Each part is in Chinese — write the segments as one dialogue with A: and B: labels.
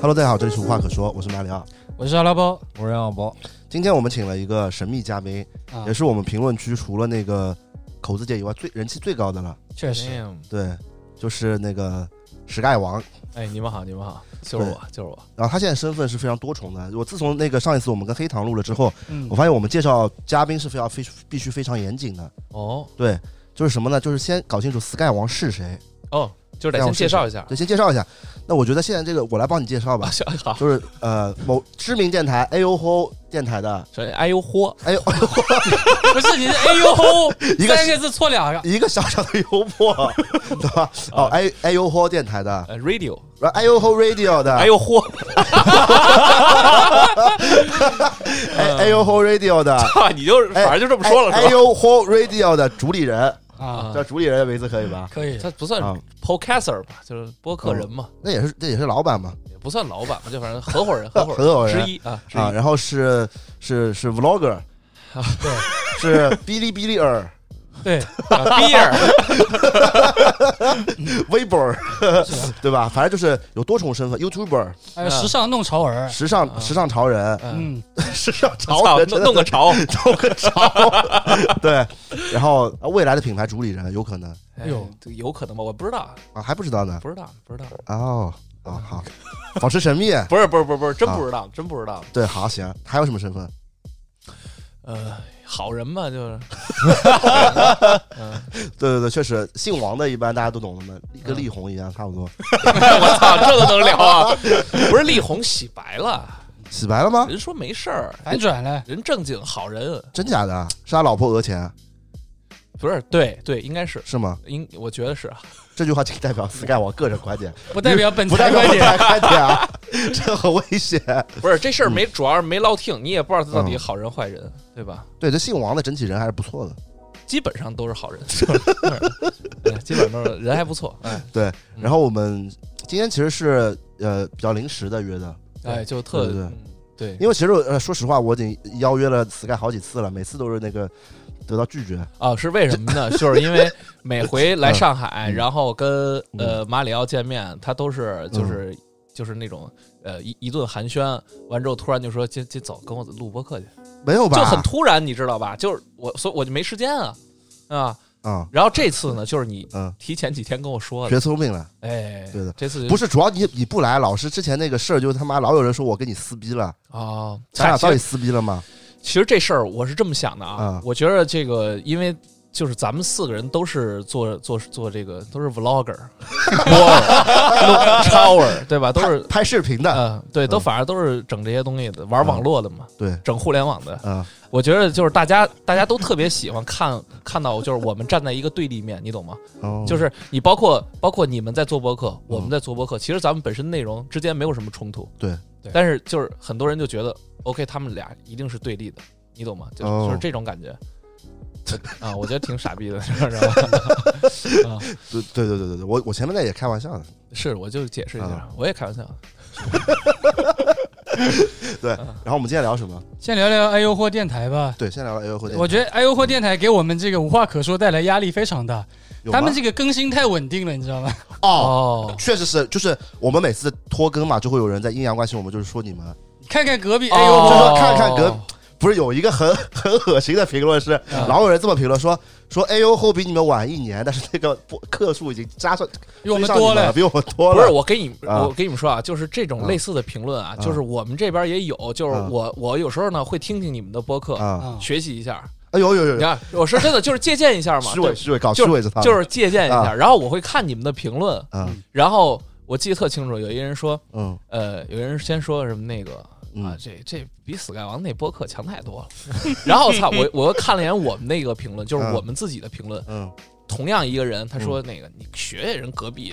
A: Hello，大家好，这里是无话可说，我是马里奥。
B: 我是阿拉包
C: 我是杨小包，
A: 今天我们请了一个神秘嘉宾，
B: 啊
A: 也，是我们评论区除了那个口子姐以外最人气最高的了。
B: 确实，
C: Damn
A: 对，就是那个石盖王。
C: 哎，你们好，你们好，就是我，就是我，
A: 然后他现在身份是非常多重的。我自从那个上一次我们跟黑糖录了之后，
B: 嗯
A: 我发现我们介绍嘉宾是非常非必须非常严谨的。
C: 哦
A: 对，就是什么呢？就是先搞清楚 Sky 王是谁。
C: 哦，就是得
A: 让我试试
C: 先介绍一下，
A: 对，先介绍一下。那我觉得现在这个我来帮你介绍吧
C: 啊，。行好，
A: 就是呃，某知名电台哎呦吼电台的，
C: 首先，哎呦嚯，
A: 哎呦，
B: 不是你是哎呦吼，
A: 一个
B: 三个字错两个，
A: 一个小小的幽默， 对吧？
C: 啊
A: 哦，哎哎呦吼电台的，
C: 呃，radio，
A: 然后哎呦吼 radio 的，
C: 哎呦嚯，
A: 哎哎呦吼 radio 的，
C: 哈，你就
A: 哎
C: 反正就这么 说了
A: 哎
C: 是
A: 哎
C: 吧？
A: 呦吼 radio 的主理人，
B: 啊，
A: 叫主理人的名字可以吧？
B: 可以，
C: 他不算
A: 啊
C: podcaster 吧，就是播客人嘛，
A: 那也是这也是老板嘛，
C: 也不算老板嘛，就反正合伙 人，合伙
A: 合伙人
C: 之一啊，之
A: 啊，
C: 一，啊
A: 然后是是是 vlogger，
B: 对
A: 是哔哩哔哩 儿、
B: 对，
C: 啊毕业，
A: 微博儿，
C: 啊
B: 是的
A: 对吧？反正就是有多重身份，YouTuber，
B: 还有哎时尚弄潮儿，
A: 时尚
C: 啊
A: 时尚潮人，
C: 嗯，
B: 嗯，
A: 时尚潮
C: 操，
A: 人，
C: 弄弄个潮，
A: 都个潮， 对，然后啊未来的品牌主理人有可能
C: 哎
B: 哎呦
C: 这有可能吗？我不知道，
A: 啊，还不知道呢。
C: 不知道，不知道，
A: 哦，哦，好，保持神秘。
C: 不是，不是，不是，不是，真
A: 啊
C: 不知道，真不知道，
A: 对，好，行，还有什么身份？
C: 呃，好人嘛，就是，嗯，
A: 对对对，确实，姓王的一般大家都懂的嘛，跟力宏一样，差不多。
C: 我操，这都能聊啊？ 不是力宏洗白了，
A: 洗白了吗？
C: 人说没事儿，
B: 反转了，
C: 人正经好人，
A: 真假的？是他老婆讹钱
C: 不是？对对，应该是，
A: 是吗？
C: 应我觉得是啊，
A: 这句话仅代表 Sky 我个人观点，
B: 不代表本
A: 不代
B: 台
A: 表
B: 观
A: 本
B: 点，
A: 台观点啊，这很危险。
C: 不是这事儿没，主要是没落听，你也不知道他到底好人坏人，对吧？
A: 对，这姓王的整体人还是不错的。
C: 基本上都是好人， 对基本上都是人还不错，哎
A: 对，
C: 嗯
A: 然后我们今天其实是呃比较临时的约的，
C: 哎，就
A: 对
C: 特
A: 对对
C: 嗯对
A: 因为其实呃说实话，我已经邀约了 Sky 好几次了，每次都是那个得到拒绝。
C: 啊，是为什么 呢？就是因为每回来上海，
A: 嗯
C: 然后跟
A: 嗯
C: 呃马里奥见面，他都是就是就是那种呃一一顿寒暄，完之后突然就说今今走，跟我录播客去，
A: 没有吧？
C: 就很突然，你知道吧？就是我，所以我就没时间啊啊。
A: 啊
C: 然后这次呢，就是你
A: 嗯，
C: 提前几天跟我说的，
A: 学聪明了。
C: 哎，
A: 对的
C: 这次就
A: 不是，主要你你不来，老师之前那个事儿，就他妈老有人说我跟你撕逼了，
C: 啊，
A: 咱俩
C: 其
A: 到
C: 实
A: 底撕逼了吗？
C: 其实这事儿我是这么想的啊
A: 啊，
C: 我觉得这个因为。就是咱们四个人都是做做做这个，都是 vlogger、t o w e r 对吧？都 是
A: 拍拍视频的，
C: 嗯，对，都反正都是整这些东西的，玩网络的嘛，
A: 嗯对，
C: 整互联网的。
A: 嗯
C: 我觉得就是大家大家都特别喜欢看看到，就是我们站在一个对立面，你懂吗？
A: 哦，
C: 就是你包括包括你们在做播
A: 嗯
C: 客，我们在做播客，其实咱们本身内容之间没有什么冲突。
A: 对
B: 对
C: 但是就是很多人就觉得，OK，他们俩一定是对立的，你懂吗？就
A: 哦
C: 就是这种感觉。 啊，我觉得挺傻逼的， 知道 吧？啊，
A: 对对对对对对，我我前面那也开玩笑的，
C: 是，我就解释一下
A: 啊，
C: 我也开玩笑。
A: 然后我们今天聊什么？
B: 先聊聊哎呦嚯电台吧。
A: 对，先聊 A O 和
B: 我觉得哎呦嚯电台给我们这个无话可说带来压力非常大，
A: 有吗
B: 他们这个更新太稳定了，你知 道吗？
A: 哦，
C: 哦，
A: 确实是，就是我们每次拖更嘛，就会有人在阴阳怪气我们，就是说你们，
B: 看看隔壁
C: 哦
B: 哎呦嚯，
A: 说看看
B: 哦
A: 隔不是有一个很 很恶心的评论是，
B: 嗯
A: 老有人这么评论说说 A O 后比你们晚一年，但是那个播客数已经加上
B: 比我们
A: 追上你
B: 多
A: 了，
B: 了，
A: 比我们多
C: 哦不是，
A: 了，
C: 我给你，
A: 啊
C: 我给你们说啊，就是这种
A: 啊
C: 类似的评论啊，
A: 啊
C: 就是我们这边也有，就是
A: 啊
C: 我我有时候呢会听听你们的播客，
A: 啊，
B: 啊，
C: 学习一下。
A: 哎呦呦
C: 你
A: 呦呦，
C: 看，我是真的就是借鉴一下嘛，
A: 虚伪
C: 对
A: 虚伪搞虚
C: 就
A: 伪这套，
C: 就是借鉴一下。
A: 啊
C: 然后我会看你们的评论，
A: 嗯
C: 然后我记得特清楚，有一人说，
A: 嗯
C: 呃，有人先说什么那个。啊
A: 嗯，
C: 这这比 Sky 王那播客强太多了。 然后我操，我我又看了一眼我们那个评论，就是
A: 啊
C: 我们自己的评论。
A: 嗯，
C: 同样一个人，他说那个你学学人隔壁，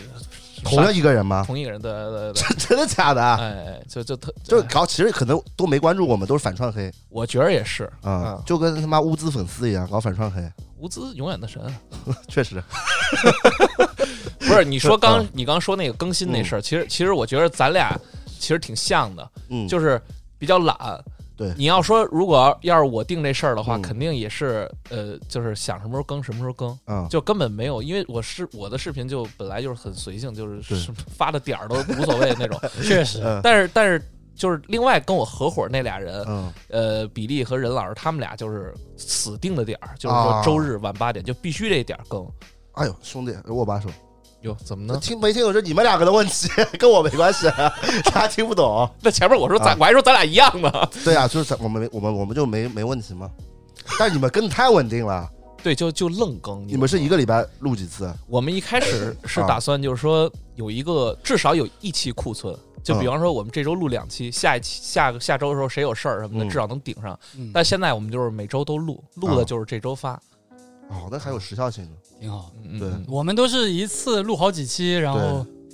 A: 同样一个人吗？
C: 同一个人的，对对 对，
A: 真的假的啊？
C: 哎，就就特
A: 就是
C: 哎
A: 搞，其实可能都没关注我们，都是反串黑
C: 我觉得也是，
A: 啊，
C: 嗯
A: 就跟他妈乌兹粉丝一样搞反串黑，
C: 无资永远的神。啊
A: 确实，
C: 不是你说 刚
A: 嗯
C: 你刚说那个更新那事儿，其实其实我觉得咱俩其实挺像的，
A: 嗯，
C: 就是比较懒，
A: 对
C: 你要说如果要是我定这事儿的话，
A: 嗯
C: 肯定也是呃，就是想什么时候更什么时候更，
A: 嗯，
C: 就根本没有，因为我是我的视频就本来就是很随性，就是
A: 对
C: 是发的点儿都无所谓那 种。
B: 确实，
A: 嗯
C: 但是但是就是另外跟我合伙那俩人，
A: 嗯
C: 呃，比利和任老师他们俩就是死定的点儿，就是说周日晚八点就必须这点儿更。
A: 哎呦，兄弟，我把手，
C: 哟，怎么
A: 那
C: 呢？
A: 听没听懂是你们两个的问题，跟我没关系，啊 他听不懂。
C: 那前面我说咱
A: 啊
C: 我还说咱俩一样呢。
A: 对啊，就是咱我们没我们我们就没没问题嘛。但你们跟的太稳定了，
C: 对，就就愣更。
A: 你们是一个礼拜录几次？
C: 我们一开始是
A: 啊
C: 打算就是说有一个至少有一期库存，就
A: 嗯
C: 比方说我们这周录两期，下一期下个下周的时候谁有事儿什么的，
A: 嗯
C: 至少能顶上。
B: 嗯，
C: 但现在我们就是每周都录，录的就是这周发。
A: 哦，那还有时效性呢。
B: 挺好。
C: 嗯，
A: 对
C: 嗯
B: 我们都是一次录好几期，然后，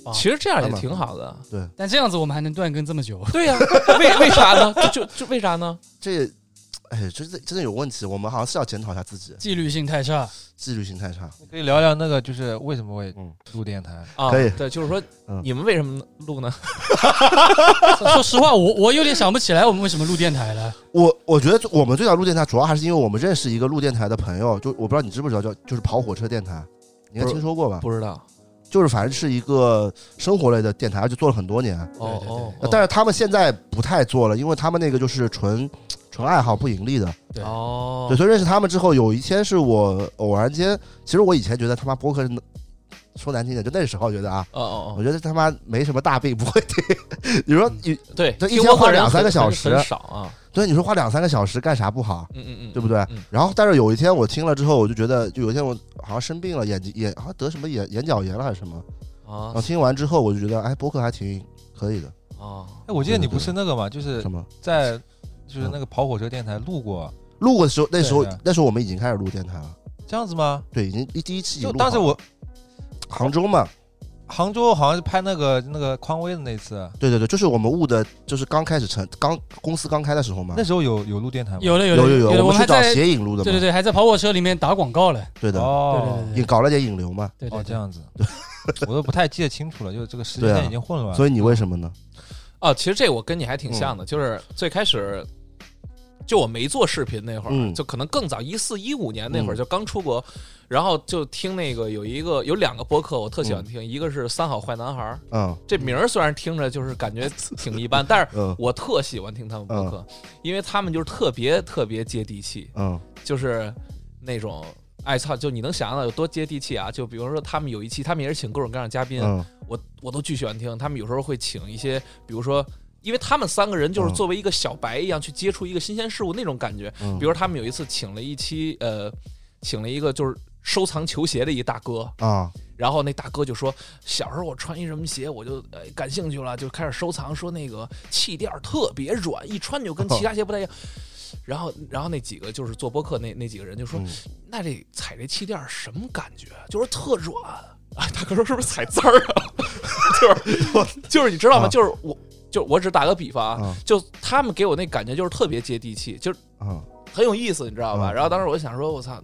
B: 啊
C: 其实这样也挺好的。
A: 嗯
B: 但这样子我们还能断更这么久。
C: 对呀、为为啥呢？就就就为啥呢？
A: 这，哎，真的真的有问题。我们好像是要检讨一下自己，
B: 纪律性太差，
A: 纪律性太差。
D: 可以聊聊那个，就是为什么会
A: 嗯
D: 录电台？
C: 啊，
A: 可以
C: 对，就是说
A: 嗯
C: 你们为什么录呢？
B: 说 实话，我我有点想不起来我们为什么录电台了。
A: 我我觉得我们最早录电台，主要还是因为我们认识一个录电台的朋友，就我不知道你知不知道，叫就是跑火车电台，你应该
C: 不是
A: 听说过吧？
C: 不知道。
A: 就是反正是一个生活类的电台，而且做了很多年。
C: 哦
D: 对对
C: 哦，
A: 呃但是他们现在不太做了，因为他们那个就是纯纯爱好不盈利的。
B: 对
C: 哦，
A: 对，所以认识他们之后，有一天是我偶然间，其实我以前觉得他妈播客是能说难听点，就那时候觉得啊，
C: 哦哦
A: 我
C: 哦，
A: 觉得他妈没什么大病不会听。 你
C: 嗯
A: 说你
C: 对，
A: 这一
C: 听
A: 天
C: 过
A: 花
C: 的人
A: 两三个
C: 很
A: 小
C: 很
A: 时
C: 很少啊。
A: 对，你说花两三个小时干啥不好？
C: 嗯嗯嗯，
A: 对不对
C: 嗯
A: 然后，但是有一天我听了之后，我就觉得，就有一天我好像生病了，眼睛眼好像得什么眼眼角炎了还是什么。然
C: 啊
A: 后听完之后，我就觉得，哎，播客还挺可以的。
C: 啊，
D: 哎，我记得你不是那个嘛，就是
A: 什么？
D: 在就是那个跑火车电台录过
A: 录过的时候，那时候
D: 对对
A: 那时候我们已经开始录电台了，
D: 这样子吗？
A: 对，已经一第一期已经
D: 就
A: 录好
D: 当
A: 了。
D: 时我
A: 杭州嘛，
D: 杭州好像是拍那个那个匡威的那次，啊
A: 对对对，就是我们雾的，就是刚开始成刚公司刚开的时候嘛。
D: 那时候有有录电台吗？
B: 有了有
A: 啊有
B: 了
A: 有
B: 了，
A: 我
B: 我
A: 们
B: 还
A: 去找
B: 在对
A: 斜影录的嘛，
B: 对对，还在跑火车里面打广告了。
A: 对的，
D: 哦
B: 对对对
A: 也搞了点引流嘛。
B: 对对
D: 哦，这
B: 对，
D: 样子，我都不太记得清楚了，就是这个时间
A: 对啊
D: 线已经混乱了。
A: 所以你为什么呢？
C: 哦，其实这我跟你还
A: 嗯
C: 挺像的，就是最开始就我没做视频那会儿，
A: 嗯
C: 就可能更早一四一五年那会儿
A: 嗯
C: 就刚出国，然后就听那个有一个有两个播客我特喜欢听，一个是《三好坏男孩》，儿
A: 嗯》，
C: 这名儿虽然听着就是感觉挺一般，但是。
A: 嗯
C: 我特喜欢听他们播客，因为他们就是特别特别接地气，
A: 嗯
C: 就是那种哎操，就你能想象到有多接地气啊！就比如说他们有一期，他们也是请各种各样的嘉宾，
A: 嗯
C: 我我都巨喜欢听。他们有时候会请一些，比如说，因为他们三个人就是
A: 嗯
C: 作为一个小白一样去接触一个新鲜事物那种感觉。
A: 嗯，
C: 比如他们有一次请了一期，呃，请了一个就是收藏球鞋的一大哥，
A: 啊，
C: 然后那大哥就说，小时候我穿一什么鞋，我就呃感兴趣了，就开始收藏，说那个气垫儿特别软，一穿就跟其他鞋不太一样。然后，然后那几个就是做播客那那几个人就说，
A: 嗯
C: 那这踩这气垫儿什么感觉？就是特软啊！大哥说是不是踩滋儿啊？ 就是 就是你知道吗？
A: 啊
C: 就是我就我只打个比方啊，
A: 啊
C: 就他们给我那感觉就是特别接地气，就是
A: 啊
C: 很有意思，你知道吧？
A: 嗯
C: 然后当时我就想说，我操，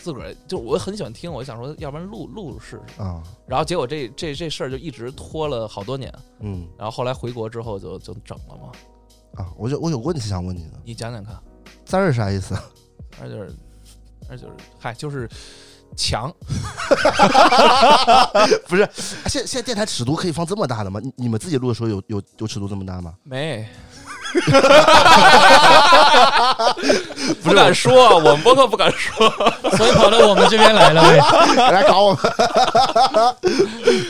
C: 自个儿就我很喜欢听，我就想说，要不然录录试试。
A: 啊，
C: 然后结果这这这事儿就一直拖了好多年，
A: 嗯
C: 然后后来回国之后就就整了嘛。
A: 啊，我就我有问题想问你呢，
C: 你讲讲看，
A: 三是啥意 思？
C: 那就是那就是嗨，就是强，
A: 不是，现现在电台尺度可以放这么大的吗？你你们自己录的时候有有有尺度这么大 吗？
C: 没，不敢说，我们播客不敢说。
B: 所以跑到我们这边来了呗。
A: 来搞我们，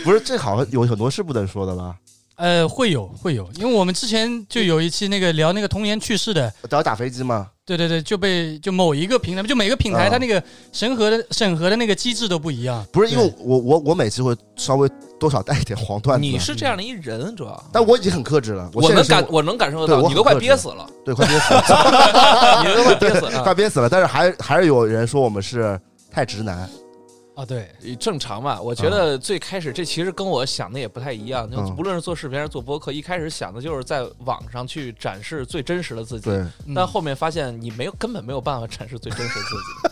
A: 不是，这好像有很多是不能说的吧？
B: 呃，会有会有，因为我们之前就有一期那个聊那个童年趣事的，
A: 只要打飞机嘛，
B: 对对对，就被就某一个平台，就每个平台
A: 啊
B: 它那个审核的审核的那个机制都不一样。
A: 不是因为我我我每次会稍微多少带一点黄段子，
C: 你是这样的一人，主要。
A: 但我已经很克制了，
C: 我
A: 现
C: 能
A: 实生
C: 感，
A: 活
C: 我能感受得
A: 对
C: 到，
A: 我
C: 你都
A: 很
C: 快
A: 克制
C: 憋死了，
A: 对快憋死了，
C: 你都快憋死了
A: 快憋死了，但是还还是有人说我们是太直男，
B: 啊，对，
C: 正常吧？我觉得最开始这其实跟我想的也不太一样，就
A: 嗯
C: 无论是做视频还是做播客，一开始想的就是在网上去展示最真实的自己。
A: 对，
B: 嗯
C: 但后面发现你没有根本没有办法展示最真实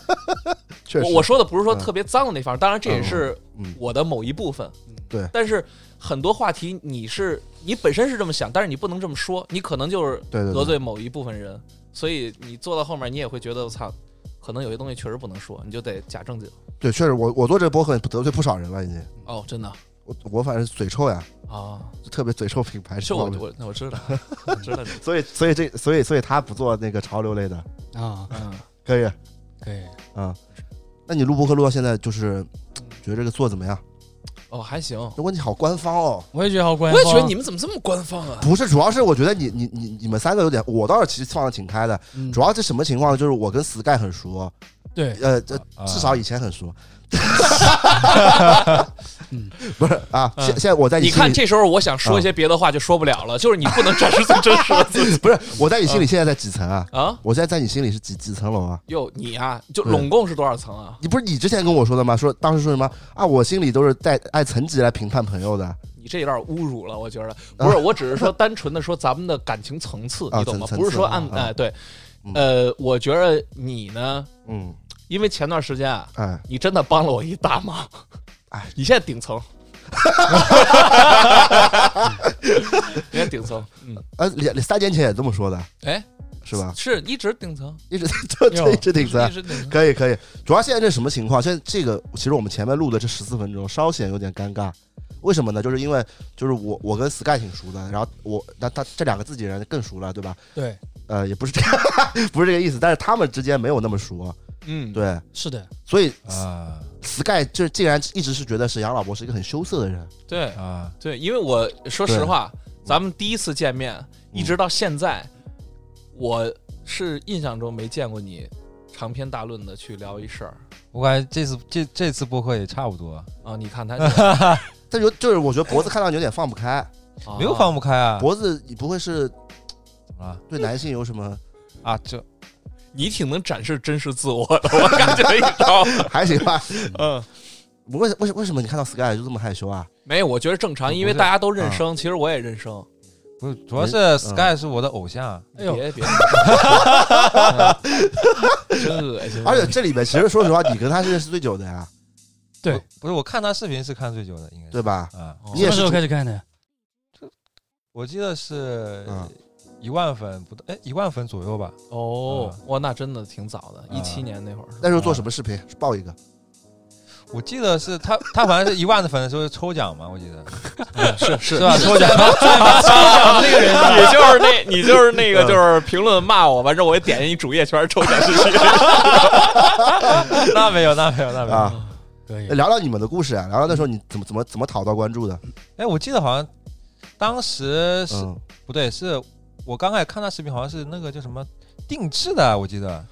C: 的 自
A: 确实，
C: 己。我我说的不是说
A: 嗯
C: 特别脏的那方，当然这也是
A: 嗯
C: 我的某一部分，
A: 对
C: 但是很多话题你是你本身是这么想，但是你不能这么说，你可能就是
A: 对对对
C: 得罪某一部分人，所以你做到后面你也会觉得我操，可能有些东西确实不能说，你就得假正经。
A: 对，确实我我做这播客得罪不少人了，已经。
C: 哦，真的
A: 我我反正嘴臭呀，
C: 啊，
A: 就特别嘴臭品牌是
C: 这我
A: 吧
C: 我那我 知道，我知道你，
A: 所以所以这所以所以他不做那个潮流类的，
B: 啊，
C: 嗯，
A: 可以啊、
B: 可以。
A: 嗯那你录播客录到现在，就是觉得这个做怎么样？
C: 哦，还行。
A: 这问题好官方哦。
B: 我也觉得好官
C: 我
B: 方，
C: 也觉得你们怎么这么官方啊？
A: 不是，主要是我觉得你你你你们三个有点，我倒是其实放的挺开的。
B: 嗯
A: 主要是什么情况？就是我跟 Sky 很熟，
B: 对
A: 呃，这
D: 啊
A: 至少以前很 熟。
B: 嗯
A: 不是啊，现现在我在
C: 你
A: 心
C: 看，
A: 里，
C: 这时候我想说一些别的话就说不了了，就是你不能展示最真实的自己
A: 不是我在你心里现在在几层啊？
C: 啊！
A: 我现在在你心里是几几层楼啊？
C: 哟，你啊，就
A: 对
C: 拢共是多少层啊？
A: 你不是你之前跟我说的吗？说当时说什么啊？我心里都是带按层级来评判朋友的。
C: 你这有点侮辱了，我觉得不是，我只是说单纯的说咱们的感情层次，
A: 啊
C: 你懂吗？
A: 层
C: 不是说按
A: 层次啊
C: 哎对
A: 嗯，
C: 呃，我觉得你呢，
A: 嗯，
C: 因为前段时间啊，
A: 哎，
C: 你真的帮了我一大忙
A: 哎，
C: 你现在 顶层，你现在顶层，嗯，
A: 呃，两三年前也这么说的，
C: 哎，
A: 是 吧？
C: 是一直顶层，
A: 一直 就就
B: 哟
A: 一直顶层啊
C: 一，直顶层，
A: 可以可以。主要现在这什么情况？现在这个其实我们前面录的这十四分钟稍显有点尴尬，为什么呢？就是因为就是我我跟 Sky 挺熟的，然后我那他这两个自己人更熟了，对吧？
B: 对，
A: 呃，也不是这样，不是这个 意思，但是他们之间没有那么熟，
C: 嗯，
A: 对，
B: 是的，
A: 所以
D: 啊
A: Sky 就竟然一直是觉得是杨老伯是一个很羞涩的人，
C: 对
D: 啊，
C: 对，因为我说实
A: 啊
C: 话，咱们第一次见面一
A: 嗯
C: 直到现在，我是印象中没见过你长篇大论的去聊一事儿
D: 我感觉这次这这次播客也差不多，
C: 啊。你看他
A: 但有就是我觉得脖子看到你有点放不开，
C: 啊
D: 没有放不开啊，
A: 脖子你不会是
D: 怎么了
A: 对男性有什么？
D: 啊？这
C: 你挺能展示真实自我的， 我感觉你知道吗？
A: 还行吧？
C: 嗯，
A: 不为为什为什么你看到 Sky 就这么害羞啊？
C: 没有，我觉得正常，因为
D: 不是
C: 大家都认生，其实我也认生。
D: 不是，主要
A: 嗯
D: 是 Sky 是我的偶像，
B: 哎呦
C: 别别，真恶心！
A: 而且这里面其实说实话，你跟他是认识最久的呀，
B: 对
D: 我，不是我看他视频是看最久的，应该
A: 对
D: 是
A: 吧？
D: 啊，
A: 你也
C: 嗯
B: 什么时
A: 是
B: 候开始看的？
D: 我记得是
A: 嗯
D: 一万粉不到，哎，一万粉左右吧，
C: 哦，哇，那真的挺早的，
D: 嗯
C: 一七年那会儿是吧。
A: 那时候做什么视频？爆一个，
D: 我记得是他，他反正是一万的粉的时候抽奖嘛，我记得
C: 是是
D: 是吧？抽奖，
C: 那个人，嗯你就是那，你就是那 个，就是评论骂我，完之后我也点进一主页，全是抽奖信息。
D: 那没有，那没有，那没有。
A: 啊
B: 可以，
A: 聊聊你们的故事啊，聊聊那时候你怎么怎么怎么讨到关注的？
D: 哎，我记得好像当时是
A: 嗯，
D: 不对，是我刚开始看他视频，好像是那个叫什么定制的，啊我记得，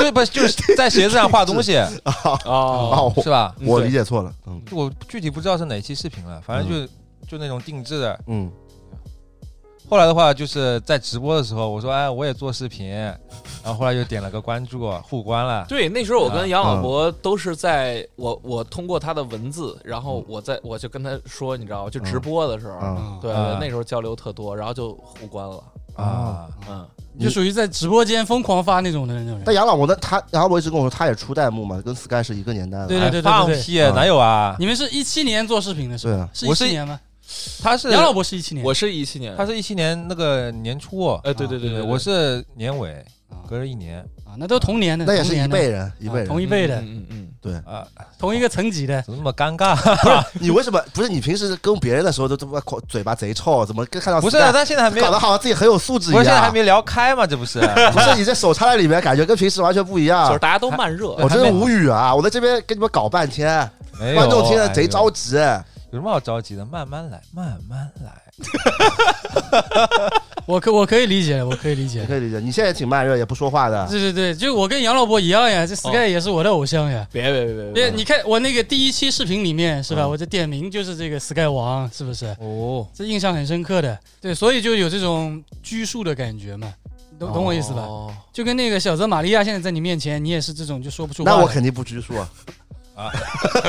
D: 就不是就是在鞋子上画东西，
C: 哦，
A: 哦，我
D: 是吧？
A: 我
C: 对
A: 理解错了，嗯
D: 我具体不知道是哪期视频了，反正就就那种定制的。
A: 嗯，
D: 后来的话，就是在直播的时候，我说哎，我也做视频，然后后来就点了个关注，互关了。
C: 对，那时候我跟杨
A: 嗯
C: 老伯都是在我我通过他的文字，然
A: 嗯
C: 后我在我就跟他说，你知道吗？就直播的时候，
A: 啊，
B: 啊
C: 对，
D: 啊
C: 那时候交流特多，然后就互关了。
D: 啊，
C: 嗯，
B: 你就属于在直播间疯狂发那种的那种
A: 但
B: 人。
A: 杨老伯呢？他杨老伯一直跟我说他也出弹幕嘛，跟 Sky 是一个年代的
B: 对，对对对对
D: 放
B: 对
D: 屁，
A: 啊
D: 哪有啊？
B: 你们是一七年做视频的是
A: 对
B: 吧？
A: 啊，
B: 是一
D: 我是
B: 七年吗？
D: 他是
B: 杨老伯是一七年，
C: 我是一七年，
D: 他是一七年那个年初，
C: 哎，对对对对，
D: 我是年尾，
B: 啊
D: 隔了一年
B: 啊，那都同年的，
A: 那也是
B: 同
A: 一
B: 年的
A: 辈人，一辈
B: 啊同
A: 人。
B: 一辈的，
C: 嗯嗯
D: 啊，
B: 同一个层级的。
D: 怎么那么尴尬？
A: 你为什么不是你平时跟别人的时候都他妈口嘴巴贼臭，怎么跟看到
D: 不是，啊
A: Sky
D: 他现在还没，
A: 搞得好像自己很有素质一
D: 不是
A: 样？
D: 现在还没聊开吗？这不是啊
A: 不是你这手插在里面，感觉跟平时完全不一
C: 嗯，就
A: 样
C: 是。大家都慢热。
A: 啊我真
D: 还
A: 的
D: 没
A: 无语啊！我在这边跟你们搞半天，
D: 没有
A: 观众听了贼，
D: 哎
A: 着
D: 呦
A: 急。
D: 有什么好着急的？慢慢来，慢慢来。
B: 我可我可以理 解，我可以理解
A: 你。可以理解，你现在也挺慢热，也不说话的。
B: 对对对，就我跟杨老伯一样呀，
A: 哦
B: 这 Sky 也是我的偶像呀。
C: 别别别
B: 别，你看我那个第一期视频里面是吧？
A: 嗯
B: 我的点名就是这个 Sky 王，是不是？
C: 哦，
B: 这印象很深刻的。对，所以就有这种拘束的感觉嘛，你懂懂我意思吧？
C: 哦
B: 就跟那个小泽玛利亚现在在你面前，你也是这种就说不出话
A: 那
B: 来。
A: 我肯定不拘束啊，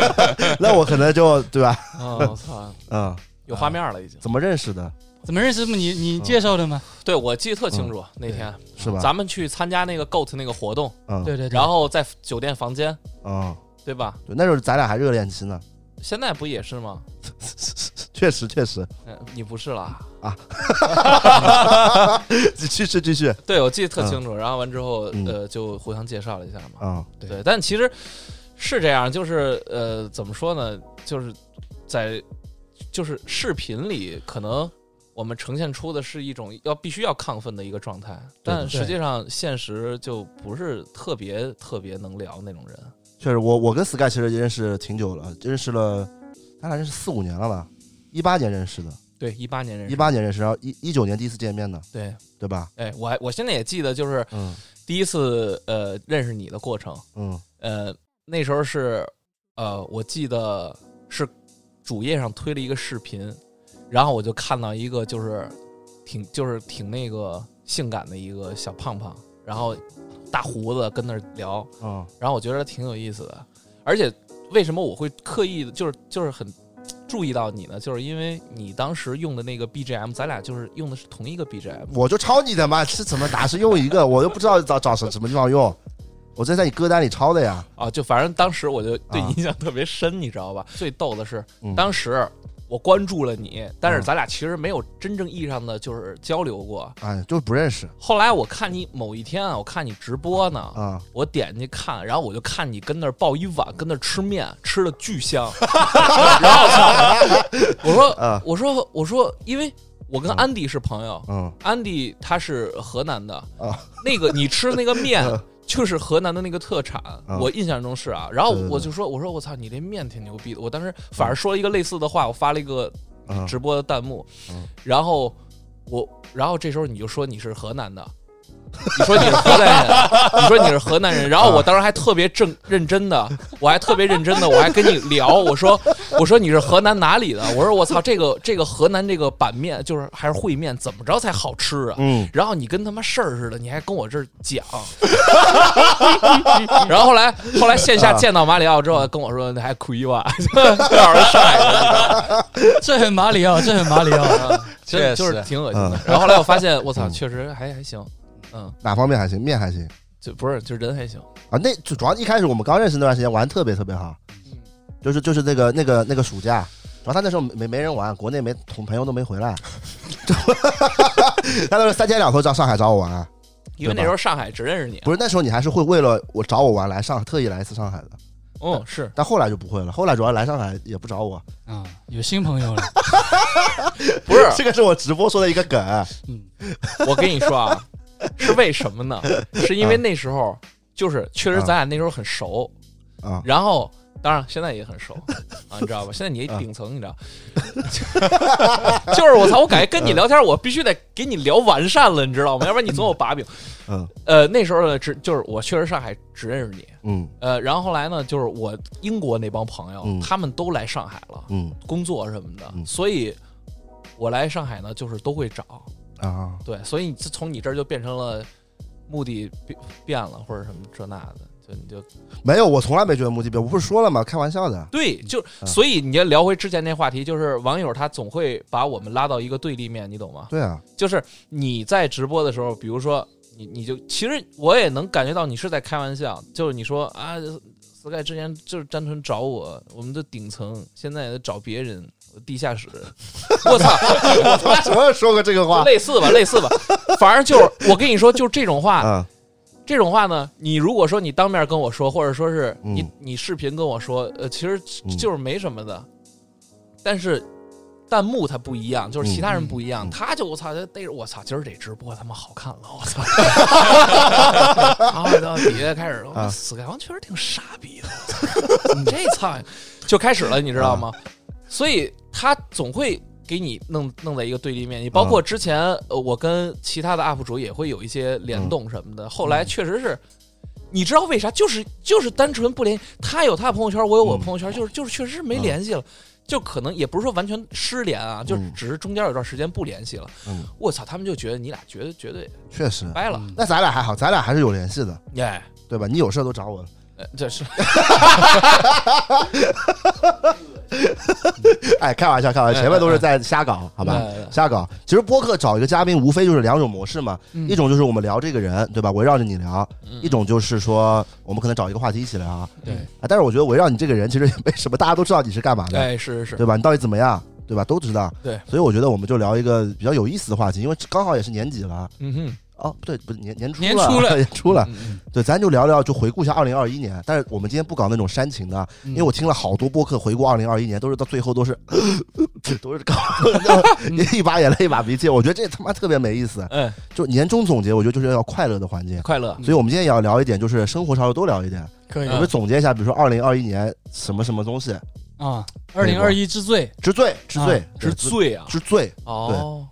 A: 那我可能就对吧？
C: 啊，我操，
A: 嗯，
C: 有画面了已经。
A: 怎么认识的？
B: 怎么认识你
A: 嗯
B: 你介绍的吗？
C: 对，我记得特清楚那天。
A: 是吧？
C: 咱们去参加那个 GOAT 那个活动，
A: 嗯，
B: 对对对，
C: 然后在酒店房间，
A: 嗯，
C: 对吧？
A: 对，那时候咱俩还热恋期呢。
C: 现在不也是吗？
A: 确实确实
C: 嗯，你不是啦。
A: 继续继续，
C: 对，我记得特清楚。然后完之后，
A: 嗯
C: 呃，就互相介绍了一下嘛。
A: 嗯，
B: 对
C: 对，但其实是这样，就是呃，怎么说呢？就是在就是视频里，可能我们呈现出的是一种要必须要亢奋的一个状态，但
B: 对
C: 实际上现实就不是特别特别能聊那种人。
A: 确实，我我跟 Sky 其实认识挺久了，认识了，咱俩认识四五年了吧？一八年认识的，
C: 对，一八年人，
A: 一八年认识，然后一一九年第一次见面的，
C: 对，
A: 对吧？
C: 哎，我还我现在也记得，就是
A: 嗯
C: 第一次呃认识你的过程，
A: 嗯
C: 呃，那时候是呃，我记得是主页上推了一个视频，然后我就看到一个就是挺就是挺那个性感的一个小胖胖，然后大胡子跟那儿聊，
A: 嗯
C: 然后我觉得挺有意思的，而且为什么我会刻意地就是就是很。注意到你呢，就是因为你当时用的那个 BGM，咱俩就是用的是同一个 BGM，
A: 我就抄你的嘛，是怎么打是用一个，我又不知道找找什什么地方用，我这在你歌单里抄的呀。
C: 啊，就反正当时我就对
A: 啊
C: 你印象特别深，你知道吧？最逗的是
A: 嗯，
C: 当时我关注了你，但是
A: 嗯
C: 咱俩其实没有真正意义上的就是交流过。
A: 哎，就是不认识
C: 后来我看你某一天啊，我看你直播呢，
A: 啊、
C: 我点进去看，然后我就看你跟那儿抱一碗，跟那儿吃面，吃的 巨香。然后我说
A: 啊，
C: 我说，我说，因为我跟
A: 嗯
C: 安迪是朋友，
A: 嗯
C: 安迪他是河南的，
A: 啊
C: 那个你吃那个面
A: 嗯
C: 就是河南的那个特产，
A: 啊
C: 我印象中是啊。然后
A: 对对对
C: 我就说，我说我操，你这面挺牛逼的。我当时反而说了一个类似的话，我发了一个
A: 嗯
C: 直播的弹幕，
A: 嗯
C: 然后我，然后这时候你就说你是河南的。 你说你是河南人，你说你是河南人，然后我当时还特别正认真的，我还特别认真的，我还跟你聊，我说我说你是河南哪里的？我说我操，这个这个河南这个板面就是还是烩面，怎么着才好吃啊？
A: 嗯，
C: 然后你跟他妈事儿似的，你还跟我这儿讲， 然后后来后来线下见到马里奥之后，跟我说你还亏吧， 这老是上海人，
B: 这很马里奥，这很马里 奥。
C: 真的
D: 确实
C: 就是挺恶心的。然后后来我发现，我操，
A: 嗯
C: 确实还还行，嗯，
A: 哪方面还行？面还行
C: 就不是就是人还行，
A: 啊。那就主要一开始我们刚认识那段时间玩得特别特别好，
C: 嗯
A: 就是就是那个那个那个暑假，主要他那时候没没没人玩，国内没同朋友都没回 来， 他都是三天两头到上海找我玩。
C: 因为那时候上海只认识你，啊
A: 不是那时候你还是会为了我找我玩来上特意来一次上海的，
C: 嗯，是
A: 但后来就不会了。后来主要来上海也不找我，
B: 啊，有新朋友了。
C: 不是？
A: 这个是我直播说的一个梗。
B: 嗯，
C: 我跟你说啊，是为什么呢？是因为那时候就是确实咱俩那时候很熟，
A: 啊
C: 然后当然现在也很熟啊，你知道吧？现在你也顶层，你知道， 就是我操，我感觉跟你聊天，我必须得给你聊完善了，你知道吗？要不然你总有把柄。
A: 嗯
C: 呃，那时候呢，只就是我确实上海只认识你，
A: 嗯
C: 呃，然后后来呢，就是我英国那帮朋友，
A: 嗯
C: 他们都来上海了，
A: 嗯
C: 工作什么的，
A: 嗯
C: 所以我来上海呢，就是都会找。
A: 啊，
C: 对，所以你自从你这儿就变成了目的变变了，或者什么这那的，就你就
A: 没有，我从来没觉得目的标，我不是说了吗？开玩笑的。
C: 对，就
A: 嗯
C: 所以你要聊回之前那话题，就是网友他总会把我们拉到一个对立面，你懂吗？
A: 对 啊，
C: 就是你在直播的时候，比如说你你就其实我也能感觉到你是在开玩笑，就是你说啊，Sky 之前就是单纯找我，我们的顶层现在也找别人。地下室，我操！我
A: 我什么时候说过这个
C: 就
A: 话？
C: 类似吧，类似吧，反正就是我跟你说，就是这种话，
A: 嗯
C: 这种话呢，你如果说你当面跟我说，或者说是你、
A: 嗯
C: 你视频跟我说，呃，其实
A: 嗯
C: 就是没什么的。但是弹幕它不一样，就是其他人不一样，
A: 嗯
C: 他就我操，他逮着我操，今儿这直播他妈好看了，我 操！然后到底下开始，
A: 啊
C: 我死盖王确实挺傻逼的，我操你这操就开始了，你知道
A: 啊
C: 吗？所以他总会。给你弄弄在一个对立面，你包括之前、呃，我跟其他的 UP 主也会有一些联
A: 嗯
C: 动什么的。后来确实是，你知道为啥？就是就是单纯不联系，他有他的朋友圈，我有
A: 嗯
C: 我的朋友圈，就是就是确实没联系了。就可能也不是说完全失联啊，就
A: 嗯
C: 只是中间有段时间不联系了。
A: 嗯，
C: 我操，他们就觉得你俩绝对绝对
A: 确实。
C: 掰了，
B: 嗯
A: 那咱俩还好，咱俩还是有联系的，
C: 耶、
A: 对吧？你有事儿都找我，
C: 呃这是
A: 哎，开玩笑，开玩笑，前面都是在瞎搞，好
C: 好
A: 吧？瞎搞。其实播客找一个嘉宾，无非就是两种模式嘛，
B: 嗯
A: 一种就是我们聊这个人，对吧？围绕着你聊；
C: 嗯
A: 一种就是说我们可能找一个话题一起聊啊。
B: 对
A: 但是我觉得围绕你这个人其实也没什么，大家都知道你是干嘛的，
C: 哎，是是是，
A: 对吧？你到底怎么样，对吧？都知道。
C: 对，
A: 所以我觉得我们就聊一个比较有意思的话题，因为刚好也是年底了。
C: 嗯哼，
A: 哦，不对，不是年年初
B: 年
A: 了，
B: 初了
A: 年初了。
C: 嗯嗯
A: 对，咱就聊聊，就回顾一下二零二一年。但是我们今天不搞那种煽情的，啊
B: 因
A: 因
C: 嗯
A: 为我听了好多播客回顾二零二一年，都是到最后 都是都是搞 一把眼泪一把鼻涕，我觉得这他妈特别没意思。
C: 嗯，
A: 就年终总结，我觉得就是要快乐的环节。
C: 快乐，
A: 所以，我们今天也要聊一点，就是生活潮流都聊一点。
B: 可以
C: 嗯
A: 我们总结一下，比如说二零二一年什么什么东西，
B: 啊，二零二一之最，
A: 之最，之最
B: 啊，
A: 对
C: 之醉啊，
A: 之最，
C: 哦，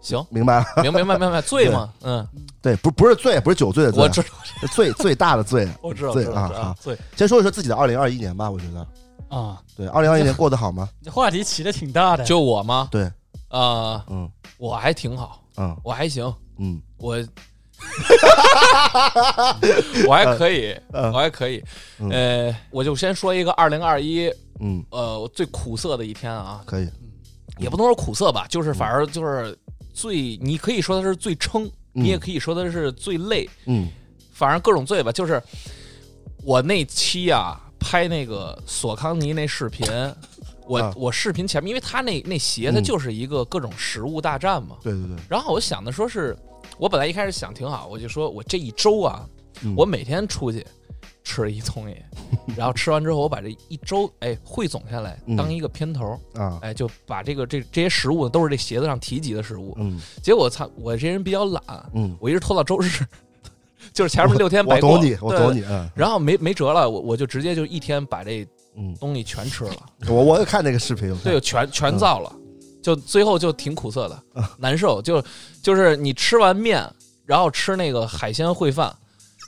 C: 行，
A: 明白了？
C: 明白明白明白，醉嘛，嗯，
A: 对，不不是醉，不是酒醉的醉
C: 我，知道，
A: 是最最大的醉。
C: 我知道，
A: 醉
C: 知道
A: 啊
C: 知道
A: 好
C: 醉，
A: 先说一说自己的二零二一年吧，我觉得，
B: 啊，
A: 对，二零二一年过得好吗？
B: 这话题起的挺大的，
C: 就我吗？
A: 哎对，
C: 啊，
A: 嗯
C: 我还挺好，
A: 嗯
C: 我还行，
A: 嗯
C: 我我还可以，我
A: 呃
C: 还可以，
A: 嗯
C: 呃，我就先说一个二零二一，
A: 嗯，
C: 呃，我最苦涩的一天啊，
A: 可以，
C: 也不能说苦涩吧，就是反而就是最，你可以说它是最撑，
A: 嗯
C: 你也可以说它是最累，
A: 嗯
C: 反正各种罪吧。就是我那期啊，拍那个索康尼那视频，我、
A: 啊
C: 我视频前面，因为他那那鞋它
A: 嗯
C: 就是一个各种食物大战嘛。
A: 对对对，
C: 然后我想的说是，我本来一开始想挺好，我就说我这一周啊，
A: 嗯
C: 我每天出去吃一 葱爷，然后吃完之后我把这一周哎汇总下来
A: 嗯
C: 当一个片头，
A: 啊
C: 哎就把这个这这些食物都是这鞋子上提及的食物。
A: 嗯
C: 结果操，我这人比较懒，
A: 嗯，
C: 我一直拖到周日， 就是前面六天
A: 我
C: 白过。
A: 懂你，我
C: 对
A: 懂。你，嗯
C: 然后没没辙了，我我就直接就一天把这
A: 嗯，
C: 东西全吃了，
A: 我我也看那个视频，我看
C: 对，全全造了，就最后就挺苦涩的，
A: 嗯
C: 难受。就就是你吃完面，然后吃那个海鲜烩饭，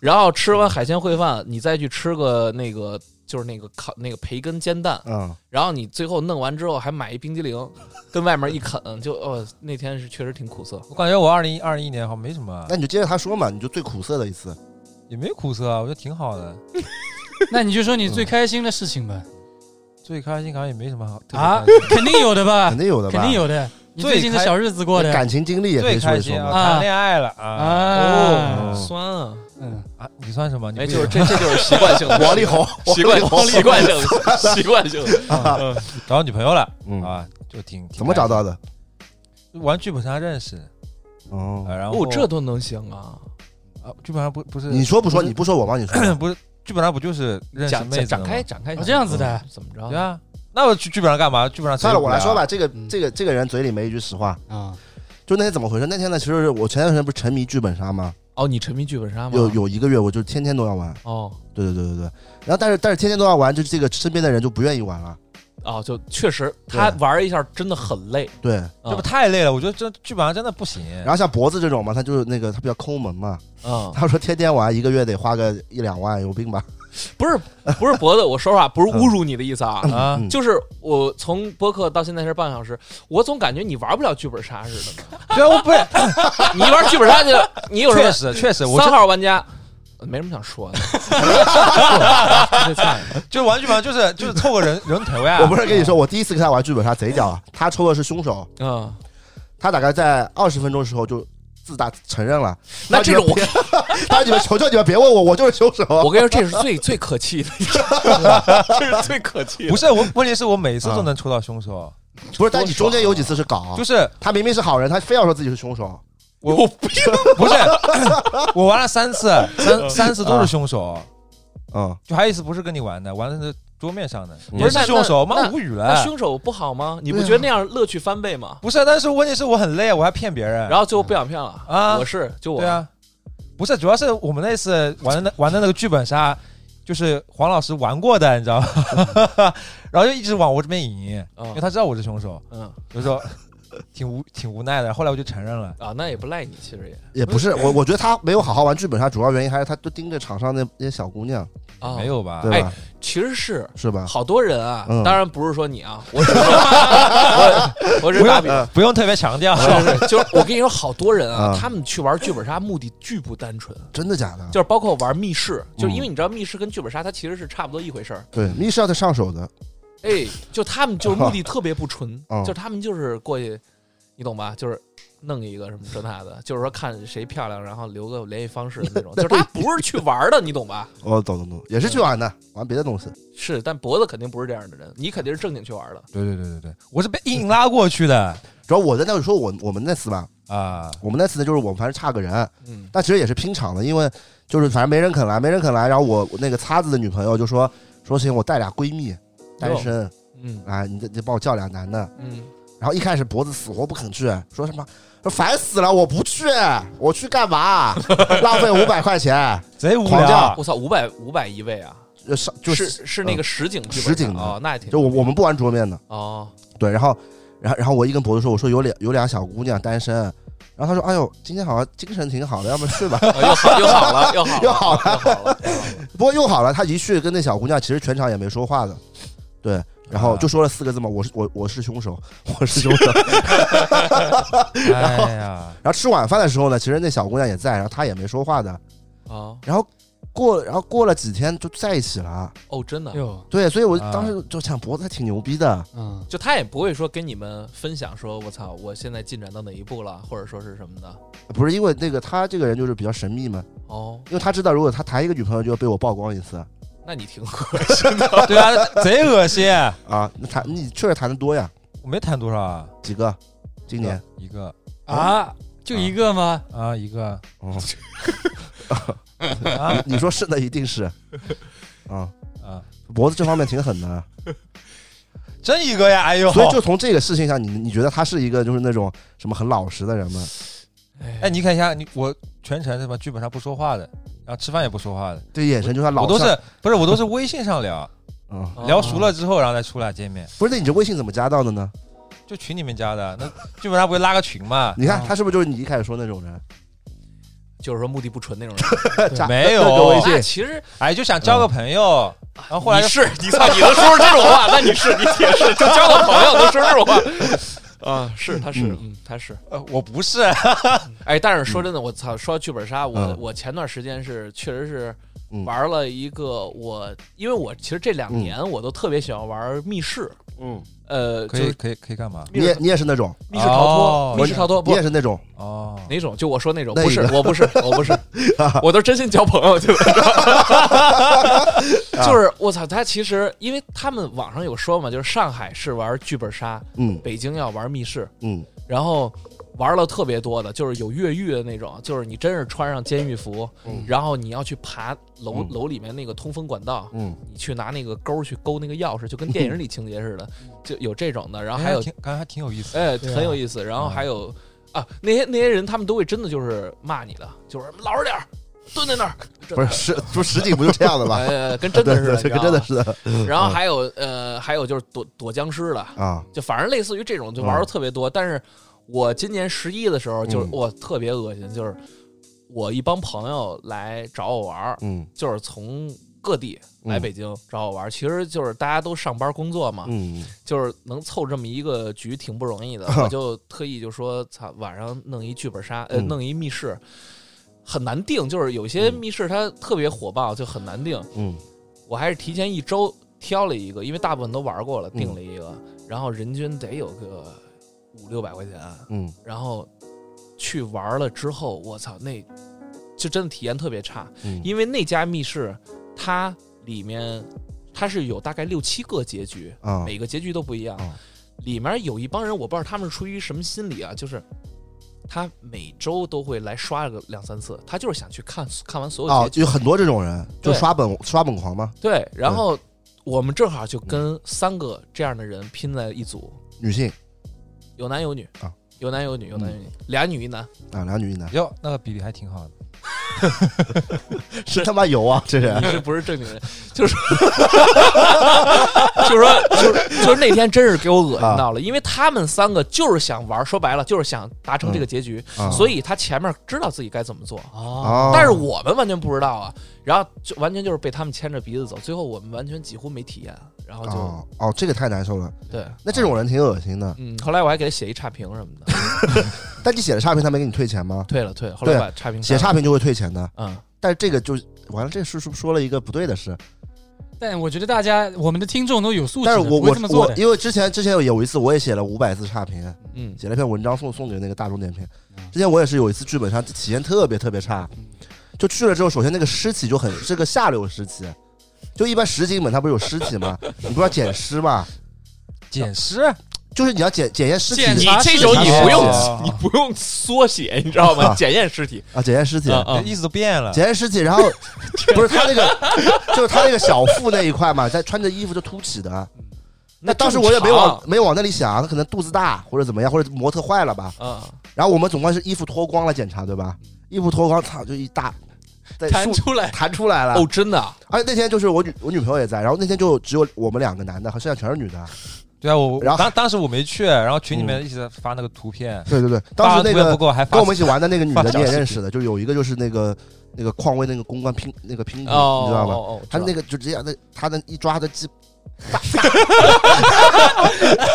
C: 然后吃完海鲜烩饭，你再去吃个那个就是那个烤那个培根煎蛋，
A: 嗯，
C: 然后你最后弄完之后还买一冰激凌，跟外面一啃，就哦，那天是确实挺苦涩。
A: 哦
D: 我感觉我二零二一年好像没什么
A: 那，你就接着他说嘛，你就最苦涩的一次，
D: 也没苦涩啊，我觉得挺好的。
B: 那你就说你最开心的事情吧，
D: 最开心好像也没什么好特别
B: 啊
D: 开心
B: 肯定有的吧
A: 啊肯，定有的吧？
B: 肯定有的，你最近的小日子过
A: 那
B: 的
A: 感情经历也可以
D: 最
A: 说一
D: 开
A: 说
D: 心啊，
A: 嘛。
B: 啊
D: 谈恋爱了啊
B: 啊，
A: 哦
C: 酸啊！
B: 嗯，
D: 啊！你算什么？你
C: 哎，
D: 不
C: 就是
D: 也
C: 这，这就是习惯性的
A: 王力 宏，
C: 习惯
A: 王力宏
C: 习惯性的习惯性 的
D: 啊找女朋友了
A: 嗯，
D: 啊，就挺挺
A: 怎么找到的？
D: 开心玩剧本杀认识，
A: 哦
D: 啊，然后
C: 哦，这都能行啊！
D: 啊剧本杀不不是
A: 嗯你说不说？你不说，我帮你说。
D: 不是剧本杀不就是认识
C: 展
D: 妹子
C: 展开
D: 的
C: 展开
B: 哦，这样子的
C: 嗯怎么
D: 吗
C: 着？
D: 对啊？那我去剧本上干嘛？剧本上啊
A: 算了，我来说吧。。这个
B: 嗯
A: 这个这个人嘴里没一句实话。
B: 啊，
A: 就那天怎么回事？那天呢，其实是我前段时间不是沉迷剧本杀吗？
C: 哦，你沉迷剧本杀吗？
A: 有有一个月，我就天天都要玩。
C: 哦
A: 对对对对对。然后但是但是天天都要玩，就这个身边的人就不愿意玩了。
C: 哦，就确实他
A: 对
C: 玩一下真的很累。
A: 对。
D: 这不太累了，我觉得这剧本上真的不行。
A: 然后像脖子这种嘛，他就是那个他比较抠门嘛。
C: 嗯，
A: 他说天天玩，一个月得花个一两万，有病吧？
C: 不是不是脖子，我说实话不是侮辱你的意思啊。
D: 啊，
A: 嗯
C: 就是我从播客到现在是半个小时，我总感觉你玩不了剧本杀似的呢。
D: 对啊，我 不是，
C: 你一玩剧本杀去，你有什
D: 确
C: 么？
D: 实确实，我
C: 三
D: 就
C: 号玩家，没什么想说 的。
D: 就玩剧本上就是就是凑个人人头
C: 啊
D: 呀。
A: 我不是跟你说，我第一次跟他玩剧本杀贼屌啊！他抽的是凶手，
C: 嗯，
A: 他大概在二十分钟的时候就自大承认了。
C: 那这种我
A: 他说你们求求你们别问我，我就是凶手。
C: 我跟你说，这是最最可气的，这是最可气
D: 不
C: 的。
D: 是我，问题是我每次
A: 啊
D: 都能抽到凶手，
A: 不是，但你中间有几次是搞，啊
D: 就是
A: 他明明是好人，他非要说自己是凶手。
C: 有病！
D: 不是 我玩了三次，三三次都是凶手，
A: 嗯，
D: 就还有一次不是跟你玩的，玩的是桌面上的，
A: 嗯
D: 也是凶手，
C: 那
D: 妈无语
C: 那
D: 了。
C: 凶手不好吗？你不
A: 对啊
C: 觉得那样乐趣翻倍吗？
D: 不是，但是问题是我很累，我还骗别人。
C: 然后最后不想骗了
D: 啊
C: 我是就我
D: 对，啊，不是，主要是我们那次玩的那玩的那个剧本杀，就是黄老师玩过的，你知道 吗？然后就一直往我这边引，因
C: 嗯
D: 为他知道我是凶手，
C: 嗯，
D: 就说挺无挺无奈的。后来我就承认了，
C: 啊，那也不赖你，其实也
A: 也不是我，我觉得他没有好好玩剧本杀，主要原因还是他就盯着场上那那些小姑娘，
C: 啊，
D: 没，有吧？
A: 对吧？
C: 其实是
A: 是吧？
C: 好多人啊
A: 嗯，
C: 当然不是说你啊，我只是我我只是打比方。
D: 不用特别强调，
C: 是是，就是我跟你说，好多人啊
A: 啊，
C: 他们去玩剧本杀目的巨不单纯，
A: 真的假的？
C: 就是包括玩密室，就
A: 嗯
C: 是因为你知道密室跟剧本杀它其实是差不多一回事儿。
A: 对，密室要得上手的，
C: 哎，就他们就是目的特别不纯，
A: 哦
C: 就是他们就是过去，你懂吧？就是弄一个什么这那的，就是说看谁漂亮，然后留个联系方式的那种。就是他不是去玩的，你懂吧？
A: 我哦懂懂懂，也是去玩的，玩别的东西。
C: 是，但脖子肯定不是这样的人，你肯定是正经去玩的。
D: 对对对对对，我是被硬拉过去的
A: 主要我在那里说我我们那次吧，
D: 啊。
A: 我们那次呢就是我们反正差个人，
C: 嗯，
A: 但其实也是拼场的，因为就是反正没人肯来，没人肯来。然后我我那个擦子的女朋友就说说行，我带俩闺蜜，单身，
C: 嗯
A: 哎，你再你帮我叫俩男的。
C: 嗯，
A: 然后一开始脖子死活不肯去，说什么说烦死了，我不去，我去干嘛？ 浪费五百块钱，
D: 贼无
A: 狂叫
D: 聊
C: 我，操，五百五百一位啊！
A: 就呃上就是嗯
C: 是那个实景剧本杀
A: 实景的
C: 哦，那也挺
A: 就我我们不玩桌面的，
C: 哦，
A: 对。然后然后然后我一跟脖子说，我说有俩有俩小姑娘单身，然后他说哎呦今天好像精神挺好的，要不去吧？
C: 哦又好又好了又 好
A: 又好
C: 了又好了，
A: 不过又好了，他一去跟那小姑娘，其实全场也没说话的，对，然后就说了四个字嘛，我是我我是凶手，我是凶手。
D: 哎呀，
A: 然后吃晚饭的时候呢，其实那小姑娘也在，然后她也没说话的。
C: 哦
A: 然后过然后过了几天就在一起了，
C: 哦，真的，
B: 哟，
A: 对，所以我
D: 啊
A: 当时就想脖子还挺牛逼的，
B: 嗯，
C: 就他也不会说跟你们分享说，我操，我现在进展到哪一步了，或者说是什么的。
A: 不是因为那个他这个人就是比较神秘嘛，
C: 哦，
A: 因为他知道如果他谈一个女朋友就要被我曝光一次
C: 那你挺恶
D: 对啊，贼恶心。
A: 啊，那谈你确实谈的多呀，
D: 我没谈多少啊，
A: 几个？今年
D: 一个
B: 啊，就一个吗？
D: 啊一个
A: 哦，
D: 啊
A: 你说是的，一定是，啊，
D: 啊，
A: 脖子这方面挺狠的。
D: 真一个呀！哎呦，
A: 所以就从这个事情上，你你觉得他是一个就是那种什么很老实的人吗？
D: 哎，你看一下，你我全程什么剧本上不说话的，然后吃饭也不说话的，
A: 对眼神就算老
D: 我都
A: 上
D: 是不是我都是微信上聊，
A: 嗯，
C: 哦
D: 聊熟了之后然后再出来见面，
A: 不是，那你这微信怎么加到的呢？
D: 就群里面加的，那剧本上不会拉个群嘛？
A: 你看
B: 啊
A: 他是不是就是你一开始说那种人？
C: 就是说目的不纯那种 人。哦
A: 加
D: 没有
A: 那那个微
C: 那
A: 信，
C: 其实
D: 哎，就想交个朋友，然后后来
C: 你
D: 哦就是
C: 你操，你能说出这种话，那你是你也是，就交个朋友能说这种话。 啊，是他是
A: 嗯
C: 嗯他是，
D: 呃我不是，
C: 哎，但是说真的，我操，说到剧本杀，我
A: 嗯
C: 我前段时间是确实是
A: 嗯
C: 玩了一个我，因为我其实这两
A: 嗯
C: 年我都特别喜欢玩密室，
A: 嗯，
C: 呃，
D: 可
C: 就
D: 以
C: 是
D: 可以可以干嘛？
A: 你也你也是那种，
C: 密室逃
D: 哦
C: 脱，密室逃脱，
A: 你
C: 不
A: 也是那种，
D: 哦，
C: 哪种？就我说那种，
A: 那
C: 不是
A: 一，啊
C: 我不是，我 不是，我都是真心交朋友去了。就是
A: 啊
C: 我操，他其实因为他们网上有说嘛，就是上海是玩剧本杀，
A: 嗯
C: 北京要玩密室，
A: 嗯
C: 然后玩了特别多的，就是有越狱的那种，就是你真是穿上监狱服，
A: 嗯
C: 然后你要去爬楼
A: 嗯
C: 楼里面那个通风管道。
A: 嗯，
C: 你去拿那个钩去勾那个钥匙，就跟电影里情节似的，
A: 嗯
C: 就有这种的。然后
A: 哎
C: 还有
D: 挺感觉啊哎还挺有意思，
C: 哎，
B: 对啊
C: 很有意思。然后还
A: 嗯
C: 有啊，那些那些人他们都会真的就是骂你的，就是老实点儿，蹲在那儿，
A: 不是实不是实景不就这样的吗？
C: 呃，跟 真的似的，
A: 对对
C: 你
A: 跟
C: 知道
A: 真的
C: 吗
A: 似的
C: 然后还有呃，还有就是躲躲僵尸的，
A: 啊！
C: 就反正类似于这种，就玩的特别多。但是我今年十一的时候，就是
A: 嗯
C: 我特别恶心，就是我一帮朋友来找我玩儿，
A: 嗯
C: 就是从各地来
A: 嗯
C: 北京找我玩儿，其实就是大家都上班工作嘛，
A: 嗯，
C: 就是能凑这么一个局挺不容易的我就特意就说，操，晚上弄一剧本杀，呃，
A: 嗯
C: 弄一密室，很难定，就是有些密室它特别火爆，就很难定。
A: 嗯
C: 我还是提前一周挑了一个，因为大部分都玩过了，
A: 嗯
C: 定了一个，然后人均得有个五六百块钱，
A: 嗯
C: 然后去玩了之后，我操，那就真的体验特别差，
A: 嗯，
C: 因为那家密室它里面它是有大概六七个结局，
A: 啊
C: 每个结局都不一样
A: 哦。
C: 里面有一帮人，我不知道他们是出于什么心理啊，就是他每周都会来刷个两三次，他就是想去看看完所有
A: 啊
C: 结，局。
A: 有很多这种人，就
C: 对
A: 刷本刷本狂嘛，
C: 对，然后我们正好就跟三个这样的人拼在一组，
A: 女性
C: 有男有女
A: 啊，嗯
C: 有男有女，有男有女，俩女一男，
A: 啊，两女一男，
D: 哎哟，那个比例还挺好的，
A: 真他妈油啊！这人
B: 嗯
C: 你这不是正经人，就是 就是说，就是就是那天真是给我恶心
A: 啊
C: 到了，因为他们三个就是想玩，说白了就是想达成这个结局，
A: 啊
C: 所以他前面知道自己该怎么做，
B: 哦，
A: 哦，
C: 但是我们完全不知道啊，然后就完全就是被他们牵着鼻子走，最后我们完全几乎没体验，然后就、
A: 哦哦，这个太难受了。
C: 对，
A: 那这种人挺恶心的。
C: 嗯，后来我还给他写一差评什么的，
A: 但你写了差评，他没给你退钱吗？
C: 退了退了，后来
A: 对
C: 把差评
B: 嗯
A: 写
C: 删
A: 差评就会退钱的。
C: 了，嗯，
A: 但是这个就完了，这是是不是说了一个不对的事？
B: 但我觉得大家我们的听众都有素质
A: 但
B: 的，
A: 是我
B: 不会
A: 我
B: 这么做
A: 我，
B: 的。
A: 因为之前之前有有一次我也写了五百字差评，
C: 嗯
A: 写了一篇文章送送给那个大众点评
B: 嗯。
A: 之前我也是有一次剧本上体验特别特别差，就去了之后，首先那个尸体就很是个下流尸体，就一般十斤本它不是有尸体吗？你不是要捡尸吗？
D: 捡尸，
A: 就是你要检检验尸体
B: 检
C: 你
B: 查
C: 这
B: 尸
C: 种
B: 体
C: 你
A: 啊
C: 不用
D: 啊
C: 你不用缩写，你知道吗？
A: 啊
C: 检验尸体，
A: 啊，检验尸体，
C: 啊
D: 意思都变了。
A: 检验尸体，然 后不是他那个，就是他那个小腹那一块嘛，在穿着衣服就凸起的。那当时我也没往没往那里想，他可能肚子大或者怎么样，或者模特坏了吧。
C: 啊，
A: 然后我们总共是衣服脱光了检查，对吧？衣服脱光，操，就一大在
C: 弹
A: 树
C: 出来
A: 弹出来了。
C: 哦，真的啊，
A: 而且那天就是我女我女朋友也在，然后那天就只有我们两个男的，剩下全是女的。
D: 对啊，我
A: 然后
D: 当当时我没去，然后群里面一直在发那个图片，
A: 对对对，
D: 发
A: 当
D: 完
A: 时那
D: 图片
A: 个
D: 不够还发
A: 跟我们一起玩的那个女
D: 发
A: 的
D: 小
A: 你也
D: 视频
A: 认识的，就有一个就是那个那个匡威那个公关拼那个拼图，
C: 哦，
A: 你知道吧？
C: 哦？哦
A: 他那
C: 个，
A: 个就直接那他那一抓的鸡，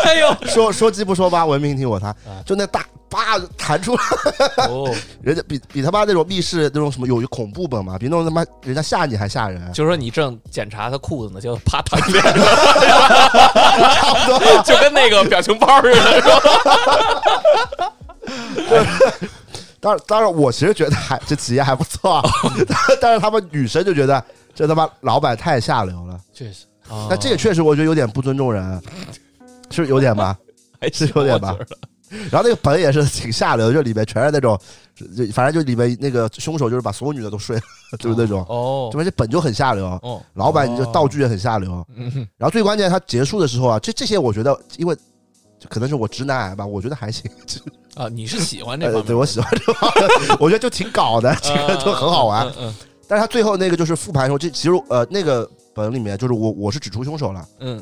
C: 哎呦，
A: 说说鸡不说八，文明听我他，
D: 啊
A: 就那大叭弹出来，
C: 哦，
A: 人家比比他妈那种密室那种什么有一恐怖本嘛，比那种他妈人家吓你还吓人，
C: 就说你正检查他裤子呢，就啪弹脸上，
A: 差不多。
C: 就跟那个表情包似的，
A: 当然当然，我其实觉得还这体验还不错 啊，但是他们女生就觉得这他妈老板太下流了。
B: 确实，
C: 哦
A: 那这也确实，我觉得有点不尊重人，是有点 吧。
C: 还
A: 是有点吧
C: 我觉得
A: 然后那个本也是挺下流的，就里面全是那种，就反正就里面那个凶手就是把所有女的都睡了，就是那种，
C: 哦
A: 这边这本就很下流，
C: 哦，
A: 老板就道具也很下流。
C: 嗯，
A: 然后最关键，他结束的时候啊，这这些我觉得，因为可能是我直男癌吧，我觉得还行，
C: 啊，你是喜欢这方
A: 呃、
C: 面的？
A: 对我喜欢这帮人，我觉得就挺搞的，这
C: 嗯，
A: 个就很好玩。
C: 嗯，嗯
A: 但是他最后那个就是复盘的时候，这其实呃那个本里面就是我我是指出凶手了。
C: 嗯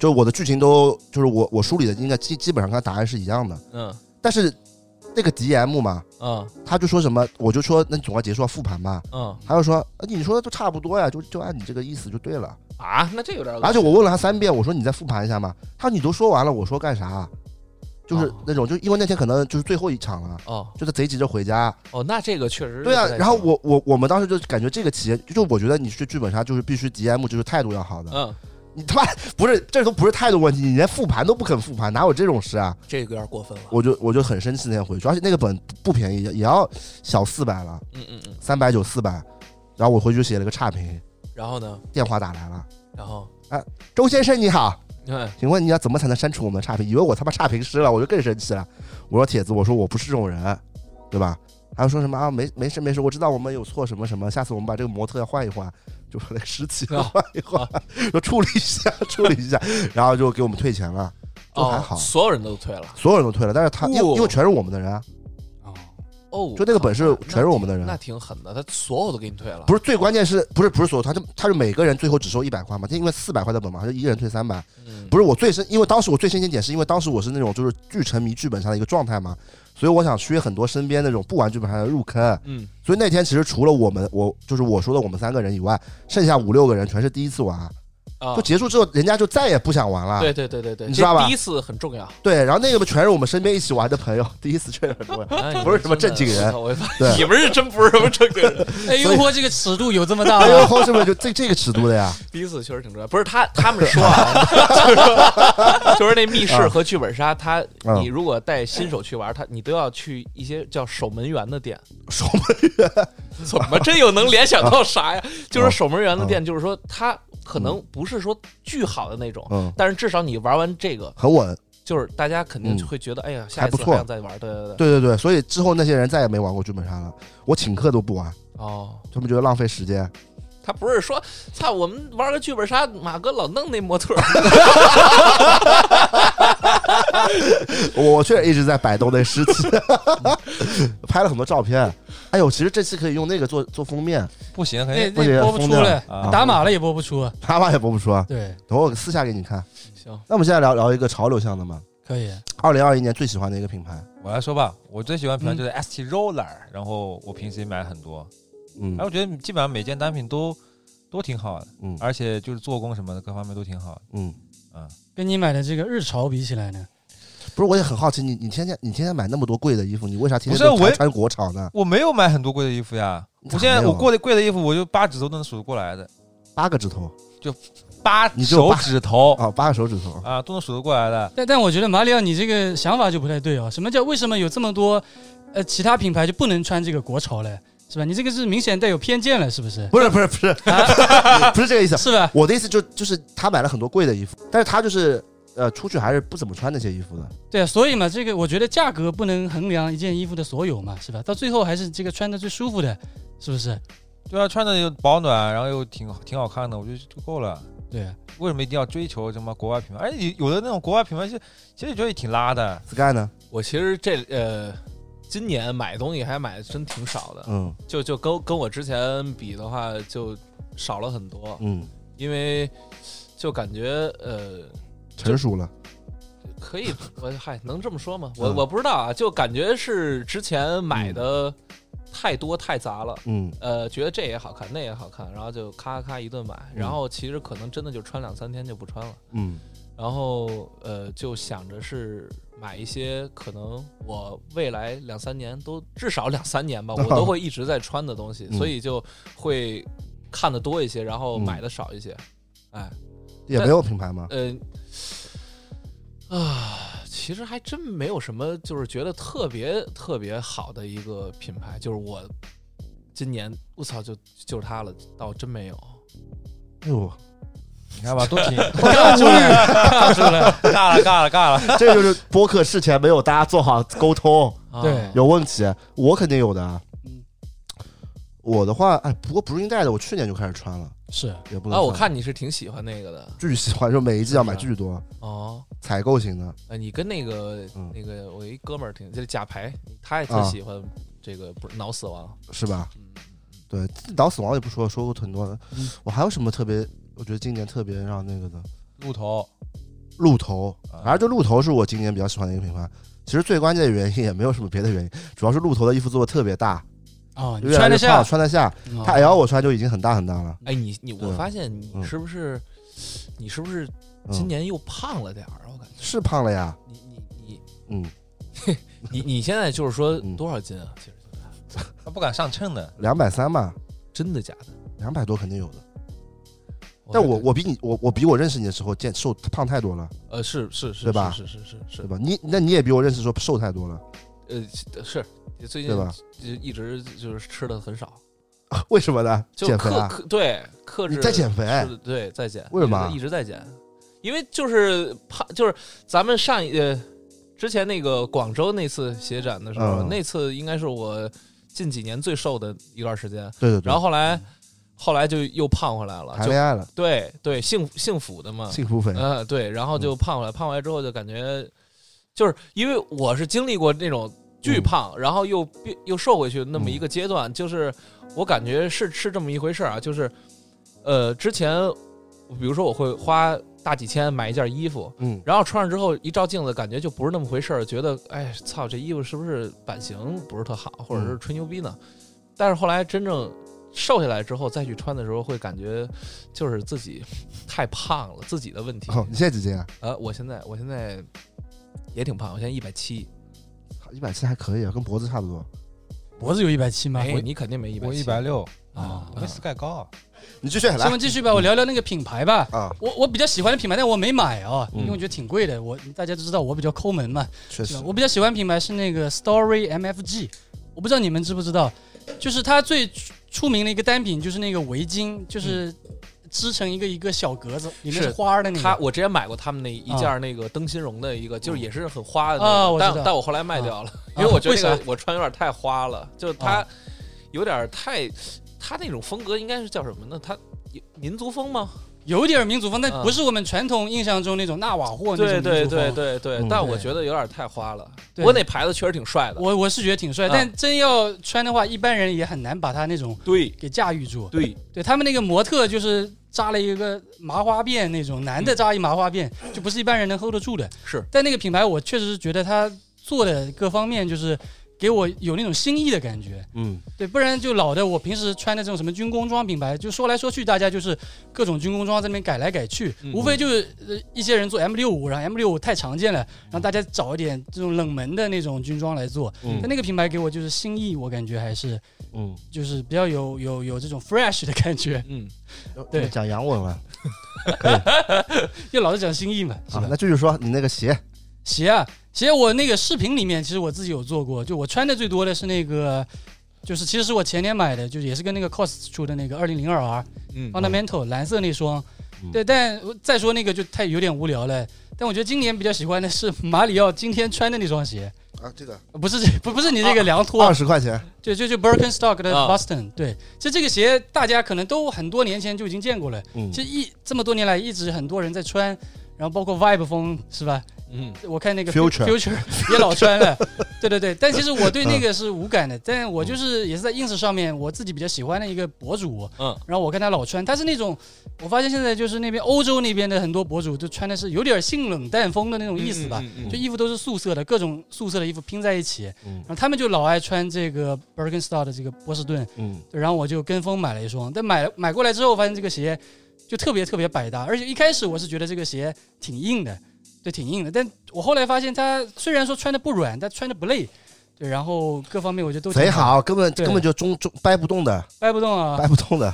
A: 就是我的剧情都就是我我梳理的应该基基本上跟答案是一样的，
C: 嗯
A: 但是那个 DM 嘛，
C: 嗯
A: 他就说什么，我就说那你总要结束要啊复盘吧，
C: 嗯
A: 他就说呃你说的都差不多呀，就就按你这个意思就对了。
C: 啊，那这有点恶心，
A: 而且我问了他三遍，我说你再复盘一下嘛，他说你都说完了，我说干啥？就是
C: 哦
A: 那种就因为那天可能就是最后一场了。
C: 哦
A: 就是贼急着回家，
C: 哦，那这个确实是
A: 对啊
C: 不太。行
A: 然后我我我们当时就感觉这个企业，就我觉得你去剧本杀就是必须 DM 就是态度要好的，
C: 嗯，
A: 你他妈不是这都不是态度问题，你连复盘都不肯复盘，哪有这种事啊？
C: 这个有点过分了，
A: 我就我就很生气那天回去，而且那个本不便宜，也要小四百了，
C: 嗯嗯嗯，
A: 三百九四百。然后我回去写了个差评，
C: 然后呢，
A: 电话打来了，
C: 然后
A: 周先生你好，
C: 你看，
A: 请问你要怎么才能删除我们的差评？以为我他妈差评师了，我就更生气了。我说铁子，我说我不是这种人，对吧？还有说什么啊？没没事没事，我知道我们有错什么什么，下次我们把这个模特要换一换，就把那个尸体要换一换， 说处理一下处理一下，然后就给我们退钱了，就还好
C: 哦，所有人都退了，
A: 所有人都退了，但是他因为因为全是我们的人啊，
B: 哦，
C: 哦，
A: 就那个本事
C: 那
A: 全是我们的
C: 那
A: 人。
C: 挺狠的，他所有都给你退了，
A: 不是最关键是不是不是所有他就他是每个人最后只收一百块嘛？就因为四百块的本嘛，他就一个人退三百。
C: 嗯
A: 不是我最深，因为当时我最深一点是因为当时我是那种就是巨沉迷剧本杀的一个状态嘛，所以我想削很多身边那种不玩剧本杀的入坑。
C: 嗯
A: 所以那天其实除了我们我就是我说的我们三个人以外，剩下五六个人全是第一次玩。
C: 啊
A: 就，结束之后，人家就再也不想玩了。
C: 对对对对
A: 啊
C: 对，
A: 你知道吧
C: 这第一次很重要，
A: 对然后那个全是我们身边一起玩的朋友，第一次确实很 多人。
C: 哎
A: 不是什么正经人
C: 我发
A: 对
C: 你们是真不是什么正经人。
B: 哎，诱惑这个尺度有这么大
A: 哎 呦，
B: 吗？
A: 后是不是就这这个尺度的呀？
C: 第一次确实挺重要，不是他他们 说啊，就是说就是那密室和剧本杀，他
A: 嗯
C: 你如果带新手去玩，他你都要去一些叫守门员的店。
A: 守
C: 嗯门员 怎么这又能联想到啥 呀？就是守门员的店，就是说他可能不是说巨好的那种，
A: 嗯，
C: 但是至少你玩完这个，
A: 很稳。
C: 就是大家肯定
A: 嗯
C: 会觉得，哎呀，下一
A: 还不
C: 次
A: 错
C: 还想再玩。对对对，
A: 对对对，所以之后那些人再也没玩过剧本杀了，我请客都不玩，
C: 哦。
A: 他们觉得浪费时间。
C: 他不是说，操，我们玩个剧本杀，马哥老弄那模特儿，
A: 我我确实一直在摆动那尸体，拍了很多照片，哎呦，其实这期可以用那个做做封面，
D: 哎不行，肯
B: 哎那
D: 定
A: 不行
B: 那播不
A: 疯
B: 出
A: 掉
B: 来，
D: 啊
B: 打码了也播不出。
A: 啪啪也播不出啊。
B: 对，
A: 等会儿我私下给你看。
C: 行，
A: 那我们现在聊聊一个潮流向的嘛。
B: 可以。
A: 二零二一年最喜欢的一个品牌，
D: 我来说吧，我最喜欢的品牌就是 ST Roller，然后我平时也买很多，
A: 嗯
D: 哎，我觉得基本上每件单品都都挺好的，
A: 嗯
D: 而且就是做工什么的各方面都挺好的，
A: 嗯，
D: 嗯，
B: 跟你买的这个日潮比起来呢，
A: 不是，我也很好奇，你你天天你天天买那么多贵的衣服，你为啥天
D: 不
A: 天都
D: 是我
A: 穿
D: 也
A: 穿国潮呢？
D: 我没有买很多贵的衣服呀，
A: 你咋
D: 我现在
A: 没有
D: 我
A: 啊
D: 过的贵的衣服我就八指头都能数得过来的，
A: 八个指头
D: 八
A: 你只有
D: 手
A: 八
D: 指头
A: 啊，八个手指头，
D: 啊都能数得过来的，
B: 但但我觉得马里奥你这个想法就不太对哦。什么叫为什么有这么多呃其他品牌就不能穿这个国潮嘞？是吧？你这个是明显带有偏见了，是不是？
A: 不是不是不 是 不是这个意思。
B: 是吧？
A: 我的意思就就是他买了很多贵的衣服，但是他就是呃出去还是不怎么穿那些衣服的。
B: 对啊，所以嘛，这个我觉得价格不能衡量一件衣服的所有嘛，是吧？到最后还是这个穿的最舒服的，是不是？
D: 对啊，穿着又保暖，然后又挺挺好看的，我觉得就够了。
B: 对啊，
D: 为什么一定要追求什么国外品牌？而且有的那种国外品牌，其实其实觉得也挺拉的。
A: Sky 呢？
C: 我其实这呃，今年买东西还买的真挺少的，
A: 嗯
C: 就就跟跟我之前比的话，就少了很多，
A: 嗯，
C: 因为就感觉呃。
A: 成熟了。
C: 可以，我嗨，能这么说吗？我
A: 嗯
C: 我不知道啊，就感觉是之前买的太多太杂了，
A: 嗯
C: 呃，觉得这也好看，那也好看，然后就咔咔咔一顿买，然后其实可能真的就穿两三天就不穿了，
A: 嗯
C: 然后呃，就想着是买一些可能我未来两三年都至少两三 年吧，我都会一直在穿的东西，
A: 嗯
C: 所以就会看的多一些，然后
A: 嗯
C: 买的少一些，哎，
A: 也没有品牌吗？
C: 呃，啊，其实还真没有什么，就是觉得特别特别好的一个品牌，就是我今年我操就就是它了，倒真没有。
A: 哎呦，
D: 你看吧，都 挺
B: 尬住了，尬住了。
D: 尬了，尬了，尬了。
A: 这就是播客事前没有大家做好沟通，
C: 啊、
B: 对
A: 有问题，我肯定有的啊
B: 嗯。
A: 我的话，哎，不过不是应带的，我去年就开始穿了，
B: 是
A: 也不能
C: 啊，我
A: 算
C: 看你是挺喜欢那个的
A: 巨喜欢，就每一季要买巨多，
C: 哦。
A: 采购型的，
C: 呃，你跟那个、
A: 嗯
C: 那个，我有一哥们儿挺就是假牌，他也特
A: 啊
C: 喜欢这个不是脑死亡。
A: 是吧？
C: 嗯，
A: 对，导死亡也不说，说过很多了
B: 嗯。
A: 我还有什么特别？我觉得今年特别让那个的
D: 鹿头，
A: 鹿头，
D: 啊
A: 反正就鹿头是我今年比较喜欢的一个品牌。其实最关键的原因也没有什么别的原因，主要是鹿头的衣服做的特别大，
B: 哦，你
A: 越来
B: 穿
A: 越
B: 得
A: 胖，
B: 下。
A: 穿得下。
B: 嗯
A: 它 L 我穿就已经很大很大了。
C: 哎，你你我
A: 对
C: 发现你
A: 嗯
C: 是不是、你是不是
A: 嗯
C: 今年又胖了点儿？啊我感觉
A: 是胖了呀，
C: 你你你
A: 嗯，
C: 你你现在就是说
A: 嗯
C: 多少斤啊？其实
D: 他不敢上秤的。
A: 两百三嘛，
C: 真的假的？
A: 两百多肯定有的。但我我比你我我比我认识你的时候健瘦胖太多了，
C: 呃是是是
A: 对吧
C: 是是是是
A: 对吧？你那你也比我认识的时候瘦太多了，
C: 是呃是，最近
A: 对吧？
C: 就一直就是吃的很少，
A: 为什么呢？
C: 就
A: 减肥
C: 克
A: 啊？
C: 克对克
A: 你
C: 制
A: 在减肥？
C: 是对在减，
A: 为什么
C: 一直一直在减？因为就是胖，就是咱们上一呃之前那个广州那次鞋展的时候，
A: 嗯
C: 那次应该是我近几年最瘦的一段时间，
A: 对对对。
C: 然后后来后来就又胖回来了，
A: 谈
C: 就
A: 恋爱了，嗯
C: 对对幸福幸福的嘛，
A: 幸福肥，
C: 呃，对，然后就胖回来，胖回来之后就感觉，就是因为我是经历过那种巨胖，然后又变又瘦回去那么一个阶段，就是我感觉是是这么一回事儿啊，就是，呃，之前比如说我会花大几千买一件衣服。
A: 嗯，
C: 然后穿上之后一照镜子，感觉就不是那么回事儿，觉得哎操，这衣服是不是版型不是特好，或者是吹牛逼呢？但是后来真正瘦下来之后再去穿的时候，会感觉就是自己太胖了，自己的问题。
A: 哦，你现在几斤啊？
C: 呃，我现在我现在也挺胖，我现在一百七。
A: 一百七还可以啊，跟脖子差不多。
B: 脖子有一百七吗？
C: 哎，
B: 我
C: 你肯定没一百，
D: 我一百六，
B: 啊
C: 啊
D: 我。没 Sky 高。
A: 你继续
B: 下
A: 来
B: 面继续吧，我聊聊那个品牌吧。
A: 啊，
B: 我我比较喜欢的品牌，但我没买啊，
A: 嗯
B: 因为我觉得挺贵的。我大家都知道我比较抠门嘛，
A: 确
B: 是
A: 实
B: 吧，我比较喜欢品牌是那个 Story MFG，我不知道你们知不知道，就是它最出出名的一个单品就是那个围巾，就是织成一个一个小格子，里面是
C: 嗯是
B: 花儿的那
C: 他
B: 个。嗯
C: 我之前买过他们那一件那个灯芯绒的一个，就是也是很花的那
B: 啊
C: 个，
B: 我知道
C: 但但我后来卖掉了，因为我觉得
B: 为
C: 那
B: 啥
C: 个我穿有点太花了，就是它
B: 啊
C: 有点太，它那种风格应该是叫什么呢？它有民族风吗？
B: 有点民族风，但
C: 嗯
B: 不是我们传统印象中那种纳瓦霍哦那种
C: 对
B: 民族
C: 对
B: 风。
C: 对对对
A: 嗯，
C: 但我觉得有点太花了。
B: 对
C: 我那牌子确实挺帅的。
B: 我我是觉得挺帅，
C: 嗯
B: 但真要穿的话，一般人也很难把他那种
C: 对
B: 给驾驭住。
C: 对，
B: 对他们那个模特就是扎了一个麻花辫那种，
C: 嗯
B: 男的扎一麻花辫，就不是一般人能 hold 得住的。
C: 是，
B: 但那个品牌我确实是觉得他做的各方面就是给我有那种新意的感觉。
A: 嗯，
B: 对，不然就老的我平时穿的这种什么军工装品牌，就说来说去，大家就是各种军工装在那边改来改去，
C: 嗯
B: 无非就是呃一些人做 M 六五，然后 M 六五太常见了，让大家找一点这种冷门的那种军装来做。
A: 嗯
B: 但那个品牌给我就是新意，我感觉还是
A: 嗯，
B: 就是比较有有有这种 fresh 的感觉，
C: 嗯，
B: 对
A: 讲洋文嘛，
B: 因为老是讲新意嘛，是吧？
A: 啊，那就是说你那个鞋，
B: 鞋啊，鞋我那个视频里面其实我自己有做过，就我穿的最多的是那个，就是其实是我前年买的，就是也是跟那个 COS 出的那个二零零二 R
C: 嗯
B: Fundamental 蓝色那双
A: 嗯。
B: 对，但我再说那个就太有点无聊了。但我觉得今年比较喜欢的是马里奥今天穿的那双鞋，
A: 啊，这个
B: 不是这不不是你这个凉拖，
A: 二十块钱，
B: 就就就 Birkenstock 的
C: 啊
B: Boston、对，就这个鞋大家可能都很多年前就已经见过了，
A: 嗯
B: 其实一这么多年来一直很多人在穿，然后包括 Vibe 风是吧？
C: 嗯，
B: 我看那个
A: Future
B: Future 也老穿了，对对对，但其实我对那个是无
C: 嗯
B: 感的，但我就是也是在 ins 上面我自己比较喜欢的一个博主，
C: 嗯，
B: 然后我看他老穿，他是那种我发现现在就是那边欧洲那边的很多博主就穿的是有点性冷淡风的那种意思吧，
C: 嗯？嗯嗯
B: 就衣服都是素色的，各种素色的衣服拼在一起，
A: 嗯
B: 然后他们就老爱穿这个 Birkenstock 的这个波士顿，
A: 嗯
B: 对然后我就跟风买了一双，但买了买过来之后，发现这个鞋就特别特别百搭，而且一开始我是觉得这个鞋挺硬的，对，挺硬的。但我后来发现它虽然说穿的不软，但穿的不累，对，然后各方面我觉得都挺
A: 贼，好，根本
B: 对
A: 根本就中中掰不动的，
B: 掰不动啊
A: 掰。不动 的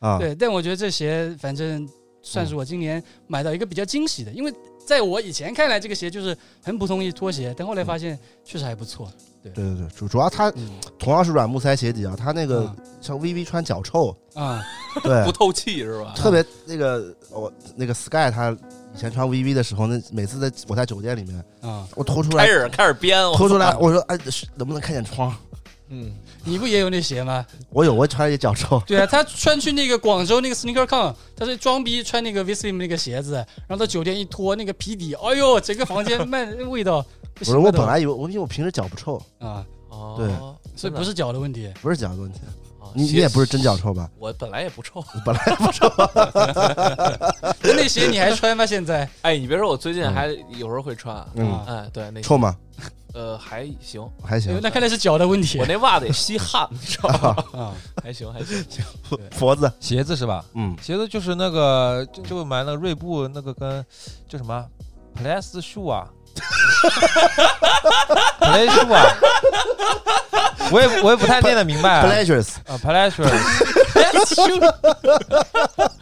A: 啊，
B: 对，但我觉得这鞋反正算是我今年买到一个比较惊喜的，因为在我以前看来这个鞋就是很普通一拖鞋，但后来发现确实还不错。
A: 对对对，主主要它
B: 嗯
A: 同样是软木塞鞋底啊，它那个像 VV 穿脚 臭，
B: 啊，
A: 对
C: 嗯不，透气是吧？
A: 特别那个我那个 Sky 他以前穿 VV 的时候，那每次在我在酒店里面，
B: 啊，
A: 我脱出
C: 开
A: 来
C: 始开始编，我
A: 脱出来，我说哎，是能不能看见窗？
C: 嗯，
B: 你不也有那鞋吗？
A: 我有，我穿了一脚臭，
B: 对啊，他穿去那个广州那个 SneakerCon，他是装逼穿那个 v i s l i m 那个鞋子，然后到酒店一脱那个皮底，哎呦，整个房间漫味道。不
A: 我
B: 行
A: 说我
B: 的
A: 本来以为我因为我平时脚不臭，
B: 啊，
C: 哦，
B: 所以
C: 真的
B: 不是脚的问题。
A: 不是脚的问题，
C: 啊
A: 你你
C: 鞋
A: 也不是真脚臭吧？
C: 我本来也不臭。
A: 本来
B: 那那鞋你还穿吗？现在？
C: 哎，你别说，我最近还有时候会穿。
A: 嗯
B: 啊，
C: 哎，对，那
A: 臭吗？
C: 呃还行，
A: 还行，
B: 那看来是脚的问题
C: 我那袜子也吸汗，你知 道吗？
B: 啊。
C: 还行还行，
A: 脖子，
D: 鞋子是吧？
A: 嗯
D: 鞋子就是那个就就买那个锐步那个跟叫什么 Plus 树啊，Plus 树啊，我也我也不太念得明
C: 哎
D: 白啊
A: ，pleasures
D: 啊 Plus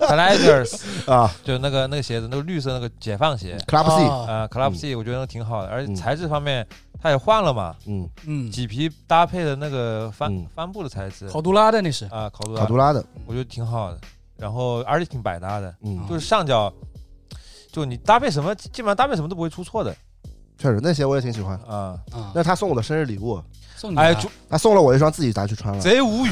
D: Plus
A: 啊
D: 就那个那个鞋子，那个绿色那个解放鞋
A: ，club
C: 哦
B: 啊
D: 啊 Club C 我觉得那挺好的，而且
A: 嗯
D: 材质方面它也换了嘛，
A: C，嗯，
B: 嗯，
D: 麂皮搭配的那个
A: 嗯
D: 帆帆布的材质
B: 考杜拉的那是。
D: 啊考杜
A: 卡
D: 拉
A: 杜，拉的，
D: 我觉得挺好的，然后而且挺百搭的。
A: 嗯，
D: 就是上脚，就你搭配什么，基本上搭配什么都不会出错的
A: 确实那鞋我也挺喜
C: 嗯
A: 欢，
D: 啊。
B: 啊
A: 那，是他送我的生日礼物，
B: 送你啊。
D: 哎，就
A: 他送了我一双自己拿去穿了，
D: 贼无语，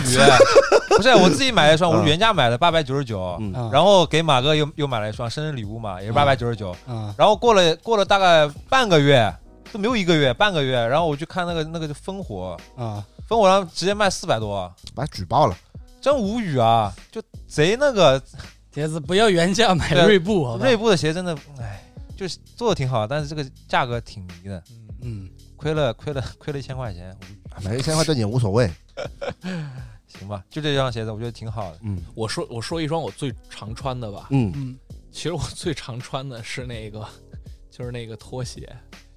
D: 不是我自己买了一双，我
A: 嗯
D: 是原价买的八百九十九，
A: 嗯
B: 啊
D: 然后给马哥又又买了一双生日礼物嘛，也是
B: 嗯
D: 八百九十九。
B: 啊
D: 然后过了过了大概半个月，都没有一个月，半个月，然后我去看那个那个烽火，
B: 啊，
D: 烽火上直接卖四百多，
A: 把他举报了，
D: 真无语啊！就贼那个
B: 铁子不要原价买
D: 对
B: 锐步，好吧？
D: 锐步的鞋真的，哎，就是做的挺好，但是这个价格挺迷的，
C: 嗯
B: 嗯，
D: 亏了 亏了亏了一千块钱，无语
A: 买一千块对你也无所谓，
D: 行吧，就这双鞋子，我觉得挺好的。
A: 嗯
C: 我说我说一双我最常穿的吧，
A: 嗯，
B: 嗯
C: 其实我最常穿的是那个，就是那个拖鞋，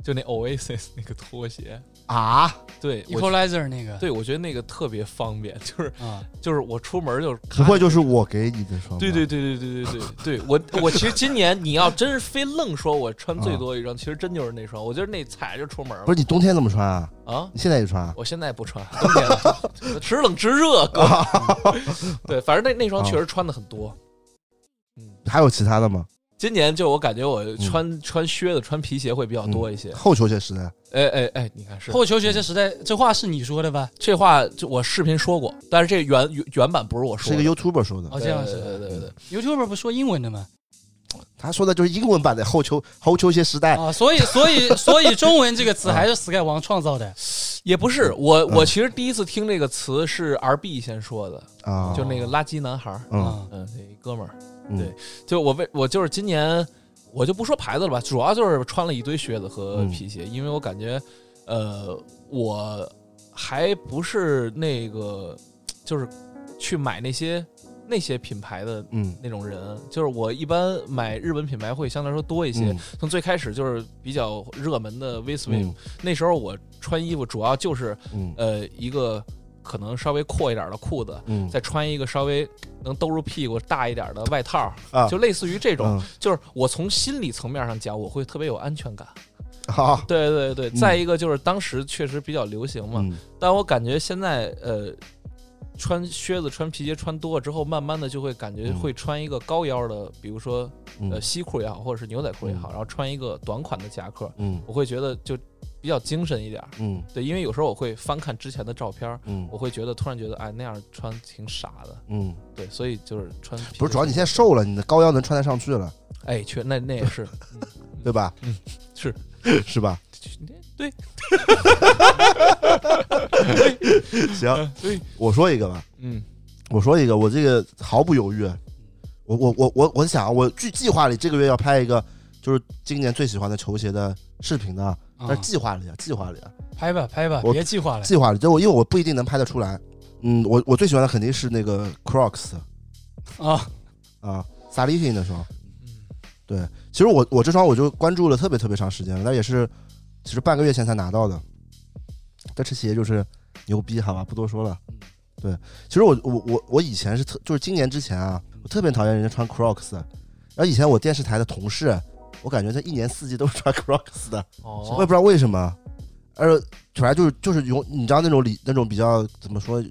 C: 就那 Oasis 那个拖鞋。
A: 啊，
C: 对，我
B: ，Equalizer 那个。
C: 对我觉得那个特别方便，就是
B: 啊，
C: 就是我出门就
A: 不
C: 不
A: 会就是我给你的双吧，
C: 对对对对对对对对，我我其实今年你要真是非愣说我穿最多一双，其实真就是那双，我觉得那踩着出门
A: 嗯不
C: 了
A: 是你冬天怎么穿啊？
C: 啊。
A: 你现在就穿啊？
C: 我现在不穿，冬天了 知冷知热， 哥。
A: 哦
C: 对，反正那那双确实穿的很多。嗯
A: 还有其他的吗？
C: 今年就我感觉
A: 嗯
C: 我穿、穿靴子、穿皮鞋会比较多一些。
A: 后球鞋时代，
C: 哎哎哎，你看是
B: 后球鞋这时代，这话是你说的吧？
C: 这话，就我视频说过，但是这原原原版不是我
A: 是
C: 说
A: 一
C: 的
A: 个。YouTuber 说的，
B: 哦，这样
C: 对对
B: 是。
C: 对对
A: 嗯
C: 对，
B: YouTuber 不说英文的吗？
A: 他说的就是英文版的后球后球鞋时
C: 哦
A: 代。
B: 啊，所以所以所以中文这个
A: 啊
B: 词还是 Sky 王创造的。
C: 也不是我，
A: 嗯
C: 我其实第一次听这个词是 R B 先说的，
A: 啊，
C: 就那个垃圾男孩儿，
A: 嗯
B: 啊，
C: 嗯，那一哥们儿。
A: 嗯
C: 对就我为我就是今年，我就不说牌子了吧，主要就是穿了一堆靴子
A: 嗯
C: 和皮鞋，因为我感觉，呃，我还不是那个，就是去买那些那些品牌的
A: 嗯
C: 那种人，就是我一般买日本品牌会相对来说多一些。
A: 嗯
C: 从最开始就是比较热门的 v s w i m
A: 嗯
C: 那时候我穿衣服主要就是
A: 嗯
C: 呃一个可能稍微阔一点的裤子，
A: 嗯，
C: 再穿一个稍微能兜住屁股大一点的外套，
A: 啊
C: 就类似于这种。
A: 嗯
C: 就是我从心理层面上讲，我会特别有安全感。
A: 好，
C: 对对对，
A: 嗯
C: 再一个就是当时确实比较流行嘛，
A: 嗯
C: 但我感觉现在呃。穿靴子、穿皮鞋穿多了之后，慢慢的就会感觉
A: 嗯
C: 会穿一个高腰的，比如说呃
A: 嗯
C: 西裤也好，或者是牛仔裤也
A: 嗯
C: 好，然后穿一个短款的夹克，
A: 嗯
C: 我会觉得就比较精神一点儿。
A: 嗯
C: 对，因为有时候我会翻看之前的照片儿，
A: 嗯
C: 我会觉得突然觉得哎那样穿挺傻的。
A: 嗯，
C: 对，所以就是穿皮
A: 不
C: 鞋
A: 是，主要你现在瘦了，你的高腰能穿得上去了，
C: 哎，确那那也是
A: 对吧？
C: 嗯，是
A: 是吧？
C: 对
A: 行，
C: 嗯对，
A: 我说一个吧，
C: 嗯
A: 我说一个，我这个毫不犹豫，我我我我我想啊，我计计划里这个月要拍一个，就是今年最喜欢的球鞋的视频的，
B: 啊
A: 但是计划里啊，计划里啊，
B: 拍吧拍吧，
A: 我
B: 别计
C: 哎
B: 划了。
A: 计划里，就我因为我不一定能拍得出来。嗯，我我最喜欢的肯定是那个 Crocs
B: 啊
A: 啊，萨利汀那双。
C: 嗯
A: 其实我我这双我就关注了特别特别长时间了，但也是其实半个月前才拿到的。但这鞋就是牛逼，好吧，不多说了。对，其实我我我我以前是特就是今年之前啊，我特别讨厌人家穿 Crocs，然后以前我电视台的同事，我感觉他一年四季都是穿 Crocs 的，我也
C: 哦
A: 不知道为什么。而反正就是就是有你知道那种理那种比较怎么说，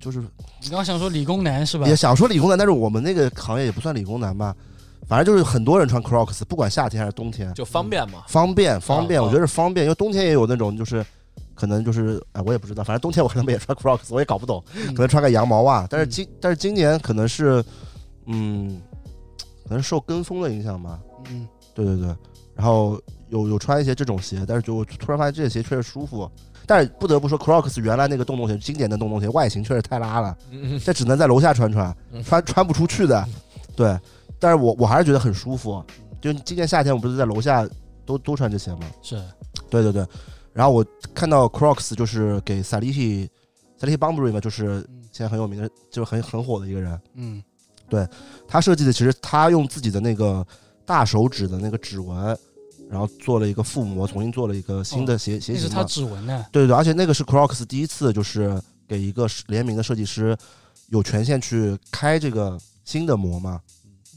A: 就是
B: 你刚想说理工男是吧
A: 也？想说理工男，但是我们那个行业也不算理工男吧，反正就是很多人穿 Crocs，不管夏天还是冬天，
C: 就方便嘛。
A: 方便方便，
C: 啊
A: 我觉得是方便，因为冬天也有那种就是。可能就是哎，我也不知道，反正冬天我看他们也穿 Crocs，我也搞不懂，
B: 嗯
A: 可能穿个羊毛袜。但
C: 嗯
A: 是今、但是今年可能是，嗯，可能受跟风的影响吧。
B: 嗯，
A: 对对对，然后有有穿一些这种鞋，但是就我突然发现这些鞋确实舒服。但是不得不说，Crocs 原来那个洞洞鞋，经典的洞洞鞋外形确实太拉了，
C: 嗯嗯
A: 这只能在楼下穿穿
C: 嗯，
A: 穿穿不出去的。对，但是我我还是觉得很舒服。就今年夏天，我不是在楼下都都穿这鞋吗？
B: 是
A: 对对对，然后我看到 Crocs 就是给 Salihi Salihi Bumbury 嘛，就是
B: 嗯
A: 现在很有名的，就是很很火的一个人。
B: 嗯
A: 他设计的其实他用自己的那个大手指的那个指纹，然后做了一个覆膜，重新做了一个新的鞋、鞋
B: 哦那是
A: 型
B: 他
A: 嘛。
B: 指纹呢。
A: 对对对，而且那个是 Crocs 第一次就是给一个联名的设计师有权限去开这个新的膜嘛。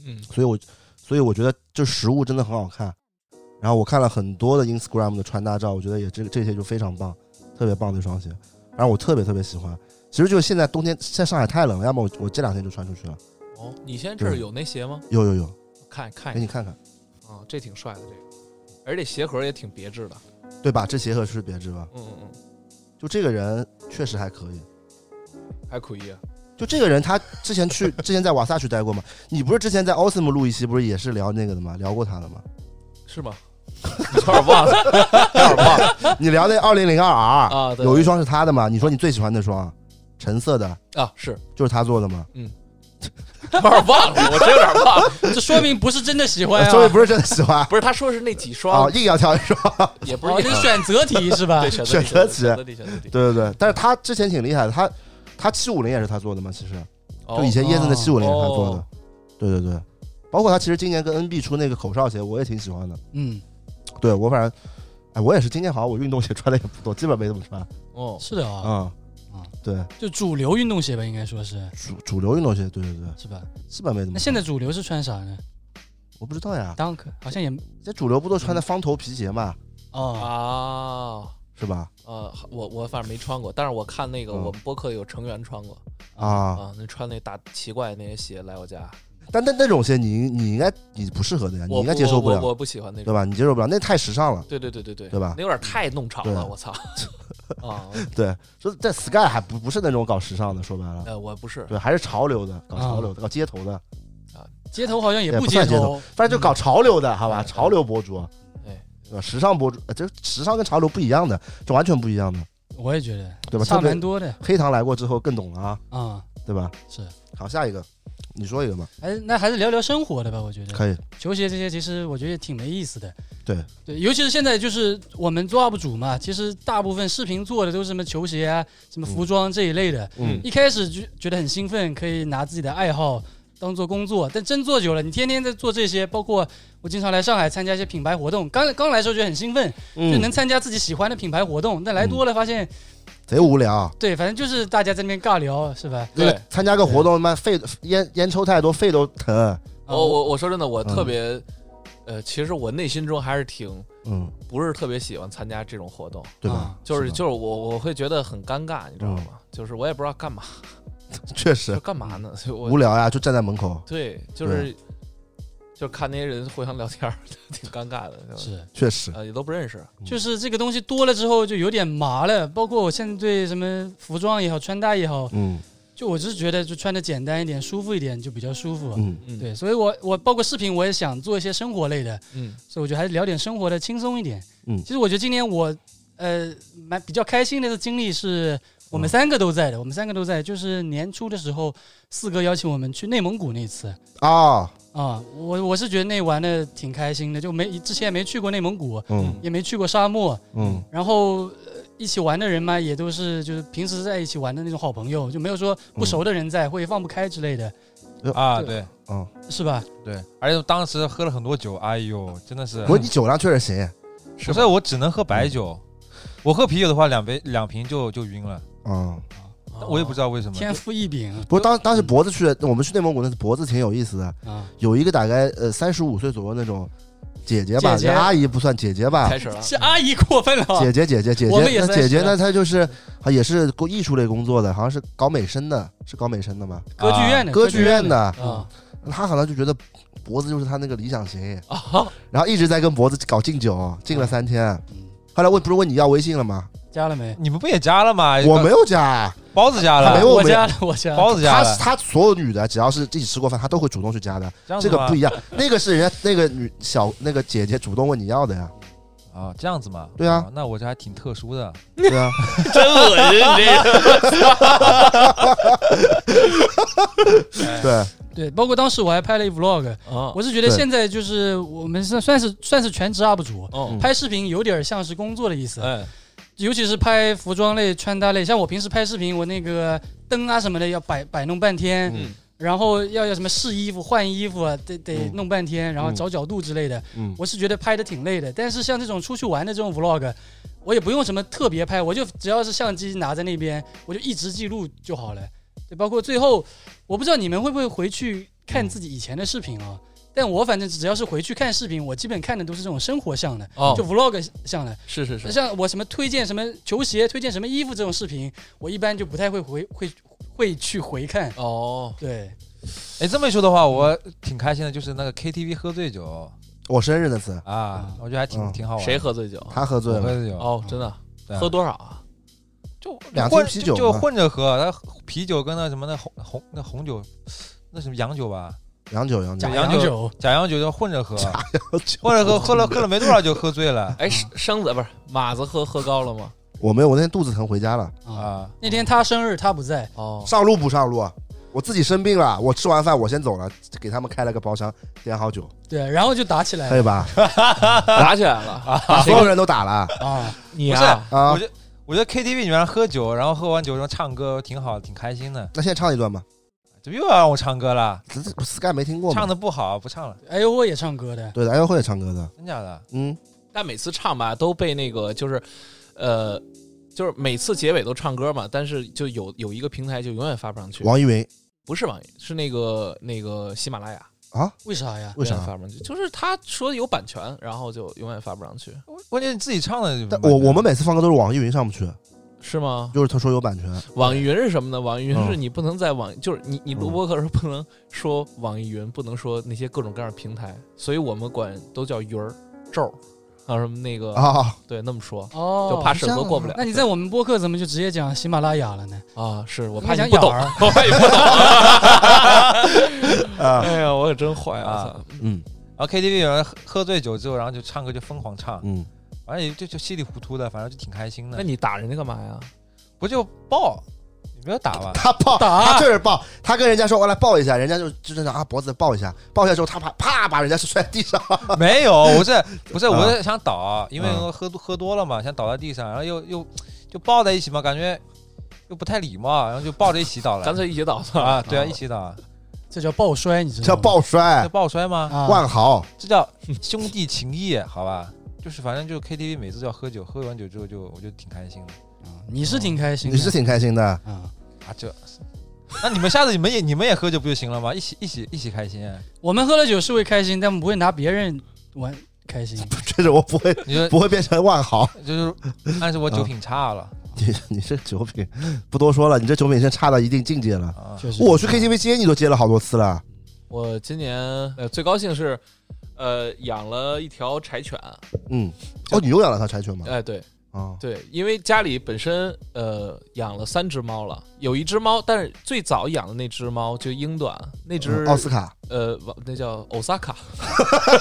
C: 嗯，
A: 所以我所以我觉得这实物真的很好看。然后我看了很多的 Instagram 的穿搭照，我觉得也这这些就非常棒，特别棒的一双鞋，然后我特别特别喜欢。其实就是现在冬天，现在上海太冷了，要么我我这两天就穿出去了。
C: 哦，你现在这儿有那鞋吗？
A: 有有有，
C: 看看
A: 给
C: 一
A: 哎你
C: 看
A: 看看，
C: 啊，这挺帅的这个，而且鞋盒也挺别致的。
A: 对吧？这鞋盒是别致吧？
C: 嗯嗯嗯，
A: 就这个人确实还可以。
C: 还可以啊。
A: 就这个人，他之前去之前在瓦萨去待过吗？你不是之前在 Awesome 录一期，不是也是聊那个的吗？聊过他的 吗？
C: 是吗？有点忘 了，有点忘了
A: 你聊那二零零二 R，
C: 啊。对
A: 有一双是他的嘛？你说你最喜欢那双橙色的，
C: 啊，是
A: 就是他做的吗？
C: 有点忘了，我真有点忘了。
B: 这说明不是真的喜 欢
A: 呃
B: 啊，
A: 周伟不是真的喜 欢
C: 不是，他说是那几
A: 啊，
C: 双，
A: 硬要挑一双。
C: 也不
B: 哦，
C: 是
B: 那
A: 啊
C: 一
B: 是选择题是吧
C: 对？
A: 选
C: 择
A: 择
C: 题
A: 题
C: 选择题，选择题。
A: 对对对，但是他之前挺厉害的，他他七五零也是他做的嘛，其实
C: 哦
A: 就以前椰子的七五零也是他做
C: 哦
A: 的。对对对，包括他其实今年跟 NB 出那个口哨鞋，我也挺喜欢的。
B: 嗯，
A: 对我反正，哎，我也是今年好像我运动鞋穿的也不多，基本没怎么穿。
C: 哦，
B: 是的啊，
A: 嗯
B: 啊，
A: 对，
B: 就主流运动鞋吧，应该说是
A: 主主流运动鞋，对对对，
B: 是吧？
A: 基本没怎么穿。
B: 那现在主流是穿啥呢
A: 我不知道呀，
B: ？Dunk 好像也
A: 这主流不都穿的方头皮鞋嘛，
B: 哦，
C: 啊。
A: 是吧？
C: 呃，我我反正没穿过，但是我看那个
A: 嗯
C: 我们播客有成员穿过
A: 啊，
C: 啊，那穿那大奇怪那些鞋来我家，
A: 但那那种鞋你你应该你不适合的呀，你
C: 我
A: 应该接受不
C: 我我
A: 了，
C: 我不喜欢那
A: 对
C: 种。
A: 吧？你接受不了，那太时尚了。
C: 对对对对对，
A: 对吧
C: 那有点太弄潮
A: 对
C: 了，我操！啊，
A: 对，所以在 Sky 还不不是那种搞时尚的，说白了，
C: 呃，啊我不是
A: 对，还是潮流的，搞潮流的，搞街头的，
B: 街头好像也
A: 对
B: 不
A: 不算街
B: 头，
A: 反正就搞潮流的，好吧？
C: 嗯
A: 潮流博主，啊
C: 对
A: 对吧，时尚博主，呃这时尚跟潮流不一样的，这完全不一样的，
B: 我也觉得
A: 对吧？
B: 差
A: 特别
B: 蛮多的
A: 黑糖来过之后更懂了啊，
B: 啊、
A: 对吧？
B: 是，
A: 好，下一个，你说一个吧，
B: 还是那还是聊聊生活的吧，我觉
C: 嗯
B: 得
A: 可以，
B: 球鞋这些其实我觉得也挺没意思的。
A: 对
B: 对，尤其是现在就是我们做 UP 主嘛，其实大部分视频做的都是什么球鞋啊、什么服装这一类的。
A: 嗯
B: 一开始就觉得很兴奋，可以拿自己的爱好当做工作，但真做久了，你天天在做这些，包括我经常来上海参加一些品牌活动，刚刚来的时候觉得很兴奋，就能
A: 嗯，
B: 参加自己喜欢的品牌活动，但来多了发现，
A: 贼无聊。
B: 对，反正就是大家在那边尬聊，是吧？
A: 那个
C: 对
A: 参加个活动，他妈肺烟烟抽太多，肺都呃疼。
B: 啊
C: 哦我我我说真的，我
A: 嗯
C: 特别呃，其实我内心中还是挺
A: 嗯，
C: 不是特别喜欢参加这种活动，
A: 对吧
B: 啊？，
C: 就是
A: 吧
C: 就是我我会觉得很尴尬，你知道
A: 嗯
C: 吗？就是我也不知道干嘛，
A: 确
C: 就
A: 实
C: 干嘛呢？ 所以我
A: 无聊呀，就站在门口，
C: 对，就是就看那些人互相聊天儿， 挺尴尬的，就是
A: 确实，
C: 呃也都不认识。
B: 啊就是这个东西多了之后就有点麻了。包括我现在对什么服装也好，穿搭也好，
A: 嗯
B: 就我只是觉得就穿的简单一点，舒服一点就比较舒服。
A: 嗯，
C: 嗯，
B: 对，所以我我包括视频我也想做一些生活类的，
C: 嗯
B: 所以我觉得还是聊点生活的，轻松一点。
A: 嗯
B: 其实我觉得今年我呃蛮比较开心的经历是。我们三个都
A: 嗯
B: 在的，我们三个都在，就是年初的时候，四哥邀请我们去内蒙古那次，
A: 啊，
B: 啊、我我是觉得那玩的挺开心的，就没之前也没去过内蒙古，
A: 嗯
B: 也没去过沙漠，
A: 嗯
B: 然后、呃一起玩的人嘛，也都是就是平时在一起玩的那种好朋友，就没有说不熟的人在、会放不开之类的，
D: 啊，
B: 对
D: 对
A: 嗯，
B: 是吧？
D: 对，而且当时喝了很多酒，哎呦，真的是
A: 不，过你酒量确实行
D: 不是我只能喝白酒，我喝啤酒的话，两杯两瓶就就晕了，
A: 嗯。
C: 哦
D: 我也不知道为什么。
B: 天赋异禀
A: 不过当当时脖子去的，我们去内蒙古那次脖子挺有意思的，
B: 啊！
A: 有一个大概呃三十五岁左右那种姐姐吧，
B: 姐姐
A: 人家阿姨不算姐姐吧，
C: 开 始了，
B: 是阿姨过分了啊，
A: 姐姐姐姐姐
B: 我们
A: 姐，
B: 也
A: 那
B: 算是
A: 姐姐呢她就是啊也是搞艺术类工作的，好像是搞美声的，是搞美声的吗？
B: 歌剧院的，
A: 歌剧院的
B: 啊，
A: 他好像就觉得脖子就是他那个理想型，然后一直在跟脖子搞敬酒，敬了三天。
B: 嗯，
A: 后来问不是问你要微信了吗？
B: 加了没？啊
D: 你们不也加了吗？
A: 我没有加，
D: 包子加
A: 他
D: 了
A: 没，有
B: 我
A: 没
B: 加了，哎我加了。
D: 包子加
A: 他
D: 了，
A: 他所有女的只要是一起吃过饭，他都会主动去加的，
D: 这样子
A: 这个
D: 吗
A: 不一样。 那个是人家那个女小那个姐姐主动问你要的呀，
D: 啊，这样子嘛？
A: 对啊
D: 那我这还挺特殊的。
A: 对啊，
C: 真恶心！你这个
A: 对，
B: 对，包括当时我还拍了一 vlog，
C: 啊，
B: 我是觉得
A: 对
B: 现在就是我们算算是算是全职 UP 主，
C: 哦，
B: 拍视频有点像是工作的意思，
C: 哎，
B: 尤其是拍服装类、穿搭类。像我平时拍视频，我那个灯啊什么的要摆摆弄半天，
C: 嗯
B: 然后要要什么试衣服、换衣服啊，得得弄半天，然后找角度之类的。
A: 嗯
B: 我是觉得拍的挺累的，但是像这种出去玩的这种 vlog，我也不用什么特别拍，我就只要是相机拿在那边，我就一直记录就好了。对，包括最后，我不知道你们会不会回去看自己以前的视频啊。但我反正只要是回去看视频，我基本看的都是这种生活向的，
C: 哦
B: 就 vlog 向的。
C: 是是是，
B: 像我什么推荐什么球鞋、推荐什么衣服这种视频，我一般就不太会回会会去回看。
C: 哦，
B: 对，
D: 哎，这么一说的话，我挺开心的，就是那个 KTV 喝醉酒
A: 我生日那次
D: 啊，我觉得还挺
A: 嗯
D: 挺好玩的。
C: 谁喝醉酒？
A: 他喝醉
D: 我喝
A: 了，
D: 醉酒？
C: 哦，真的，
D: 对啊
C: 喝多少啊？
D: 就
A: 两
D: 混
A: 瓶啤酒
D: 就就
A: 嘛
D: 混着喝，他啤酒跟那什么那红红那红酒，那什么洋酒吧，
A: 洋酒洋酒
B: 假
D: 假，洋
B: 洋酒
D: 假洋酒就混着喝，混着喝，喝了喝了没多少就喝 醉了
C: 哎，生生子不是马子喝喝高了吗？
A: 我没有，我那天肚子疼回家了，
B: 啊！
D: 啊！
B: 那天他生日，他不在，
C: 哦，
A: 上路不上路？啊我自己生病了，我吃完饭我先走了，给他们开了个包厢，点好酒，
B: 对，然后就打起来
C: 哎
A: 可以
B: 了
A: 吧？
C: 打起来了，
A: 把所有人都打了
B: 啊！
C: 你
D: 不是
C: 啊，
A: 啊
D: 我！觉得我觉得 KTV 里面喝酒，然后喝完酒然后唱歌挺好，挺开心的。
A: 那现在唱一段吧，
D: 怎么又要让我唱歌了？
A: 这这 Sky 没听过吗
D: 唱？的不好，不唱了，
B: 哎呦，我也唱歌的，
A: 对的，爱乐会唱歌的，
D: 真假的？
A: 嗯，
C: 但每次唱吧都被那个就是，呃，就是每次结尾都唱歌嘛，但是就有有一个平台就永远发不上去，
A: 网易云
C: 不是网易，是那个那个喜马拉雅，
A: 啊，
B: 为啥呀？
A: 为
C: 永远
A: 啥？
C: 发不上去？就是他说有版权，然后就永远发不上去，
D: 关关键你自己唱的就没
A: 但
D: 版权，
A: 我我们每次放歌都是网易云上不去，
C: 是吗？
A: 就是他说有版权，
C: 网易云是什么呢？网易云是
A: 嗯
C: 你不能在网，就是你你
A: 嗯
C: 录播客的时候不能说网易云，不能说那些各种各样的平台，所以我们管都叫云儿、咒儿，还有什么那个，
A: 啊，
C: 对，那么说
B: 哦，
C: 就怕审核过不了
B: 那你在我们播客怎么就直接讲喜马拉雅了呢？
C: 啊，是我
B: 我
C: 怕
B: 讲
C: 你不
B: 雅
C: 懂，
B: 儿，
C: 我怕你不懂。
A: 啊，
C: 哎呀，我可真坏啊！
A: 嗯
D: 然后 KTV 有人喝喝醉酒之后，然后就唱歌就疯狂唱，
A: 嗯，
D: 反正也哎就就稀里糊涂的，反正就挺开心的。
C: 那你打人家干嘛呀？
D: 不就抱？你不要打 吧？
A: 他抱，
B: 打
A: 他就是抱，他跟人家说我来抱一下，人家就就这样啊，脖子抱一下，抱一下之后，他啪啪把人家摔地上，
D: 没有，我是不是
A: 啊
D: 我是想倒，因为
A: 嗯
D: 喝多喝多了嘛，想倒在地上，然后又又就抱在一起嘛，感觉又不太礼貌，然后就抱着一起倒了。
C: 干脆一起倒算了
D: 啊，对啊，一起倒，
B: 这叫抱摔，你
C: 嗯
B: 知道
A: 叫
B: 吗？
A: 抱
D: 这
A: 摔，
D: 抱摔吗？
B: 啊，
A: 万豪，
D: 这叫兄弟情谊，好吧？就是反正就是 KTV 每次都要喝酒，喝完酒之后就我就挺开心的
B: 啊你是挺开心
A: 你
B: 的，
A: 是挺开心的，
B: 啊。
D: 啊。这，那你们下次你们也你们也喝酒不就行了吗？一起一起一起开心。啊
B: 我们喝了酒是会开心，但我们不会拿别人玩开心。
A: 这是我不 会
D: 你说
A: 不会变成万豪，
D: 就是暗示我酒品差了
A: 你你这酒品不多说了，你这酒品已经差到一定境界了。
D: 啊？
B: 确实，
A: 我去 KTV 接你都接了好多次了，
C: 我今年呃最高兴是，呃养了一条柴犬，
A: 嗯，哦，你又养了条柴犬吗？
C: 哎对
A: 啊，
C: 对，因为家里本身呃养了三只猫了，有一只猫，但是最早养的那只猫就英短，那
A: 嗯
C: 只
A: 奥斯卡，
C: 呃不那叫 Osaka，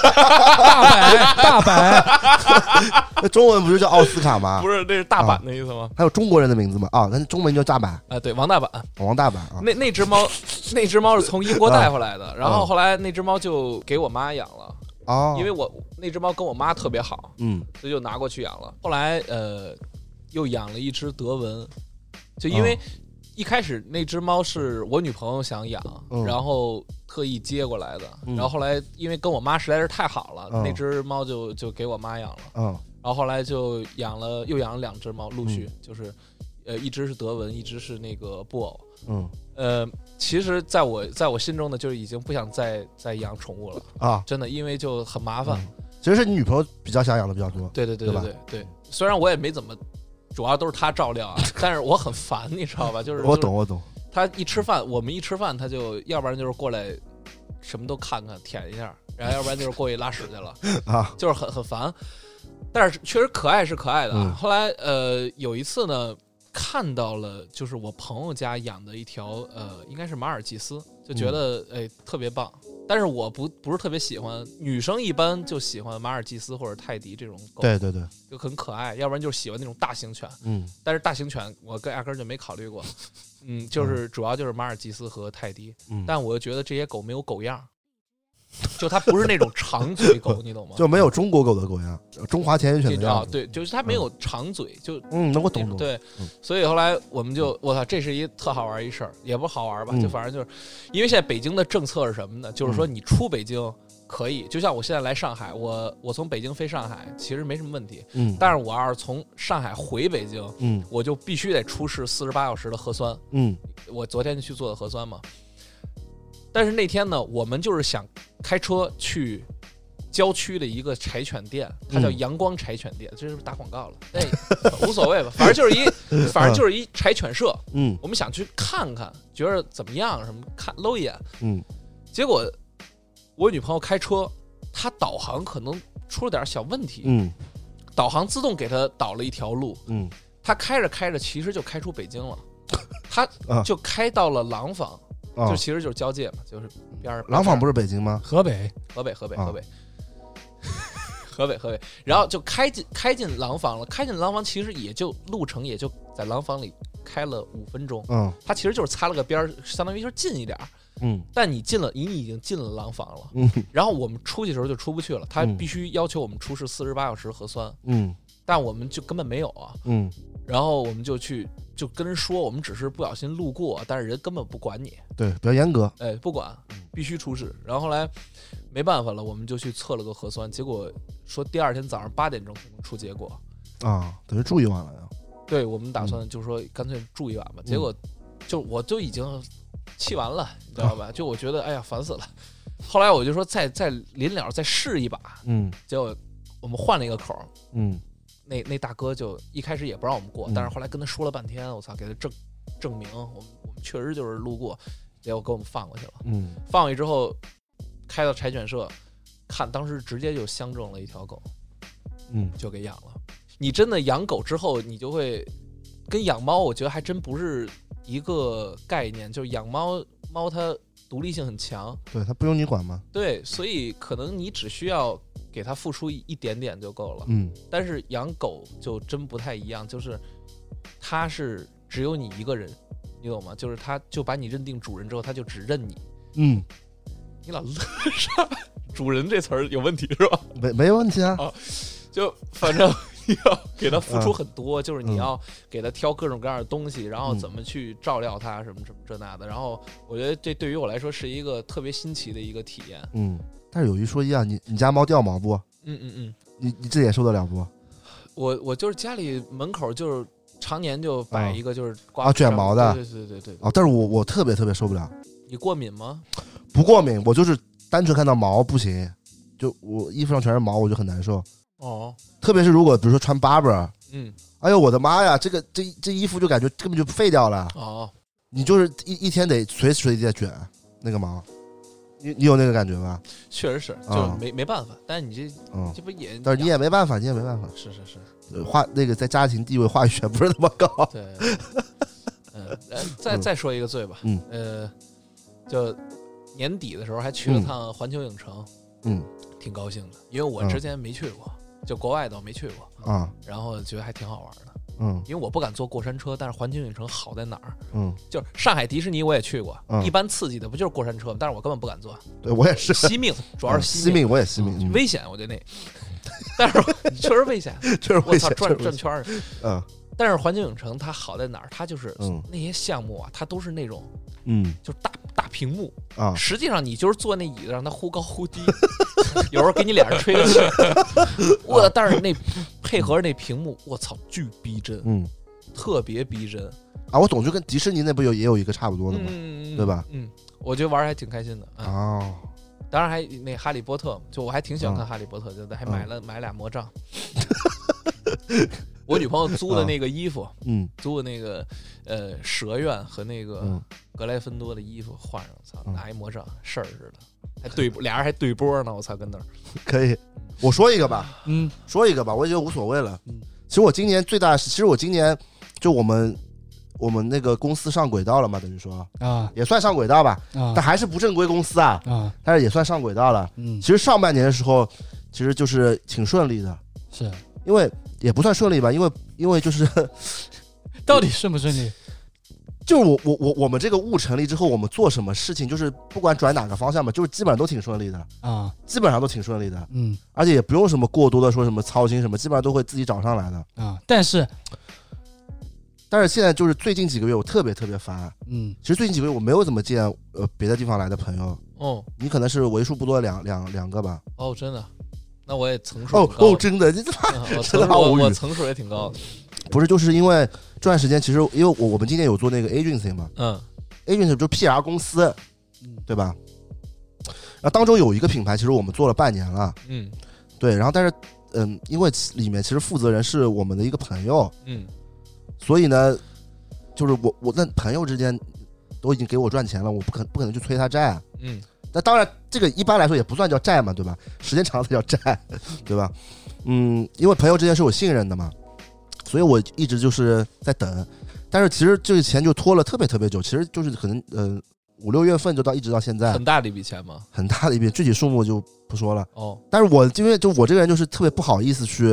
B: 大白大白，
A: 那中文不就叫奥斯卡吗
C: 不？是那是大阪的意思吗？
A: 还有中国人的名字吗？啊，那中文叫大阪，
C: 啊对，王大阪
A: 王大阪啊。
C: 那那只猫，那只猫是从英国带回来的，然后后来那只猫就给我妈养了，
A: 哦，
C: 因为我那只猫跟我妈特别好，
A: 嗯
C: 所以就拿过去养了。后来呃，又养了一只德文，就因为
A: 哦
C: 一开始那只猫是我女朋友想养，
A: 嗯
C: 然后特意接过来的，
A: 嗯
C: 然后后来因为跟我妈实在是太好了，
A: 嗯
C: 那只猫就就给我妈养了，
A: 嗯
C: 然后后来就养了又养了两只猫，陆续、
A: 嗯
C: 就是呃一只是德文，一只是那个布偶。
A: 嗯
C: 呃，其实在我在我心中呢，就是已经不想再再养宠物了，
A: 啊，
C: 真的，因为就很麻烦。
A: 嗯其实是你女朋友比较想养的比较多。
C: 对对对
A: 对吧
C: 对对，虽然我也没怎么，主要都是他照料 啊，但是我很烦，你知道吧？就是
A: 我懂，，我懂。
C: 就是他一吃饭，我们一吃饭，他就要不然就是过来什么都看看舔一下，然后要不然就是过去拉屎 去了
A: 啊，
C: 就是很很烦。但是确实可爱是可爱的啊。
A: 嗯
C: 后来呃有一次呢，看到了就是我朋友家养的一条呃应该是马尔济斯，就觉得、
A: 嗯
C: 哎特别棒。但是我不不是特别喜欢，女生一般就喜欢马尔济斯或者泰迪这种狗，
A: 对对对，
C: 就很可爱，要不然就是喜欢那种大型犬。
A: 嗯
C: 但是大型犬我跟压根儿就没考 虑过，嗯，就是主要就是马尔济斯和泰迪，
A: 嗯，
C: 但我又觉得这些狗没有狗样儿，就它不是那种长腿 狗，你懂吗？
A: 就没有中国狗的狗样，中华田园犬
C: 这
A: 的
C: 种啊
A: 样，子。
C: 对，就是它没有长嘴，就
A: 嗯，能够懂懂。
C: 对
A: 嗯，
C: 所以后来我们就我操，这是一特好玩一事儿，也不好玩吧，
A: 嗯
C: 就反正就是，因为现在北京的政策是什么呢？就是说你出北京可以，就像我现在来上海，我我从北京飞上海其实没什么问题，
A: 嗯，
C: 但是我要是从上海回北京，
A: 嗯
C: 我就必须得出示四十八小时的核酸。
A: 嗯
C: 我昨天去做的核酸嘛。但是那天呢，我们就是想开车去郊区的一个柴犬店，它叫
A: 嗯
C: 阳光柴犬店，这是不是打广告了？哎， 无所谓吧，反正就 是一，反正就是一柴犬社。
A: 嗯
C: 我们想去看看，觉得怎么样，什么看搂一眼。
A: 嗯，
C: 结果我女朋友开车，她导航可能出了点小问题，
A: 嗯
C: 导航自动给她导了一条路，
A: 嗯
C: 她开着开着，其实就开出 北京了，她
A: 啊
C: 就开到了廊坊。
A: 啊
C: 就，其实就是交界嘛，就是边儿。
A: 廊坊不
C: 是
A: 是北京吗？
B: 河北
C: 河北，河北，
A: 啊
C: 河北，河北，河北。然后就开进开进廊坊了，开进廊坊其实也就路程也就在廊坊里开了五分钟，
A: 嗯
C: 它其实就是擦了个边儿，相当于就是近一点儿。
A: 嗯
C: 但你进了，你已经进了廊坊了。
A: 嗯
C: 然后我们出去的时候就出不去了，他
A: 嗯
C: 必须要求我们出示四十八小时核酸，
A: 嗯
C: 但我们就根本没有啊。
A: 嗯
C: 然后我们就去就跟人说，我们只是不小心路过，但是人根本不管你。
A: 对，比较严格。
C: 哎，不管，必须出示。然后后来没办法了，我们就去测了个核酸，结果说第二天早上八点钟才能出结果。
A: 啊，等于住一晚了呀。
C: 对我们打算就说干脆住一晚吧，结果就我就已经气完了，你知道吧？就我觉得哎呀烦死了。后来我就说再再临了再试一把，
A: 嗯
C: 结果我们换了一个口儿，
A: 嗯
C: 那那大哥就一开始也不让我们过
A: 嗯，
C: 但是后来跟他说了半天，我操，给他证证明，我们我们确实就是路过，结果给我们放过去了。
A: 嗯，
C: 放过去之后，开到柴犬舍，看当时直接就相中了一条狗，
A: 嗯，
C: 就给养了。你真的养狗之后，你就会跟养猫，我觉得还真不是一个概念。就是养猫，猫它独立性很强，
A: 对他不用你管嘛，
C: 对，所以可能你只需要给它付出一一点点就够了。
A: 嗯，
C: 但是养狗就真不太一样，就是它是只有你一个人，你懂吗？就是它就把你认定主人之后，它就只认你。
A: 嗯，
C: 你老乐啥？主人这词儿有问题是吧？
A: 没没问题啊，
C: 哦就反正你要给它付出很多，就是你要给它挑各种各样的东西，然后怎么去照料它，什么什么这那的。然后我觉得这对于我来说是一个特别新奇的一个体验。
A: 嗯，但是有一说一啊，你你家猫掉毛不？
C: 嗯嗯嗯，
A: 你你这也受得了不？
C: 我我就是家里门口就是常年就摆一个就是挂
A: 啊卷毛的
C: 对对对对对。
A: 啊，但是我我特别特别受不了，
C: 你过敏吗？
A: 不过敏，我就是单纯看到毛不行，就我衣服上全是毛，我就很难受。
C: 哦，
A: 特别是如果比如说穿 barber，
C: 嗯
A: 哎呦我的妈呀，这个这这衣服就感觉根本就废掉了，
C: 哦，
A: 你就是一一天得随时随地在卷那个毛，你你有那个感觉吗？
C: 确实是，
A: 啊
C: 就没没办法。但是你这
A: 嗯，
C: 这不也
A: 但是你也没办法，你也没办法，
C: 是是是。
A: 呃话那个在家庭地位话语权不是那么高，
C: 对，嗯，呃再再说一个罪吧，
A: 嗯，
C: 呃，就年底的时候还去了
A: 嗯
C: 趟环球影城，
A: 嗯
C: 挺高兴的，因为我
A: 嗯
C: 之前没去过，就国外的我没去过，
A: 啊
C: 然后觉得还挺好玩的，
A: 嗯
C: 因为我不敢坐过山车，但是环球影城好在哪儿？
A: 嗯，
C: 就是上海迪士尼我也去过，
A: 嗯
C: 一般刺激的不就是过山车吗？但是我根本不敢坐，
A: 对我也是，
C: 惜命，主要是
A: 惜
C: 命，
A: 命，我也惜命，嗯
C: 危险，我觉得那，但是我确实危险，
A: 就是
C: 我
A: 危
C: 操，
A: 险，
C: 转
A: 就是危险
C: 转圈儿。
A: 嗯
C: 但是环球影城它好在哪儿？它就是
A: 嗯
C: 那些项目啊，它都是那种
A: 嗯
C: 就是大大屏幕，
A: 啊，
C: 实际上你就是坐那椅子让它忽高忽低，有时候给你脸上吹个气儿。我但是那配合着那屏幕，我操，巨逼真，
A: 嗯
C: 特别逼真，
A: 啊，我总觉得跟迪士尼那不有也有一个差不多的吗？
C: 嗯，
A: 对吧？
C: 嗯，我觉得玩儿还挺开心的啊。
A: 哦，
C: 当然还那哈利波特，就我还挺喜欢看
A: 嗯
C: 哈利波特，就还买了买俩魔杖。 我女朋友租
A: 啊
C: 的那个衣服，
A: 嗯
C: 租的那个呃蛇院和那
B: 呃
C: 个。
A: 嗯，
C: 格莱芬多的衣服换上，操，
A: 嗯
C: 拿一魔杖，事儿似的，还 对俩人还对波呢，我操，跟那儿
A: 可以，我说一个吧，
B: 嗯
A: 说一个吧，我也觉得无所谓了。
B: 嗯
A: 其实我今年最大的事，其实我今年就我们我们那个公司上轨道了嘛，等于说
B: 啊
A: 也算上轨道吧，
B: 啊
A: 但还是不正规公司啊，
B: 啊
A: 但是也算上轨道了。
B: 嗯
A: 其实上半年的时候，其实就是挺顺利的，
B: 是，
A: 因为也不算顺利吧，因为因为就是
B: 到底顺不顺利？
A: 就是我我我我们这个雾成立之后，我们做什么事情，就是不管转哪个方向嘛，就是基本上都挺顺利的，
B: 啊
A: 基本上都挺顺利的，
B: 嗯
A: 而且也不用什么过多的说什么操心什么，基本上都会自己找上来的。
B: 啊，但是
A: 但是现在就是最近几个月，我特别特别烦。
B: 嗯
A: 其实最近几个月我没有怎么见呃别的地方来的朋友，
C: 哦
A: 你可能是为数不多的两两两个吧。
C: 哦，真的，那我也层数
A: 哦
C: 挺高
A: 哦，
C: 的
A: 真的，你他妈
C: 嗯 我
A: 真的
C: 层
A: 好
C: 我
A: 无语
C: 我层数也挺高的，
A: 不是就是因为这段时间，其实因为我我们今年有做那个 agency 嘛
C: 嗯
A: ，agency 就是 PR 公司，
B: 嗯
A: 对吧？然后当中有一个品牌，其实我们做了半年了，
C: 嗯
A: 对。然后但是嗯，因为其里面其实负责人是我们的一个朋友，
C: 嗯
A: 所以呢，就是我我那朋友之间都已经给我赚钱了，我不可不可能去催他债。啊
C: 嗯
A: 那当然，这个一般来说也不算叫债嘛，对吧？时间长了才叫债， 对吧？嗯，因为朋友之间是有信任的嘛，所以我一直就是在等，但是其实这个钱就拖了特别特别久，其实就是可能呃五六月份就到一直到现在
C: 很，大的一笔钱嘛，
A: 很大的一笔，具体数目就不说了。
C: 哦
A: 但是我因为就我这个人就是特别不好意思去